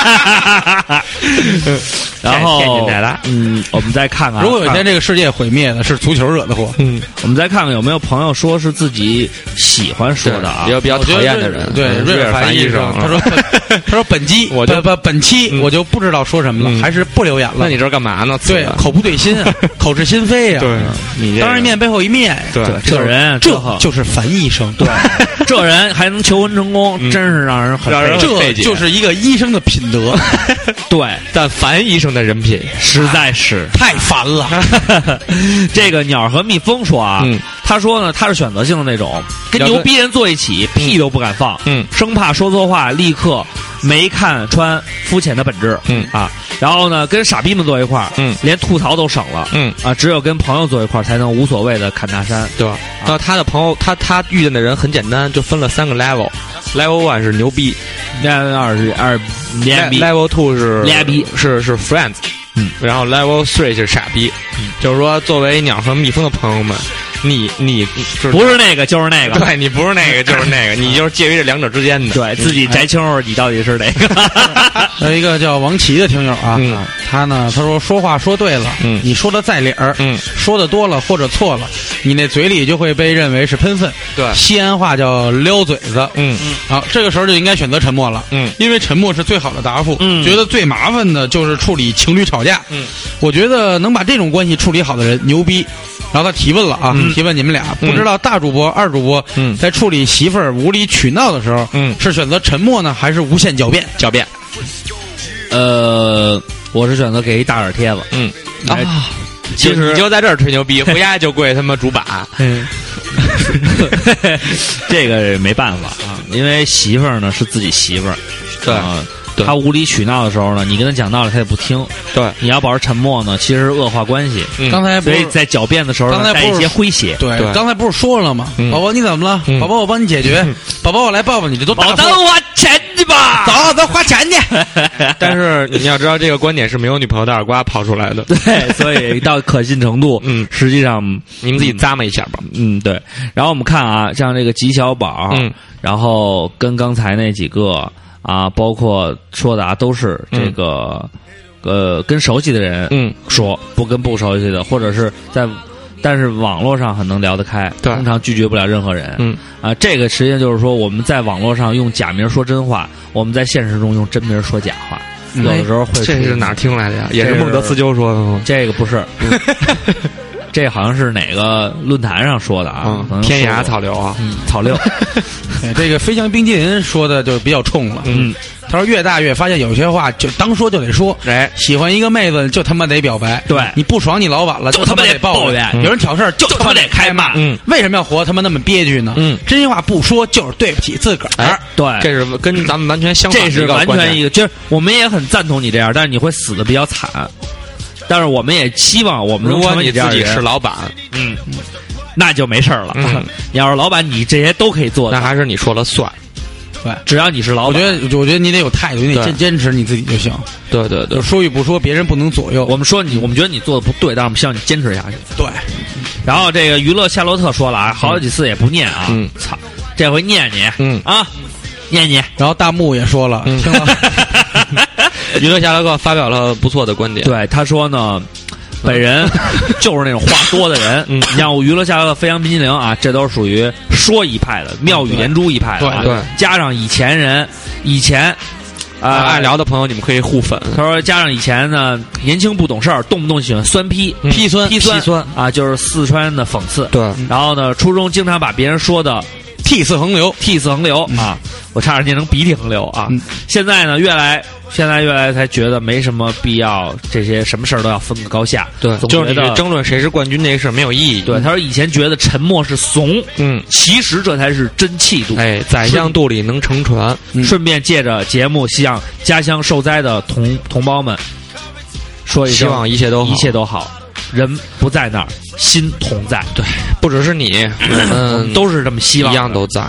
S2: 然后
S3: 天津泰达，
S2: 嗯，我们再看看啊，
S1: 如果有一天
S2: 看
S1: 这个世界毁灭了，是足球惹的祸。
S3: 嗯，
S2: 我们再看看有没有朋友说是自己喜欢说的啊
S3: 也？有比较
S1: 我觉
S3: 讨
S1: 得
S3: 厌
S1: 瑞
S3: 的人，
S1: 对
S3: 嗯
S1: 瑞
S3: 尔
S1: 凡
S3: 医
S1: 生
S3: 生，，
S1: 他说
S3: 嗯
S1: 本他说本期
S3: 我就
S1: 不不本期
S2: 嗯
S1: 我就不知道说什么
S3: 嗯
S1: 了，还是不留言
S3: 那
S1: 了
S3: 你。这干嘛呢？
S1: 对，口不对心 啊，口是心非啊。
S3: 对，你这
S1: 当一面背后一面。
S3: 对
S2: 对，这人啊
S1: 这
S2: 好
S1: 就是樊医生。对，
S2: 这人还能求婚成功，
S3: 嗯
S2: 真是让人很
S3: 让
S2: 佩
S3: 人
S2: 服
S1: 这就是一个医生的品 德，
S2: 对，
S3: 但凡医生的人品，
S2: 实在 是。
S1: 太烦了。
S2: 这个鸟儿和蜜蜂说啊，
S3: 嗯
S2: 他说呢，他是选择性的那种，跟
S3: 要跟
S2: 牛逼人坐一起，屁都不敢放，
S3: 嗯
S2: 生怕说错话，立刻没看穿肤浅的本质，
S3: 嗯
S2: 啊，然后呢，跟傻逼们坐一块儿，
S3: 嗯
S2: 连吐槽都省了，
S3: 嗯，
S2: 啊，只有跟朋友坐一块儿才能无所谓的砍大山，
S3: 对吧？那他的朋友，他他遇见的人很简单，就分了三个 level。level one 是牛逼
S2: 那二十二年逼，
S3: ，level two 是
S2: 俩逼
S3: 是是 friends，
S2: 嗯，
S3: 然后 level three 是傻逼。就是说，作为鸟和蜜蜂的朋友们，你你就是
S2: 不是那个就是那个，
S3: 对你不是那个就是那个，你就是介于这两者之间的。
S2: 对自己摘清楚你到底是哪个，
S1: 还有一个叫王琦的听友啊，
S3: 嗯
S1: 他呢，他说说话说对了，
S3: 嗯
S1: 你说的在理 儿，
S3: 嗯
S1: 说的多了或者错了，你那嘴里就会被认为是喷粪。
S3: 对
S1: 西安话叫撩嘴子。
S3: 嗯
S1: 好，这个时候就应该选择沉默了。
S3: 嗯
S1: 因为沉默是最好的答复。
S2: 嗯
S1: 觉得最麻烦的就是处理情侣吵架。
S3: 嗯，
S1: 我觉得能把这种关系处理好的人牛逼。然后他提问了啊，提问你们俩，
S3: 嗯
S1: 不知道大主播、二主播
S3: 嗯
S1: 在处理媳妇儿无理取闹的时候，
S3: 嗯
S1: 是选择沉默呢，还是无限狡辩？
S3: 狡辩
S2: 呃，我是选择给一大耳贴子，哎
S3: 啊。
S2: 其
S3: 就
S2: 实
S3: 你就在这儿吹牛 逼，回家就跪他妈主板。
S2: 哎 这个没办法啊，因为媳妇儿呢是自己媳妇儿，
S3: 对
S2: 啊
S3: 对
S2: 她无理取闹的时候呢，你跟她讲道理她也不听，
S3: 对，
S2: 你要保持沉默呢，其实是恶化关系，
S3: 嗯
S1: 刚才不
S2: 所以
S1: 是
S2: 在狡辩的时候
S1: 刚
S2: 呢
S1: 才
S2: 带
S1: 不
S2: 一
S1: 是
S2: 些诙谐。
S1: 对，
S3: 对
S1: 刚才不是说了吗？
S3: 嗯
S1: 宝宝你怎么了？
S3: 嗯
S1: 宝宝我帮你解决，宝宝我来抱抱你，这都大错
S2: 老当花钱去吧，
S1: 走，咱花钱去。
S3: 但是你要知道，这个观点是没有女朋友的耳瓜跑出 来的。
S2: 对，所以到可信程度，
S3: 嗯
S2: 实际上，
S3: 你们自己咂摸一下吧。
S2: 嗯，对。然后我们看啊，像这个吉小宝，啊
S3: 嗯，
S2: 然后跟刚才那几个啊，包括说的啊，都是这个、呃，跟熟悉的人，
S3: 嗯，
S2: 说，不跟不熟悉的，或者是在，但是网络上很能聊得开，
S3: 对
S2: 通常拒绝不了任何人，
S3: 嗯
S2: 啊，这个实际上就是说，我们在网络上用假名说真话，我们在现实中用真名说假话，
S3: 嗯
S2: 有的时候会
S3: 这
S2: 出
S3: 哎是
S2: 现
S3: 哪儿听来的呀？也
S2: 这
S3: 是
S2: 是
S3: 孟德斯鸠说的吗？
S2: 这个不 是，这好像是哪个论坛上说的啊？可
S3: 嗯，
S2: 能
S3: 天
S2: 说
S3: 涯
S2: 过
S3: 草榴啊，
S2: 嗯草 六，
S1: 哎这个飞翔冰激凌说的就比较冲了，
S2: 嗯，
S1: 他说越大越发现有些话就当说就得说，
S3: 哎，
S1: 喜欢一个妹子就他妈得表白，
S2: 对
S1: 你不爽你老晚了
S2: 就
S1: 他
S2: 他妈
S1: 得
S2: 得
S1: 抱
S2: 抱怨嗯
S1: 有人挑事儿就
S2: 就
S1: 他
S2: 他
S1: 妈
S2: 妈
S1: 得
S2: 得
S1: 开
S2: 开
S1: 骂
S2: 骂，
S3: 嗯
S1: 为什么要活他妈那么憋屈呢？
S3: 嗯
S1: 真心话不说就是对不起自个儿
S3: 哎，
S2: 对，
S3: 这是跟咱们完全相反的
S2: 这
S3: 一
S2: 是
S3: 个
S2: 完
S3: 观
S2: 全
S3: 点。
S2: 一个，就是我们也很赞同你这样，但是你会死的比较惨。但是我们也希望我们
S3: 如
S2: 能
S3: 果
S2: 成为
S3: 你
S2: 这样
S3: 自
S2: 的
S3: 己是
S2: 人，
S3: 老板，
S2: 嗯，那就没事儿了。
S3: 嗯
S2: 你要是老板，你这些都可以做
S3: 那
S2: 的。
S3: 还是你说了算。
S1: 对，
S2: 只要你是老
S1: 我
S2: 板，
S1: 觉得，我觉得你得有态度，你得
S3: 对
S1: 坚坚持你自己就行。
S3: 对对对
S1: 就，说与不说，别人不能左右。
S2: 我们说你，我们觉得你做的不对，但是我们希望你坚持下去。
S1: 对，
S2: 然后这个娱乐夏洛特说了啊，好几次也不念啊，
S3: 嗯
S2: 操，这回念你，
S3: 嗯
S2: 啊，念你，
S1: 然后大木也说了，
S3: 嗯
S1: 听了
S3: 娱乐夏洛克发表了不错的观点，
S2: 对，他说呢，本人 就是那种话多的人。
S3: 嗯
S2: 你像我娱乐夏洛特、飞扬冰激凌啊，这都是属于说一派的，妙语连珠一派的、啊。
S3: 对对
S2: 加上以前人，以前啊、
S3: 啊，爱聊的朋友你们可以互粉，
S2: 他说：“加上以前呢，年轻不懂事儿，动不动喜欢酸批、
S3: 嗯
S2: 批酸、
S1: 批
S2: 批
S1: 酸
S2: 酸啊，就是四川的讽刺。
S3: 对
S2: 然后呢，初中经常把别人说的
S1: 涕泗横流，
S2: 涕泗横流
S3: 嗯
S2: 啊，我差点念成鼻涕横流啊。
S1: 嗯
S2: 现在呢，越来现在越来才觉得没什么必要，这些什么事儿都要分个高下。
S3: 对，
S2: 总
S3: 就是
S2: 觉
S3: 你
S2: 得
S3: 去争论谁是冠军这事儿没有意义。
S2: 对，，他说以前觉得沉默是怂，
S3: 嗯，
S2: 其实这才是真气度。
S3: 哎，宰相肚里能撑船，
S1: 嗯
S2: 顺便借着节目向家乡受灾的同同胞们说一
S3: 希
S2: 声，
S3: 望一切都好。
S2: 一切都好，人不在那儿，心同在。对，
S3: 不只是你，嗯，
S2: 都是这么希望
S3: 一
S2: 的，
S3: 样都在。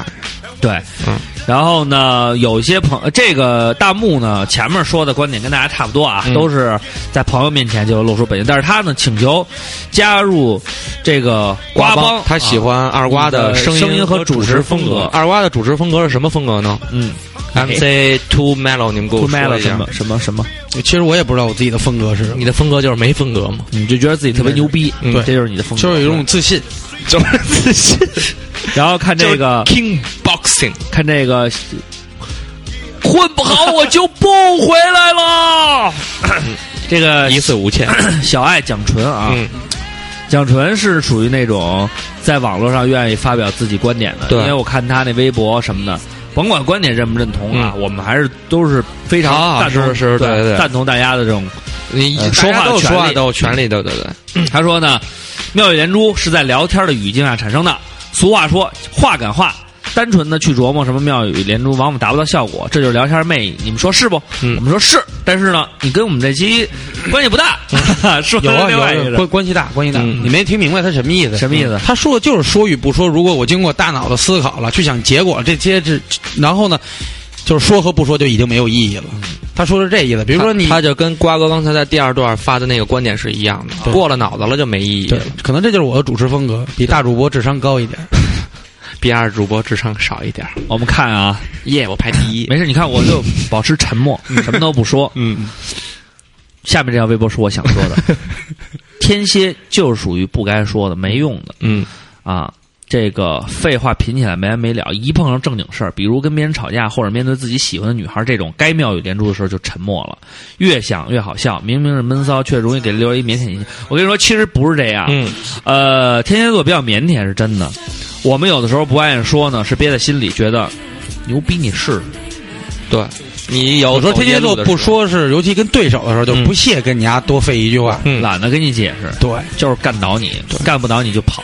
S2: 对。
S3: 嗯
S2: 然后呢，有一些朋这个大木呢，前面说的观点跟大家差不多啊，
S3: 嗯
S2: 都是在朋友面前就露出本性，但是他呢，请求加入这个瓜帮，啊
S3: 他喜欢二瓜的声
S2: 声音和
S3: 和
S2: 主
S3: 主
S2: 持
S3: 持
S2: 风
S3: 风
S2: 格
S3: 格。二瓜的主持风格是什么风格呢
S2: 嗯，
S3: ？MC Two Mellow，你们给我
S2: 出卖
S3: 说
S2: 了
S3: 一
S2: 什
S3: 下
S2: 么。什么什么，
S1: 其实我也不知道我自己的风格是什么，
S3: 你的风格就是没风格嘛，
S2: 你就觉得自己特别牛逼，
S3: 嗯
S2: 这就是你的风格，
S1: 就是有一种自信。
S3: 就是自信。
S2: 然后看这个，
S3: King Boxing，
S2: 看这个，混不好我就不回来了。这个
S3: 嗯一次无欠。
S2: 小爱蒋纯啊，
S3: 嗯，
S2: 蒋纯是属于那种在网络上愿意发表自己观点的，
S3: 对
S2: 因为我看他那微博什么的，甭管观点认不认同啊，我们还是都是非常
S3: 嗯啊
S2: 赞同，
S3: 是是
S2: 对
S3: 对对
S2: 赞同大家的这种。
S3: 你
S2: 呃
S3: 说
S2: 大家
S3: 话
S2: 都有
S3: 说
S2: 权
S3: 话
S2: 利
S3: 都有权利，对对对。
S2: 他说呢，妙语连珠是在聊天的语境下产生的。俗话说，话赶话，单纯的去琢磨什么妙语连珠，往往达不到效果。这就是聊天魅力，你们说是不？
S3: 嗯
S2: 我们说是，但是呢，你跟我们这期关系不大。 说
S1: 有啊
S2: 另
S1: 有
S2: 外
S1: 啊
S2: 一
S1: 有
S2: 个
S1: 啊，
S2: 人
S1: 关关系大，关系大。
S3: 嗯
S1: 你没听明白他什么意思？
S2: 什么意思
S1: 嗯他说的就是说与不说。如果我经过大脑的思考了，去想结果，这些这，然后呢，就是说和不说就已经没有意义了。他说是这意思，比
S3: 比
S1: 如说你
S3: 他就跟瓜哥刚才在第二段发的那个观点是一样的，过了脑子了就没意义
S1: 对
S3: 了。，
S1: 可能这就是我的主持风格，比大主播智商高一点。
S3: 比二主播智商少一点儿，
S2: 我们看啊，
S3: 耶，我排第一。
S2: 没事，你看我就保持沉默，什么都不说。
S3: 嗯，
S2: 下面这条微博是我想说 的，天蝎就是属于不该说的、没用的
S3: 嗯，
S2: 啊。这个废话贫起来没完没了，一碰上正经事儿，比如跟别人吵架或者面对自己喜欢的女孩这种该妙语连珠的时候就沉默了，越想越好笑，明明是闷骚，却容易给留一腼腆印象。我跟你说，其实不是这样，
S3: 嗯，
S2: 呃，天蝎座比较腼腆是真的，我们有的时候不爱说呢，是憋在心里，觉得牛逼你试试。
S3: 对，你有
S1: 我说天蝎座不说
S3: 说，
S1: 是，尤其跟对手的时候，就
S3: 嗯
S1: 不屑跟你丫多费一句话。
S3: 嗯，
S2: 懒得跟你解释，
S1: 对，
S2: 就是干倒你，干不倒你就跑。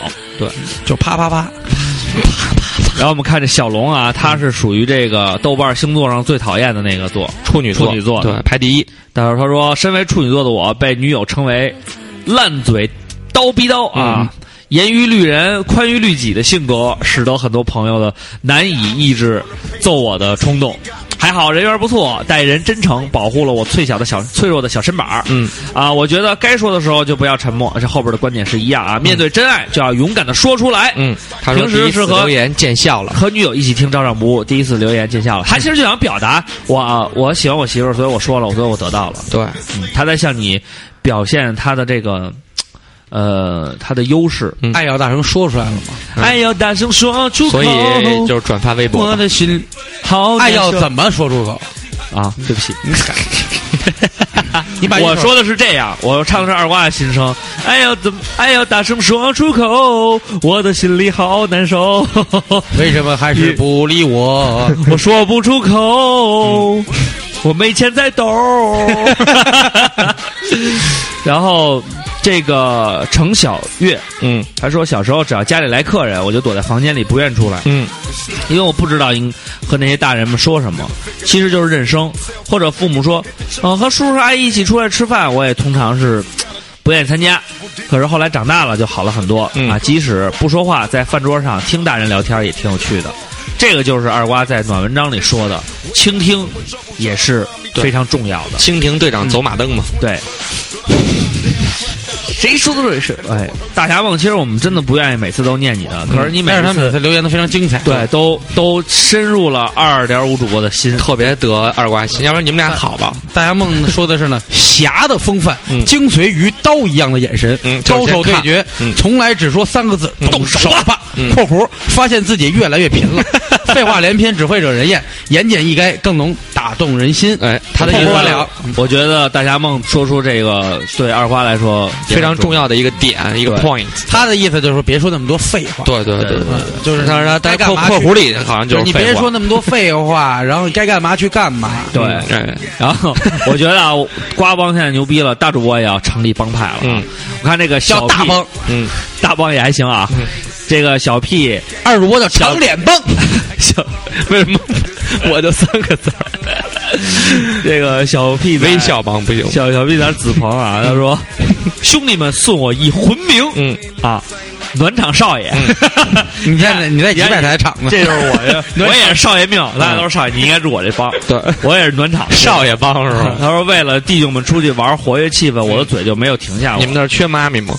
S1: 就啪啪啪，
S2: 然后我们看这小龙啊，他是属于这个豆瓣星座上最讨厌的那个座，
S3: 处女座，
S2: 处女座
S3: 对，排第一，
S2: 但是他说，身为处女座的我，被女友称为烂嘴刀逼刀啊。严于律人、宽于律己的性格，使得很多朋友的难以抑制揍我的冲动。还好人缘不错，待人真诚，保护了我脆小的小脆弱的小身板儿。
S3: 嗯，
S2: 啊，我觉得该说的时候就不要沉默。这后边的观点是一样啊，面对真爱就要勇敢的说出来。
S3: 嗯，他说
S2: 平时
S3: 第一次
S2: 是和
S3: 留言见笑了，
S2: 和女友一起听照常不误，第一次留言见笑了。他其实就想表达我啊我喜欢我媳妇儿，所以我说了，所以我得到了。
S3: 对，
S2: 嗯他在向你表现他的这个呃他的优势。嗯
S3: 嗯
S1: 爱要大声说出来了嘛。
S2: 爱要哎大声说出口，
S3: 所以就是转发微博
S1: 我
S3: 吧，
S1: 的心，
S2: 好
S1: 爱要
S2: 难受
S1: 怎么说出口？
S2: 啊？对不起，
S1: 你把
S2: 我说的是这样，我唱的是二瓜的心声。爱要怎么？爱要大声说出口，我的心里好难受，
S1: 为什么还是不理我？
S2: 我说不出口，我没钱在 兜儿。然后这个程小月
S3: 嗯
S2: 他说，小时候只要家里来客人，我就躲在房间里不愿出来，
S3: 嗯，
S2: 因为我不知道应和那些大人们说什么，其实就是认生，或者父母说，嗯、和叔叔阿姨一起出来吃饭，我也通常是。嘖不愿意参加，可是后来长大了就好了很多、
S3: 嗯
S2: 啊！即使不说话，在饭桌上听大人聊天也挺有趣的。这个就是二瓜在暖文章里说的，倾听也是非常重要的。
S7: 蜻蜓队长走马灯嘛，
S2: 对，
S7: 谁说的对是？
S2: 哎，大侠梦，其实我们真的不愿意每次都念你的，可是你每
S7: 嗯但是他们每
S2: 次
S7: 次留言都非常精彩，
S2: 对，都都深入了二点五主播的心。
S7: 特别得二瓜心，要不然你们俩好吧？
S2: 嗯
S7: 大侠梦
S2: 说
S7: 的是呢，
S1: 侠的风范，
S7: 嗯
S1: 精髓于刀一样的眼神，
S7: 嗯就
S1: 高手
S7: 是先
S1: 对
S7: 看
S1: 决，
S7: 嗯
S1: 从来只说三个字：
S7: 嗯
S1: 动手吧。
S7: 嗯
S1: 括弧发现自己越来越贫 了，废话连篇，只会惹人厌，言简意赅，更能打动人心。
S7: 哎，
S1: 他的
S7: 括
S1: 意思
S7: 弧
S1: 完了，
S2: 我觉得大侠梦说出这个对二瓜来说
S7: 嗯非常重
S2: 要。
S7: 要的一个点，一个
S2: 对
S7: point。
S1: 他的意思就是说别说那么多废话，嗯
S7: 对对对
S2: 对
S7: 对，
S1: 就是
S7: 他他
S1: 该
S7: 他
S1: 干
S7: 括
S1: 嘛
S7: 括
S1: 去
S7: 弧里好像
S1: 就是
S7: 是
S1: 你
S7: 废
S1: 别
S7: 话
S1: 说那么多 废话，然后该干嘛去干嘛。
S2: 对，
S7: 哎，
S2: 然后我觉得啊，瓜帮现在牛逼了，大主播也要成立帮派了。
S7: 嗯，
S2: 我看这个小
S1: 叫大
S2: P，
S1: 帮，
S7: 嗯，
S2: 大帮也还行啊。这个小 P
S1: 二主播叫长脸帮，
S2: 小为什么我就三个字儿？ 这个小 P 在
S7: 微笑帮 不行，
S2: 小小 P 咱子鹏啊，他说：“兄弟们，送我一魂名，
S7: 嗯
S2: 啊，暖场少爷。
S1: 嗯 你在你在几百台场子，
S2: 这就是 我，我也是少爷命，咱俩都是少爷，你应该入我这帮，
S7: 对，
S2: 我也是暖场
S7: 少爷帮是吧？
S2: 他说：“为了弟兄们出去玩，活跃气氛，我的嘴就没有停下
S7: 你
S2: 过
S7: 们。那儿缺妈咪吗？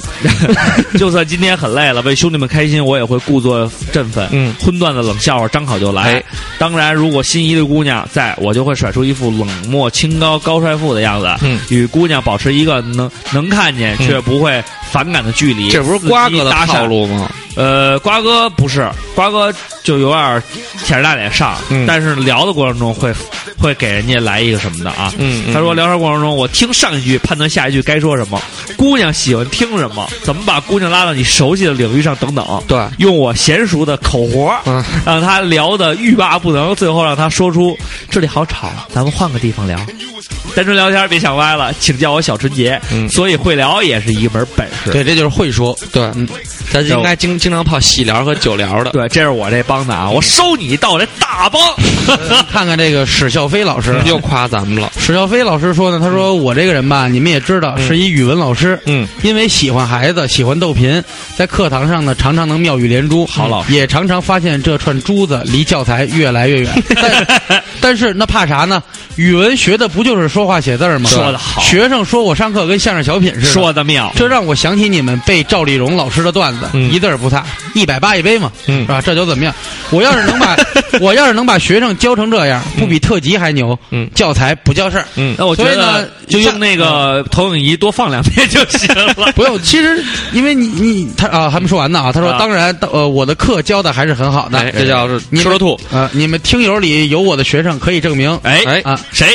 S2: 就算今天很累了，为兄弟们开心，我也会故作振奋。
S7: 嗯
S2: 荤段子、冷笑话，张口就来
S7: 哎。
S2: 当然，如果心仪的姑娘在，我就会甩出一副冷漠、清高、高帅富的样子，
S7: 嗯
S2: 与姑娘保持一个能能看见却不会反感的距离。
S7: 这不是瓜哥的
S2: 伺机搭讪
S7: 套路吗？
S2: 呃，瓜哥不是，瓜哥就有点舔着大脸上，
S7: 嗯
S2: 但是聊的过程中会会给人家来一个什么的啊。
S7: 嗯嗯
S2: 他说聊天过程中，我听上一句判断下一句该说什么，姑娘喜欢听什么，怎么把姑娘拉到你熟悉的领域上等等。
S7: 对，
S2: 用我娴熟的口活，
S7: 嗯
S2: 让他聊得欲罢不能，最后让他说出这里好吵，咱们换个地方聊。单纯聊天别想歪了，请叫我小纯洁。
S7: 嗯
S2: 所以会聊也是一门本事。
S1: 对，这就是会说。
S7: 对，咱应该经经常泡喜聊和酒聊的。
S2: 对，这是我这帮的啊，我收你到我这大 帮。
S1: 看看这个史笑飞老师，
S7: 又夸咱们了，
S1: 史小飞老师说呢，他
S2: 嗯
S1: 说我这个人吧，你们也知道，是一语文老师。
S7: 嗯，
S1: 因为喜欢孩子，喜欢逗贫，在课堂上呢，常常能妙语连珠。嗯
S2: 好老师
S1: 也常常发现这串珠子离教材越来越 远。但但是那怕啥呢？语文学的不就是说话写字儿吗？
S2: 说得好
S1: 学生说我上课跟相声小品似的。
S2: 说的妙，
S1: 这让我想起你们背赵丽蓉老师的段子，
S7: 嗯
S1: 一字儿不差，一百八一杯嘛，
S7: 嗯
S1: 是吧？这酒怎么样？我要是 能把我要是能把学生教成这样，不比特级还牛？
S7: 嗯
S1: 教材不叫事儿，
S7: 嗯
S2: 那我觉
S1: 所以呢。
S2: 得就用那个投影仪多放两遍就行了
S1: 不用，其实因为你你他啊还没说完呢啊，他说
S2: 啊
S1: 当然呃我的课教的还是很好的，
S7: 哎，这叫是
S1: 你
S7: 吃
S1: 们
S7: 了吐，
S1: 呃你们听友里有我的学生可以证明，
S2: 哎
S7: 哎
S1: 啊
S2: 谁？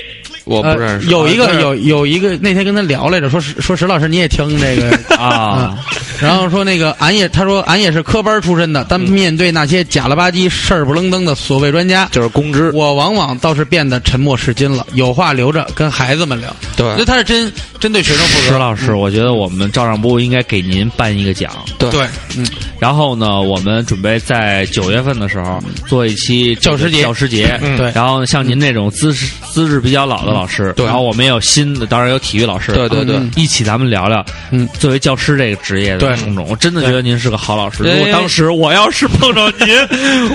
S7: 我不认识。
S1: 呃有一
S7: 啊
S1: 个有有一个那天跟他聊来着，说石说石老师你也听这个嗯
S2: 啊，
S1: 然后说那个俺也他说俺也是科班出身的，但
S2: 嗯
S1: 面对那些假了吧唧事儿不愣登的所谓专家，
S7: 就是公知，
S1: 我往往倒是变得沉默是金了，有话留着跟孩子们聊。
S7: 对
S1: 那他是真真对学生负
S2: 石
S1: 责。
S2: 老师，我觉得我们照上部应该给您颁一个奖。
S1: 对，嗯，
S2: 然后呢，我们准备在九月份的时候做一期这
S1: 教
S2: 个
S1: 师节
S2: 教师节，
S7: 嗯
S1: 对
S2: 然后像您这种资质资质比较老的老师，
S7: 对
S2: 然后我们也有新的，当然有体育老师，
S7: 对对对
S1: 嗯
S2: 一起咱们聊聊，
S1: 嗯，
S2: 作为教师这个职业的
S1: 对
S2: 种种，我真的觉得您是个好老师。如果
S7: 哎
S2: 当时我要是碰着您，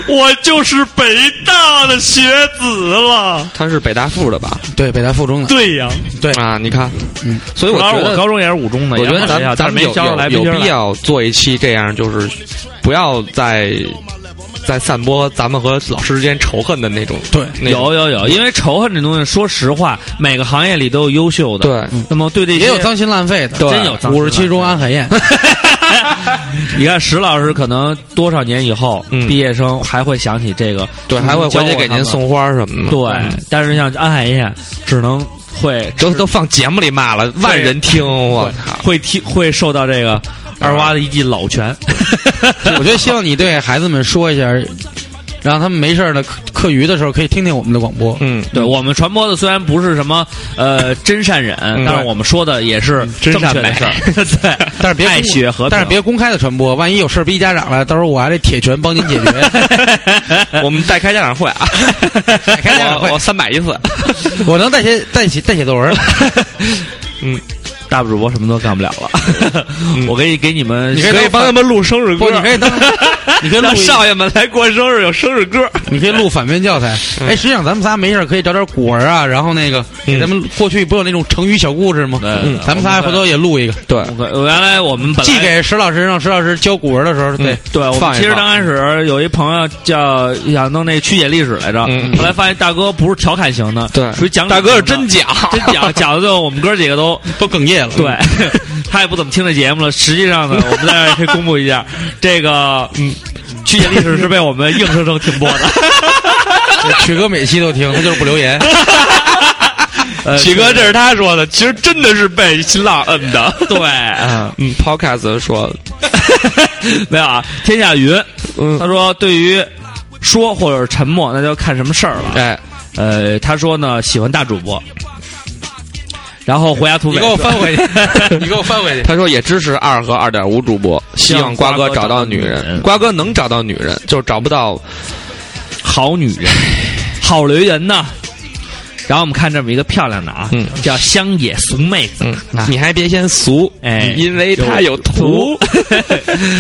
S2: 我就是北大的学子了。
S7: 他是北大附的吧？
S1: 对，北大附中的，
S2: 对呀，
S7: 啊，你看，
S1: 嗯，
S7: 所以我
S2: 当
S7: 觉
S2: 时我
S7: 得
S2: 高。中也是五中的，
S7: 我觉
S2: 也
S7: 得
S2: 是
S7: 咱
S2: 好学校
S7: 们咱
S2: 但是
S7: 们
S2: 没
S7: 有
S2: 教出来，
S7: 有有
S2: 没教出
S7: 必
S2: 来。
S7: 要做一期这样，就是不要再再散播咱们和老师之间仇恨的那种。
S1: 对
S7: 那嗯种
S2: 有有有，因为仇恨这东西，说实话，每个行业里都有优秀的。
S7: 对嗯，
S2: 那么对这些
S1: 也有脏心烂肺的，
S2: 对真有脏心
S1: 五
S2: 烂
S1: 十
S2: 肺
S1: 七中安海燕，
S2: 你看，石老师可能多少年以后，
S7: 嗯
S2: 毕业生还会想起这个，
S7: 对，还会回去给您送花什
S3: 嗯
S7: 么的。嗯
S2: 对，但是像安海燕，只能会
S7: 都都放节目里骂了，万人听，我操！
S2: 会听会受到这个二娃的一记老拳。
S1: 我觉得希望你对孩子们说一下，让他们没事儿的课课余的时候可以听听我们的广播。
S7: 嗯，
S2: 对我们传播的虽然不是什么呃真善忍，但是我们说的也是
S7: 真
S2: 正
S7: 善
S2: 确的
S7: 美
S2: 事儿。对，
S1: 但是别公
S2: 爱学和平
S1: 但是别公开的传播，万一有事儿逼家长了，到时候我还得铁拳帮您解决。
S7: 我们代开家长会啊，
S1: 开家长会
S7: 我我三百一次。
S1: 我能代写代写代写作文。
S7: 嗯，
S2: 大主播什么都干不了了。 我可以给你们，
S3: 你可以帮他们录生日歌，
S1: 不，你可以当，你可以录
S3: 让
S1: 一
S3: 少爷们来过生日，有生日歌。
S1: 你可以录反面教材。
S2: 嗯
S1: 哎，实际上咱们仨没事儿可以找点古文啊，然后那个给咱们过去不有那种成语小故事吗？
S2: 对对对
S1: 嗯咱们仨回头也录一个，
S3: 对
S2: 我可我原来我嗯们本来嗯
S1: 寄给石老师，让石老师教古文的时候，对
S2: 对，我们
S1: 放一
S2: 其实
S1: 放
S2: 刚开始有一朋友叫想弄那曲解历史来着，
S3: 嗯嗯
S2: 后来发现大哥不是调侃型的，
S3: 对
S2: 属于讲理
S3: 大哥是
S2: 型
S3: 真嗯
S2: 的
S3: 讲，
S2: 真讲讲的，最后我们哥几个都
S1: 都哽咽了。
S2: 对， 他也不怎么听这节目了。实际 上呢，我们在这儿也可以公布一下，这个嗯，曲解历史是被我们硬生生停播 的。
S1: 曲哥每期都听，他就是不留 言。
S2: 呃
S3: 启哥，这是他说的，其实真的是被新浪摁的。
S2: 对，
S3: 嗯嗯，Podcast 说，
S2: 没有啊，天下云，
S3: 嗯
S2: 他说对于说或者是沉默，那就看什么事儿了。
S3: 哎，
S2: 呃，他说呢，喜欢大主播。然后回家土匪，
S1: 你给我翻回 去，你给我翻回去。
S3: 他说也支持二和二点五主播，希望瓜哥找到女
S2: 希望瓜哥找到女
S3: 人。
S2: 人
S3: 瓜哥能找到女人，就是找不到。
S2: 好女人，好雷人呐。然后我们看这么一个漂亮的啊，
S3: 嗯
S2: 叫乡野俗妹子，
S3: 嗯，你还别嫌俗，
S2: 哎
S3: 因为他有图
S1: 哦
S2: 图。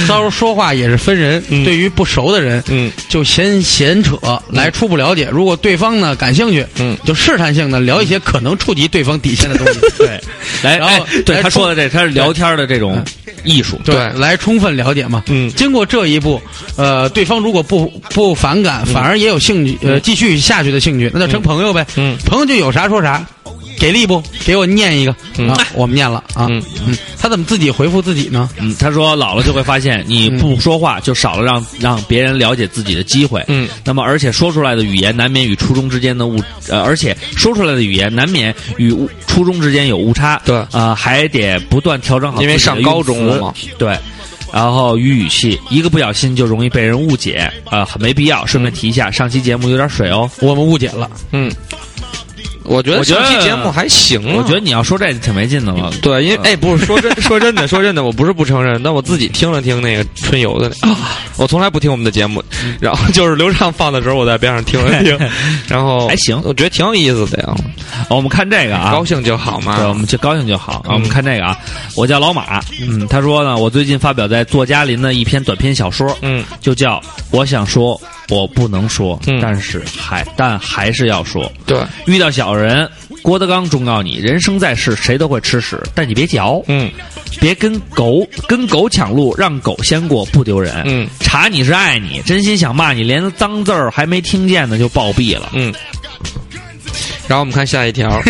S1: 到时候说话也是分人，
S2: 嗯
S1: 对于不熟的人，
S3: 嗯，
S1: 就闲闲扯，来初步了解。如果对方呢感兴趣，
S3: 嗯
S1: 就试探性的聊一些可能触及对方底线的东西。对
S2: 来，
S1: 然后
S2: 哎对
S1: 来嗯
S2: 他
S1: 冲
S2: 说的这，他是聊天的这种艺术，
S1: 对，
S3: 对
S1: 来充分了解嘛。
S3: 嗯
S1: 经过这一步，呃，对方如果不不反感，反而也有兴趣，呃，继续下去的兴趣，那就成朋友呗。
S3: 嗯
S1: 朋友就有啥说啥，给力不？给我念一个
S3: 嗯
S1: 啊，我们念了啊。
S3: 嗯
S1: 嗯，他怎么自己回复自己呢？
S2: 嗯，他说老了就会发现，你
S1: 嗯
S2: 不说话就少了让让别人了解自己的机会。
S3: 嗯，
S2: 那么而且说出来的语言难免与初中之间的误，呃，而且说出来的语言难免与误初中之间有误差。
S3: 对
S2: 呃，还得不断调整好自己的
S3: 因为
S2: 用词，
S3: 上高中了嘛
S2: 对。然后与语气，一个不小心就容易被人误解，呃，很没必要。顺便提一下，上期节目有点水哦。
S1: 我们误解了，
S3: 嗯，我觉得
S2: 我觉
S3: 这
S2: 得
S3: 期节目还行啊。
S2: 我觉得你要说这挺没劲的了。
S3: 对，因为哎，不是说真说真的说真的，我不是不承认，但我自己听了听那个春游的
S2: 哦
S3: 那， 我从来不听我们的节目，
S2: 嗯
S3: 然后就是刘畅放的时候，我在边上听了听，然后
S2: 还行
S3: 我觉得挺有意思的呀，
S2: 哦我们看这个啊，
S3: 嗯高兴就好
S2: 对，我
S3: 嘛。
S2: 们就高兴就好。
S3: 嗯
S2: 我们看这个啊，我叫老马，嗯，他说呢，我最近发表在作家林的一篇短篇小说，
S3: 嗯，
S2: 就叫《我想说，我不能说
S3: 嗯，
S2: 但是还但还是要说》。
S3: 对，
S2: 遇到小人，郭德纲忠告你：人生在世，谁都会吃屎，但你别嚼，
S3: 嗯
S2: 别跟狗跟狗抢路，让狗先过不丢人。
S3: 嗯
S2: 查你是爱你，真心想骂你，连脏字儿还没听见呢就暴毙了。
S3: 嗯。然后我们看下 一条，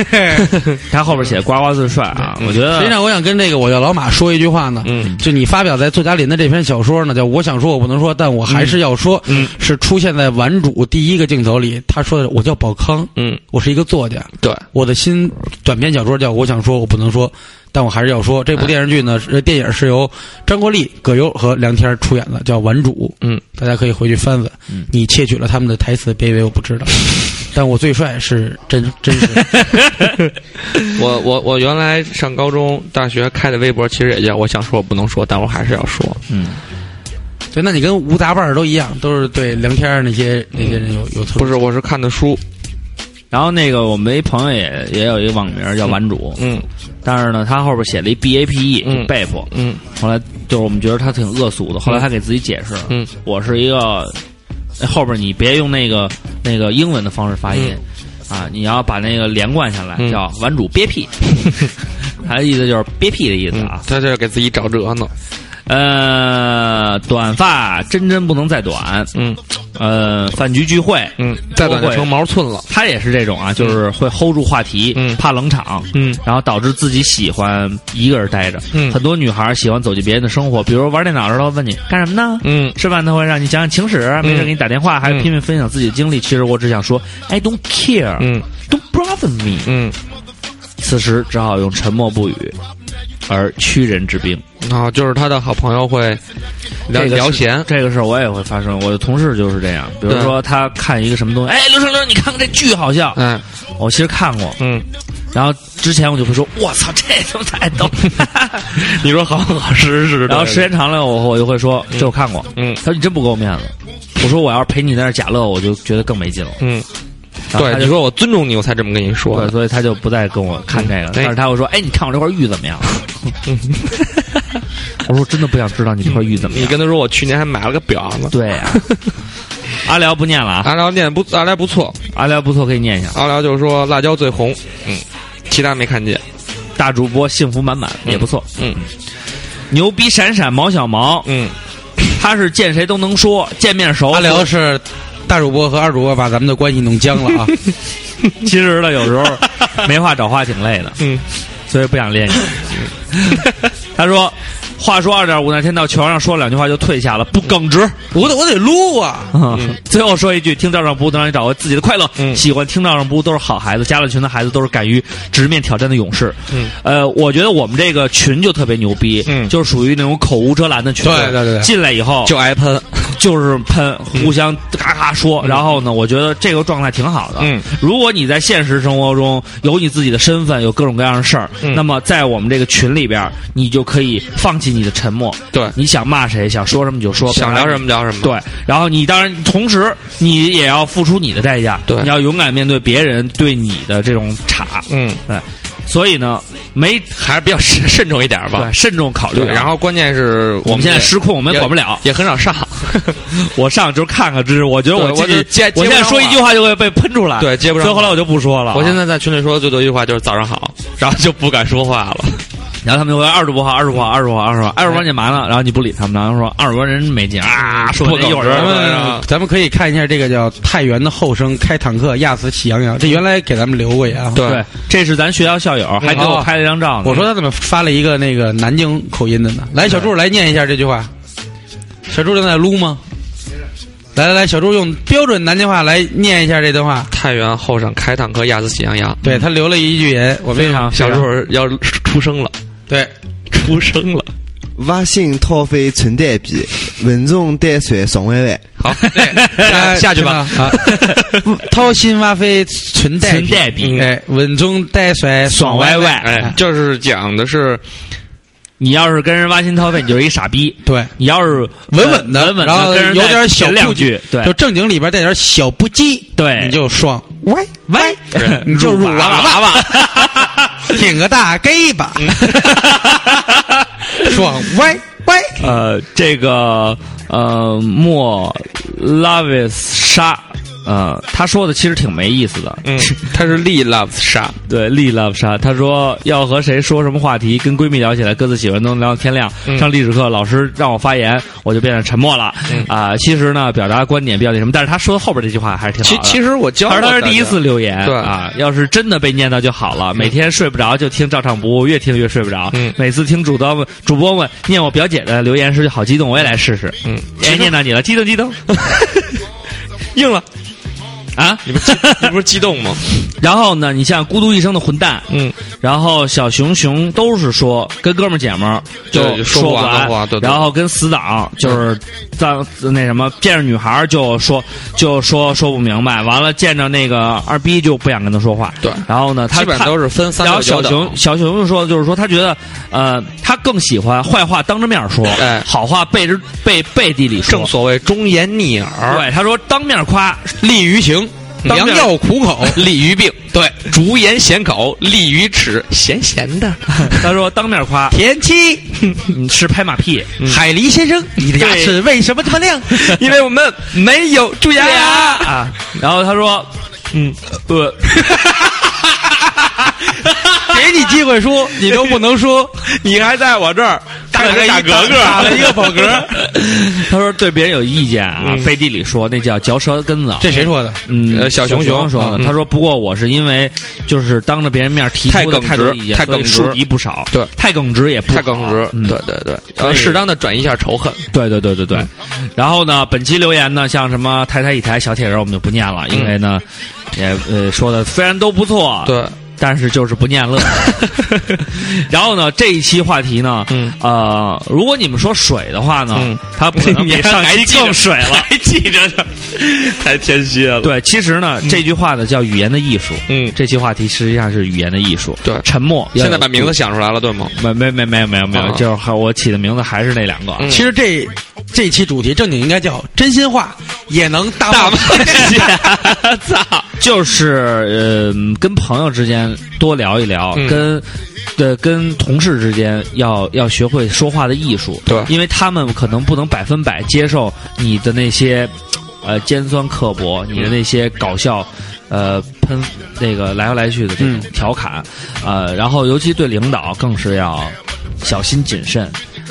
S2: 他后边写的呱呱最帅啊，我觉
S1: 嗯
S2: 得
S1: 实际上，我想跟这个我叫老马说一句话呢，
S3: 嗯
S1: 就你发表在作家林的这篇小说呢，叫《我想说我不能说，但我还是要说》，
S3: 嗯
S1: 是出现在顽主第一个镜头里。他说的，我叫宝康，
S3: 嗯，
S1: 我是一个作家，
S3: 对，
S1: 我的新短篇小说叫《我想说我不能说，但我还是要说》。这部电视剧呢，是电影是由张国立、葛优和梁天出演的，叫《顽主》。
S3: 嗯，
S1: 大家可以回去翻翻。你窃取了他们的台词，别以为我不知道。但我最帅是真真实，
S3: 我我我原来上高中、大学开的微博，其实也叫我想说我不能说，但我还是要说。
S2: 嗯
S1: 对，那你跟吴杂伴儿都一样，都是对梁天儿那些那些人有有特
S3: 不是，我是看的书，
S2: 然后那个我们一朋友也也有一个网名叫玩主，
S3: 嗯
S2: 但是呢，他后边写了一 B A P E，
S3: 嗯
S2: 就 BAP。
S3: 嗯
S2: 后来就是我们觉得他挺恶俗的，后来他给自己解释，
S3: 嗯
S2: 我是一个后边你别用那个那个英文的方式发音。啊，你要把那个连贯下来，
S3: 嗯
S2: 叫“玩主憋 屁”，他的意思就是憋屁的意思
S3: 嗯
S2: 啊，。
S3: 他这是给自己找辙呢。
S2: 呃，短发真真不能再短，
S3: 嗯
S2: 呃，饭局聚会，
S3: 嗯，再短就成毛寸了。
S2: 他也是这种啊，就是会 hold 住话题，
S3: 嗯
S2: 怕冷场，
S3: 嗯
S2: 然后导致自己喜欢一个人待着。
S3: 嗯
S2: 很多女孩喜欢走进别人的生活，比如玩电脑的时候问你干什么呢？
S3: 嗯
S2: 吃饭他会让你讲讲情史，没事给你打电话，还拼命分享自己的经历。其实我只想说，I don't care，、
S3: 嗯
S2: don't bother me。
S3: 嗯，
S2: 此时只好用沉默不语，而屈人之兵。
S3: 然后就是他的好朋友会
S2: 这
S3: 聊
S2: 个是
S3: 聊闲，
S2: 这个事儿我也会发生，我的同事就是这样。比如
S3: 对
S2: 说他看一个什么东
S3: 嗯
S2: 西，哎，刘成刘，你看看这剧好笑。
S3: 哎
S2: 我其实看过，
S3: 嗯，
S2: 然后之前我就会说，我操， 这他妈太逗了。
S3: 你说好不好？是是是。
S2: 然后时间长了，我我就会说，这我看过。
S3: 嗯
S2: 他说你真不给我面子。我说我要是陪你在那儿假乐，我就觉得更没劲了。
S3: 嗯，
S2: 然后
S7: 对
S2: 他，就
S7: 你说我尊重你，我才这么跟你说
S2: 对，
S7: 的。
S2: 所以他就不再跟我看这个了。
S7: 对
S2: 但是他会说：“哎，你看我这块玉怎么样？” 我说：“真的不想知道你这块玉怎么
S3: 嗯
S7: 你
S2: 样。
S7: 跟他说我去年还买了个表呢”，
S2: 对呀、阿辽不念了啊，
S7: 阿辽念得不，阿辽不错，
S2: 阿辽不错，可以念一下。
S7: 阿辽就说辣椒最红，嗯，其他没看见，
S2: 大主播幸福满满也不错，
S7: 嗯
S2: 牛逼闪闪毛小毛，
S7: 嗯，
S2: 他是见谁都能说，见面熟。
S1: 阿辽是大主播和二主播把咱们的关系弄僵了啊！
S2: 其实呢，有时候 没话找话挺累的，
S7: 嗯，
S2: 所以不想练你。 他说：“话说二点五那天到球上说两句话就退下了，不耿直。
S1: 我得我得撸啊！
S2: 嗯，最后说一句，听照上不误能让你找回自己的快乐。
S7: 嗯
S2: 喜欢听照上不误都是好孩子，加了群的孩子都是敢于直面挑战的勇士。
S7: 嗯，
S2: 呃，我觉得我们这个群就特别牛逼，
S7: 嗯
S2: 就是属于那种口无遮拦的群。
S1: 对对对对
S2: 进来以后
S7: 就挨喷，
S2: 就是喷，互相咔咔说。然后呢，我觉得这个状态挺好的。
S7: 嗯，
S2: 如果你在现实生活中有你自己的身份，有各种各样的事儿，
S7: 嗯
S2: 那么在我们这个群里边，你就可以放弃你的沉默。
S7: 对
S2: 你想骂谁，想说什么你就说，
S7: 想聊什么聊什么，
S2: 对，然后你当然同时你也要付出你的代价，
S7: 对
S2: 你要勇敢面对别人对你的这种查，
S7: 嗯，
S2: 对，所以呢，没
S7: 还是比较慎慎重一点吧
S2: 对。慎重考虑
S7: 对，
S2: 啊。
S7: 然后关键是
S2: 我们现在
S7: 也
S2: 失控，我们
S7: 也
S2: 管不了。
S7: 也很少上，
S2: 我上周看看，真是我觉得
S7: 对我
S2: 进
S7: 就
S2: 去，
S7: 接
S2: 我
S7: 接不
S2: 现在
S7: 上
S2: 说一
S7: 话
S2: 句话就会被喷出来，
S7: 对，接不上
S2: 所
S7: 话。
S2: 以后来我就不说了啊。
S7: 我现在在群里说的最多一句话就是“早上好”，然后就不敢说话了。
S2: 然后他们就会二主播好，二主播好，二主播好，二主播好，二主
S7: 哎
S2: 播你嘛呢？然后你不理他们，然后说二主播人没劲啊，说
S7: 不
S2: 你一会
S7: 耿直
S1: 咱
S2: 儿。
S1: 们咱们可以看一下这个叫太原的后生开坦克压死喜羊羊，这原来给咱们留过言啊。
S2: 对，这是咱学校校友，还给我
S1: 哦
S2: 拍了一张照呢。
S1: 我说他怎么发了一个那个南京口音的呢？来，小柱来念一下这句话。小柱正在撸吗？来来来，小柱用标准南京话来念一下这段话。
S7: 太原后上开坦克压死喜羊羊，
S1: 对他留了一句言，我
S2: 非
S1: 们
S2: 常
S7: 小时候要出生了，
S1: 对
S7: 啊出生了。
S8: 挖心掏肺存单边，稳重淡水爽歪歪。
S7: 好，对下
S1: 大 家
S7: 下去吧。
S1: 听到啊！掏心挖肺存带
S2: 纯代笔，
S1: 哎，稳中带甩
S2: 爽歪
S1: 歪。
S2: 歪。
S7: 哎，就是讲的是
S2: 你要是跟人挖心掏肺，你就是一傻逼；
S1: 对，
S2: 你要是 呃
S1: 稳稳的
S2: 稳稳
S1: 然后
S2: 的跟人
S1: 有
S2: 再
S1: 点小
S2: 贫
S1: 顾忌
S2: 两句，对
S1: 就，正经里边带点小不羁，
S2: 对
S1: 你就爽歪
S2: 喂，
S1: 你就
S2: 乳
S1: 乳
S2: 娃
S1: 娃娃
S2: 娃娃， 嗯
S1: 顶个大 gay 吧，爽歪歪。
S2: 呃，这个呃，莫拉维斯沙，呃，他说的其实挺没意思的。
S7: 嗯，它是利 love 杀，
S2: 对，丽拉莎，他说要和谁说什么话题，跟闺蜜聊起来，各自喜欢都能聊到天亮。
S7: 嗯
S2: 上历史课，老师让我发言，我就变得沉默了。啊、
S7: 嗯
S2: 其实呢，表达观点比较那什么，但是他说的后边这句话还是挺
S7: 其
S2: 好的。
S7: 其实我教
S2: 而
S7: 过
S2: 他是
S7: 大家
S2: 第一次留言，
S7: 对
S2: 啊，要是真的被念到就好了。每天睡不着就听照唱不误，越听越睡不着。
S7: 嗯
S2: 每次听主播们主播们念我表姐的留言时就好激动，我也来试试。
S7: 嗯，
S2: 哎，念到你了，激动激动
S7: 硬了，
S2: 啊！
S7: 你不是激你不是激动吗？
S2: 然后呢，你像孤独一生的混蛋，
S7: 嗯，
S2: 然后小熊熊都是说跟哥们儿姐们儿就
S7: 对说不
S2: 不
S7: 完的话对嗯对
S2: 然后跟死党就是当那什么见着女孩儿就说就说说不明白，完了见着那个二逼就不想跟他说话。
S7: 对
S2: 然后呢，他
S7: 基本上
S2: 他
S7: 都是分三
S2: 然
S7: 六
S2: 后
S7: 九
S2: 小
S7: 等
S2: 熊小熊说的就是说，他觉得，呃，他更喜欢坏话当着面说，
S7: 哎
S2: 好话背着背背地里说
S7: 正。所谓忠言逆耳，
S2: 对，他说当面夸，
S7: 利于行，
S1: 良
S7: 良药
S1: 药苦 口，，
S7: 利于病。对，竹言咸口，利于齿，咸咸的。
S2: 他说当面夸
S1: 田 七，
S2: 你是拍马屁，
S7: 嗯
S1: 海狸先生，你的牙齿为什么这么 亮？
S7: 因为我们没有蛀牙呀。
S2: 啊，然后他说，嗯， 呃，
S1: 给你机会说，你都不能说，
S7: 你还在我这儿打了一格格，
S1: 打了一个饱 嗝。
S2: 嗯他说对别人有意见啊，背地里说那叫嚼舌根子。啊
S1: 这谁说的？
S2: 嗯，
S7: 嗯呃小
S2: 熊
S7: 熊熊
S2: 说的，
S7: 嗯
S2: 他说不过我是因为就是当着别人面提
S7: 太
S2: 出的
S7: 耿直
S2: 太多意见，
S7: 太
S2: 所以
S7: 耿直
S2: 树敌不少，
S7: 对
S2: 太耿直也不
S7: 太耿
S2: 好
S7: 直，
S2: 嗯
S7: 对对对，
S2: 所
S7: 呃，
S2: 以
S7: 适当的转移一下仇恨，
S2: 对对对对对，
S7: 嗯
S2: 然后呢，本期留言呢，像什么台台一台小铁人，我们就不念了，因为呢，也呃说的虽然都不错，，
S7: 对，
S2: 但是就是不念 乐。然后呢，这一期话题呢，
S7: 嗯
S2: 呃，如果你们说水的话呢，
S7: 嗯
S2: 它不可能比上期更水了。
S7: 还记着呢，太谦虚了，
S2: 对，其实呢，这句话呢叫语言的艺术。
S7: 嗯，
S2: 这期话题实际上是语言的艺术。
S7: 对
S2: 沉默。
S7: 现在把名字想出来了，对吗？
S2: 没没没没有没有没有，
S7: 啊
S2: 就是还我起的名字还是那两个。
S7: 嗯
S1: 其实这这期主题正经应该叫“真心话也能大
S2: 大
S1: 骂
S2: 冒险，操！ 就是呃，跟朋友之间多聊一聊，
S7: 嗯
S2: 跟呃跟同事之间要要学会说话的艺术，
S7: 对
S2: 因为他们可能不能百分百接受你的那些呃尖酸刻薄，你的那些搞笑。呃，喷那个来来去的这
S7: 嗯
S2: 种调侃，呃，然后尤其对领导更是要小心谨慎，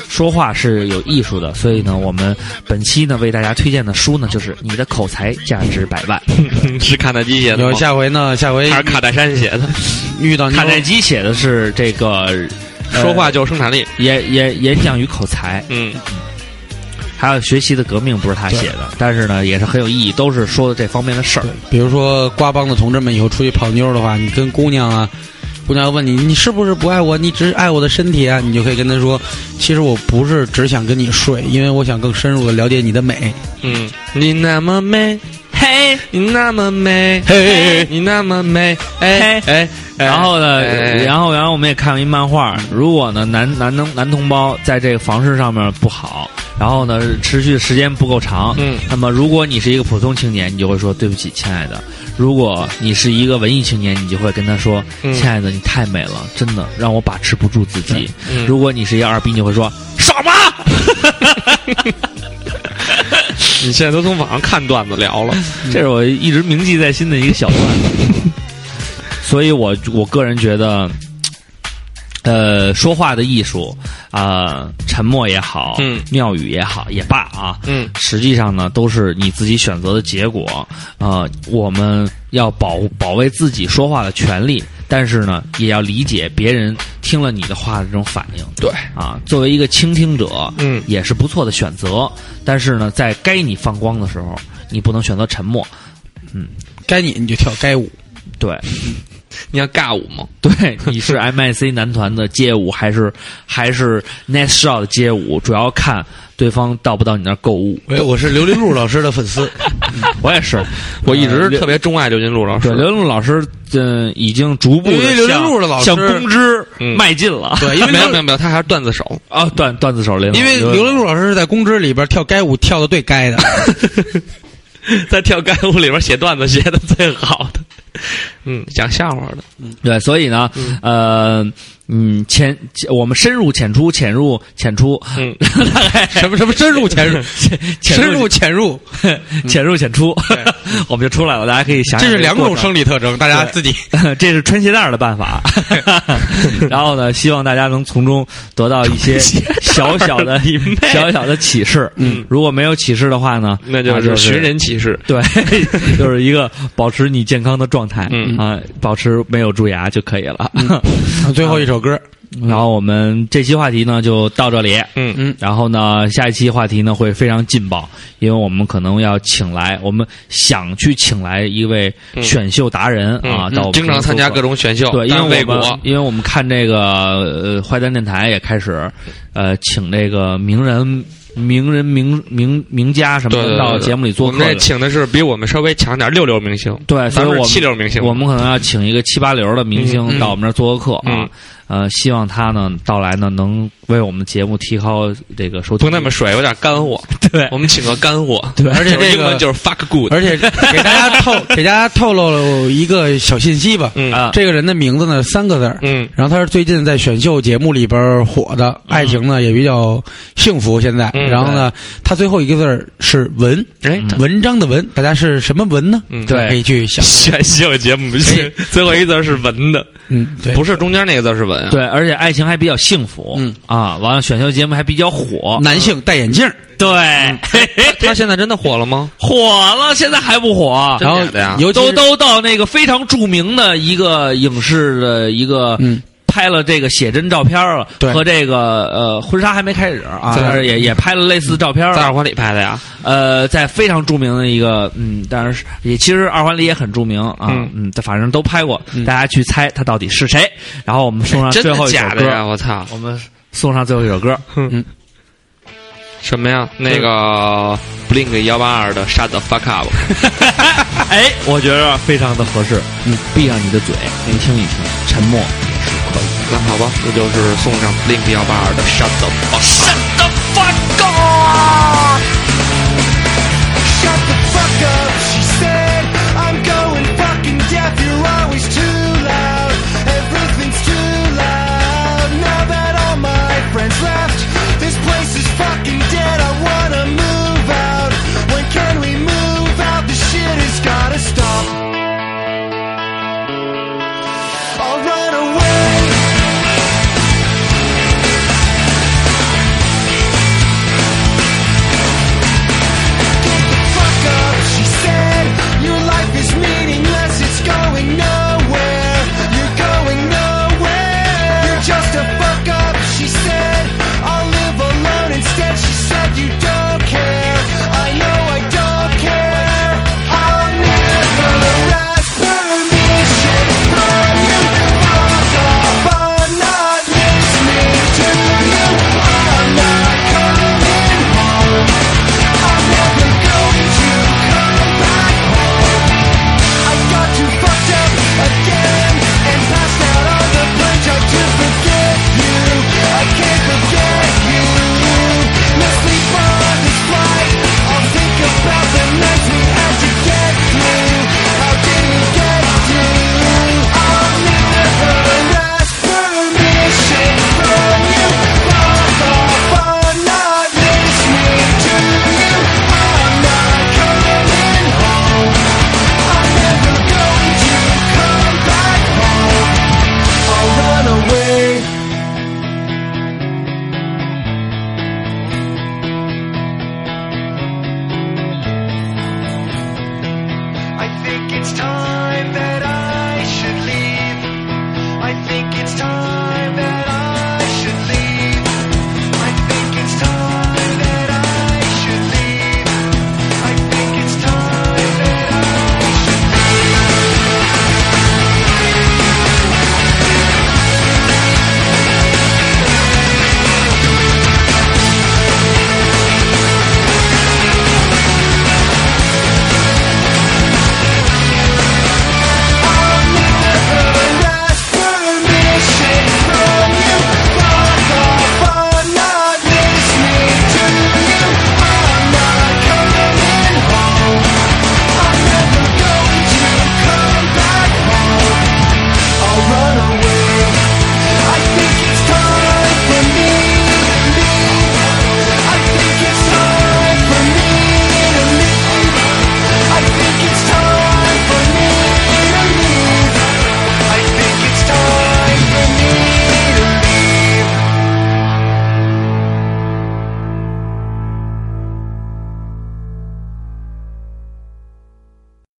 S2: 说话是有艺术的，所以呢，我们本期呢为大家推荐的书呢，就是《你的口才价值百万》，
S7: 嗯是卡耐基写的
S1: 有
S7: 吗？
S1: 下回呢，下回
S7: 还是卡戴珊写的？
S1: 遇到你
S2: 卡耐基写的是这个呃
S7: 说话就是生产力。
S2: 演演演讲与口才，
S7: 嗯，
S2: 还有学习的革命，不是他写的，但是呢也是很有意义，都是说的这方面的事儿。
S1: 比如说瓜帮子同志们以后出去泡妞的话，你跟姑娘啊，姑娘问你你是不是不爱我，你只爱我的身体啊，你就可以跟她说，其实我不是只想跟你睡，因为我想更深入的了解你的美。
S7: 嗯，你那么美，
S2: 嘿，
S7: 你那么美，嘿，你那么美，哎哎。哎
S2: 然后呢，
S7: 哎
S2: 然后然后我们也看了一漫画，如果呢男男能男同胞在这个房事上面不好，然后呢持续时间不够长，
S7: 嗯，
S2: 那么如果你是一个普通青年，你就会说对不起，亲爱的；如果你是一个文艺青年，你就会跟他说，
S7: 嗯
S2: 亲爱的，你太美了，真的让我把持不住自己。
S7: 嗯
S2: 如果你是一个二逼，你就会说爽吗？
S7: 你现在都从网上看段子聊 了，
S2: 这是我一直铭记在心的一个小 段子。所以我我个人觉得，呃，说话的艺术啊、沉默也好，
S7: 嗯
S2: 妙语也好，也罢啊，
S7: 嗯，
S2: 实际上呢，都是你自己选择的结果啊、呃我们要保保卫自己说话的权利，但是呢，也要理解别人听了你的话的这种反应。
S7: 对
S2: 啊，作为一个倾听者，
S7: 嗯
S2: 也是不错的选择。但是呢，在该你放光的时候，你不能选择沉默。
S1: 该你你就跳该舞，
S2: 对，
S7: 你要尬舞吗？
S2: 对，你是 MIC 男团的街舞，还是还是 Next Shot 的街舞，主要看对方到不到你那儿购物。
S1: 我我是刘林路老师的粉 丝，
S2: 我也是，
S7: 我一
S2: 呃
S7: 直
S2: 刘
S7: 特别钟爱刘金柱老师
S2: 对，刘林路老师，嗯、已经逐步
S1: 因为
S2: 的
S1: 刘林
S2: 向
S1: 路的老师
S2: 向公知
S7: 嗯
S2: 迈进了。
S1: 对，因为
S7: 没有
S1: 刘
S7: 没有没有，他还是段子手。
S2: 啊，段段子手林，
S1: 因为刘林路老师是在公知里边跳该舞跳的最该的，
S7: 在跳干舞里边写段子写的最好的，嗯，讲笑话的，
S2: 对，所以呢，呃，嗯，浅浅我们深入浅出，浅入浅出，
S7: 嗯，
S1: 什么什么深入潜入，
S2: 浅
S1: 深入潜入，
S2: 浅入浅出，我们就出来了。大家可以想想
S1: 这
S2: 个过程，
S1: 是两种生理特征，大家
S2: 对
S1: 自己
S2: 这是穿鞋带儿的办法。然后呢，希望大家能从中得到一些小小的、小小的启示。嗯，如果没有启示的话呢，
S7: 那就
S2: 啊
S7: 是
S2: 是
S7: 寻。人启事。
S2: 对， 就是一个保持你健康的状态，
S7: 嗯
S2: 啊，保持没有蛀牙就可以了。
S1: 啊最后一首歌，
S2: 然后我们这期话题呢就到这里，
S7: 嗯
S1: 嗯
S2: 然后呢下一期话题呢会非常劲爆，因为我们可能要请来，我们想去请来一位选秀达人啊，到
S7: 嗯
S2: 我们
S7: 经常参加各种选秀，
S2: 对，因
S7: 但
S2: 为
S7: 未
S2: 我们
S7: 果，
S2: 因为我们看这个呃坏蛋电台也开始呃请这个名人。名人、名名名家什么
S7: 对对对
S2: 的到节目里做
S7: 我
S2: 客
S7: 们这
S2: 的，
S7: 请的是比我们稍微强点六流明星，
S2: 对，所
S7: 咱们
S2: 以我
S7: 是
S2: 们
S7: 七流明星，
S2: 我们可能要请一个七八流的明
S7: 嗯
S2: 星
S7: 嗯
S2: 到我们这儿做个客啊
S7: 嗯，
S2: 呃，希望他呢到来呢能为我们的节目提高这个收
S7: 不
S2: 听率。
S7: 那么水，有点干货。
S2: 对
S7: 我们请个干货，
S2: 对
S1: 而且这
S7: 英
S1: 个
S7: 文就是 fuck good，
S1: 而且给大家透给大家透露了一个小信息吧，
S7: 嗯
S2: 啊，
S1: 这个人的名字呢三个字儿，
S7: 嗯
S1: 然后他是最近在选秀节目里边火的，爱情呢也比较幸福现在，
S7: 嗯
S1: 然后呢他最后一个字儿是文，
S7: 哎，
S1: 文章的文，大家是什么文呢？
S7: 嗯
S1: 可
S2: 对
S1: 以去想，
S7: 选秀节目是
S2: 哎
S7: 最后一字是文的，
S1: 嗯，对，
S7: 不是中间那个字是文啊。
S2: 对，而且爱情还比较幸福，
S1: 嗯
S2: 啊，完了选秀节目还比较
S7: 哦
S2: 火，
S1: 男性戴眼镜儿，
S2: 对，
S7: 嗯他现在真的火了吗？
S2: 火了，现在还不火。啊
S1: 然后
S7: 哦假的呀
S1: 尤其
S2: 都
S1: 是
S2: 都到那个非常著名的一个影视的一个，
S1: 嗯
S2: 拍了这个写真照片了，
S1: 对
S2: 和这个呃婚纱还没开始啊，
S1: 在
S2: 但是也也拍了类似照片
S7: 在
S2: 了
S7: 二，环里拍的呀。
S2: 呃，在非常著名的一个，嗯，当然是也其实二环里也很著名啊，
S7: 嗯
S2: 嗯，这反正都拍过，大家去猜他到底是谁。然后我们送上
S7: 真
S2: 最后
S7: 的
S2: 一首
S7: 假的呀？
S2: 歌，
S7: 我操！
S2: 我们送上最后一首歌，
S7: 什么呀？那个 Blink 幺八二的 Shut the fuck up，
S2: 哎，我觉得非常的合适，你闭上你的嘴，你听一听，沉默。
S7: 那好吧，那就是送上 Blink 幺八二的 Shut the fuck up。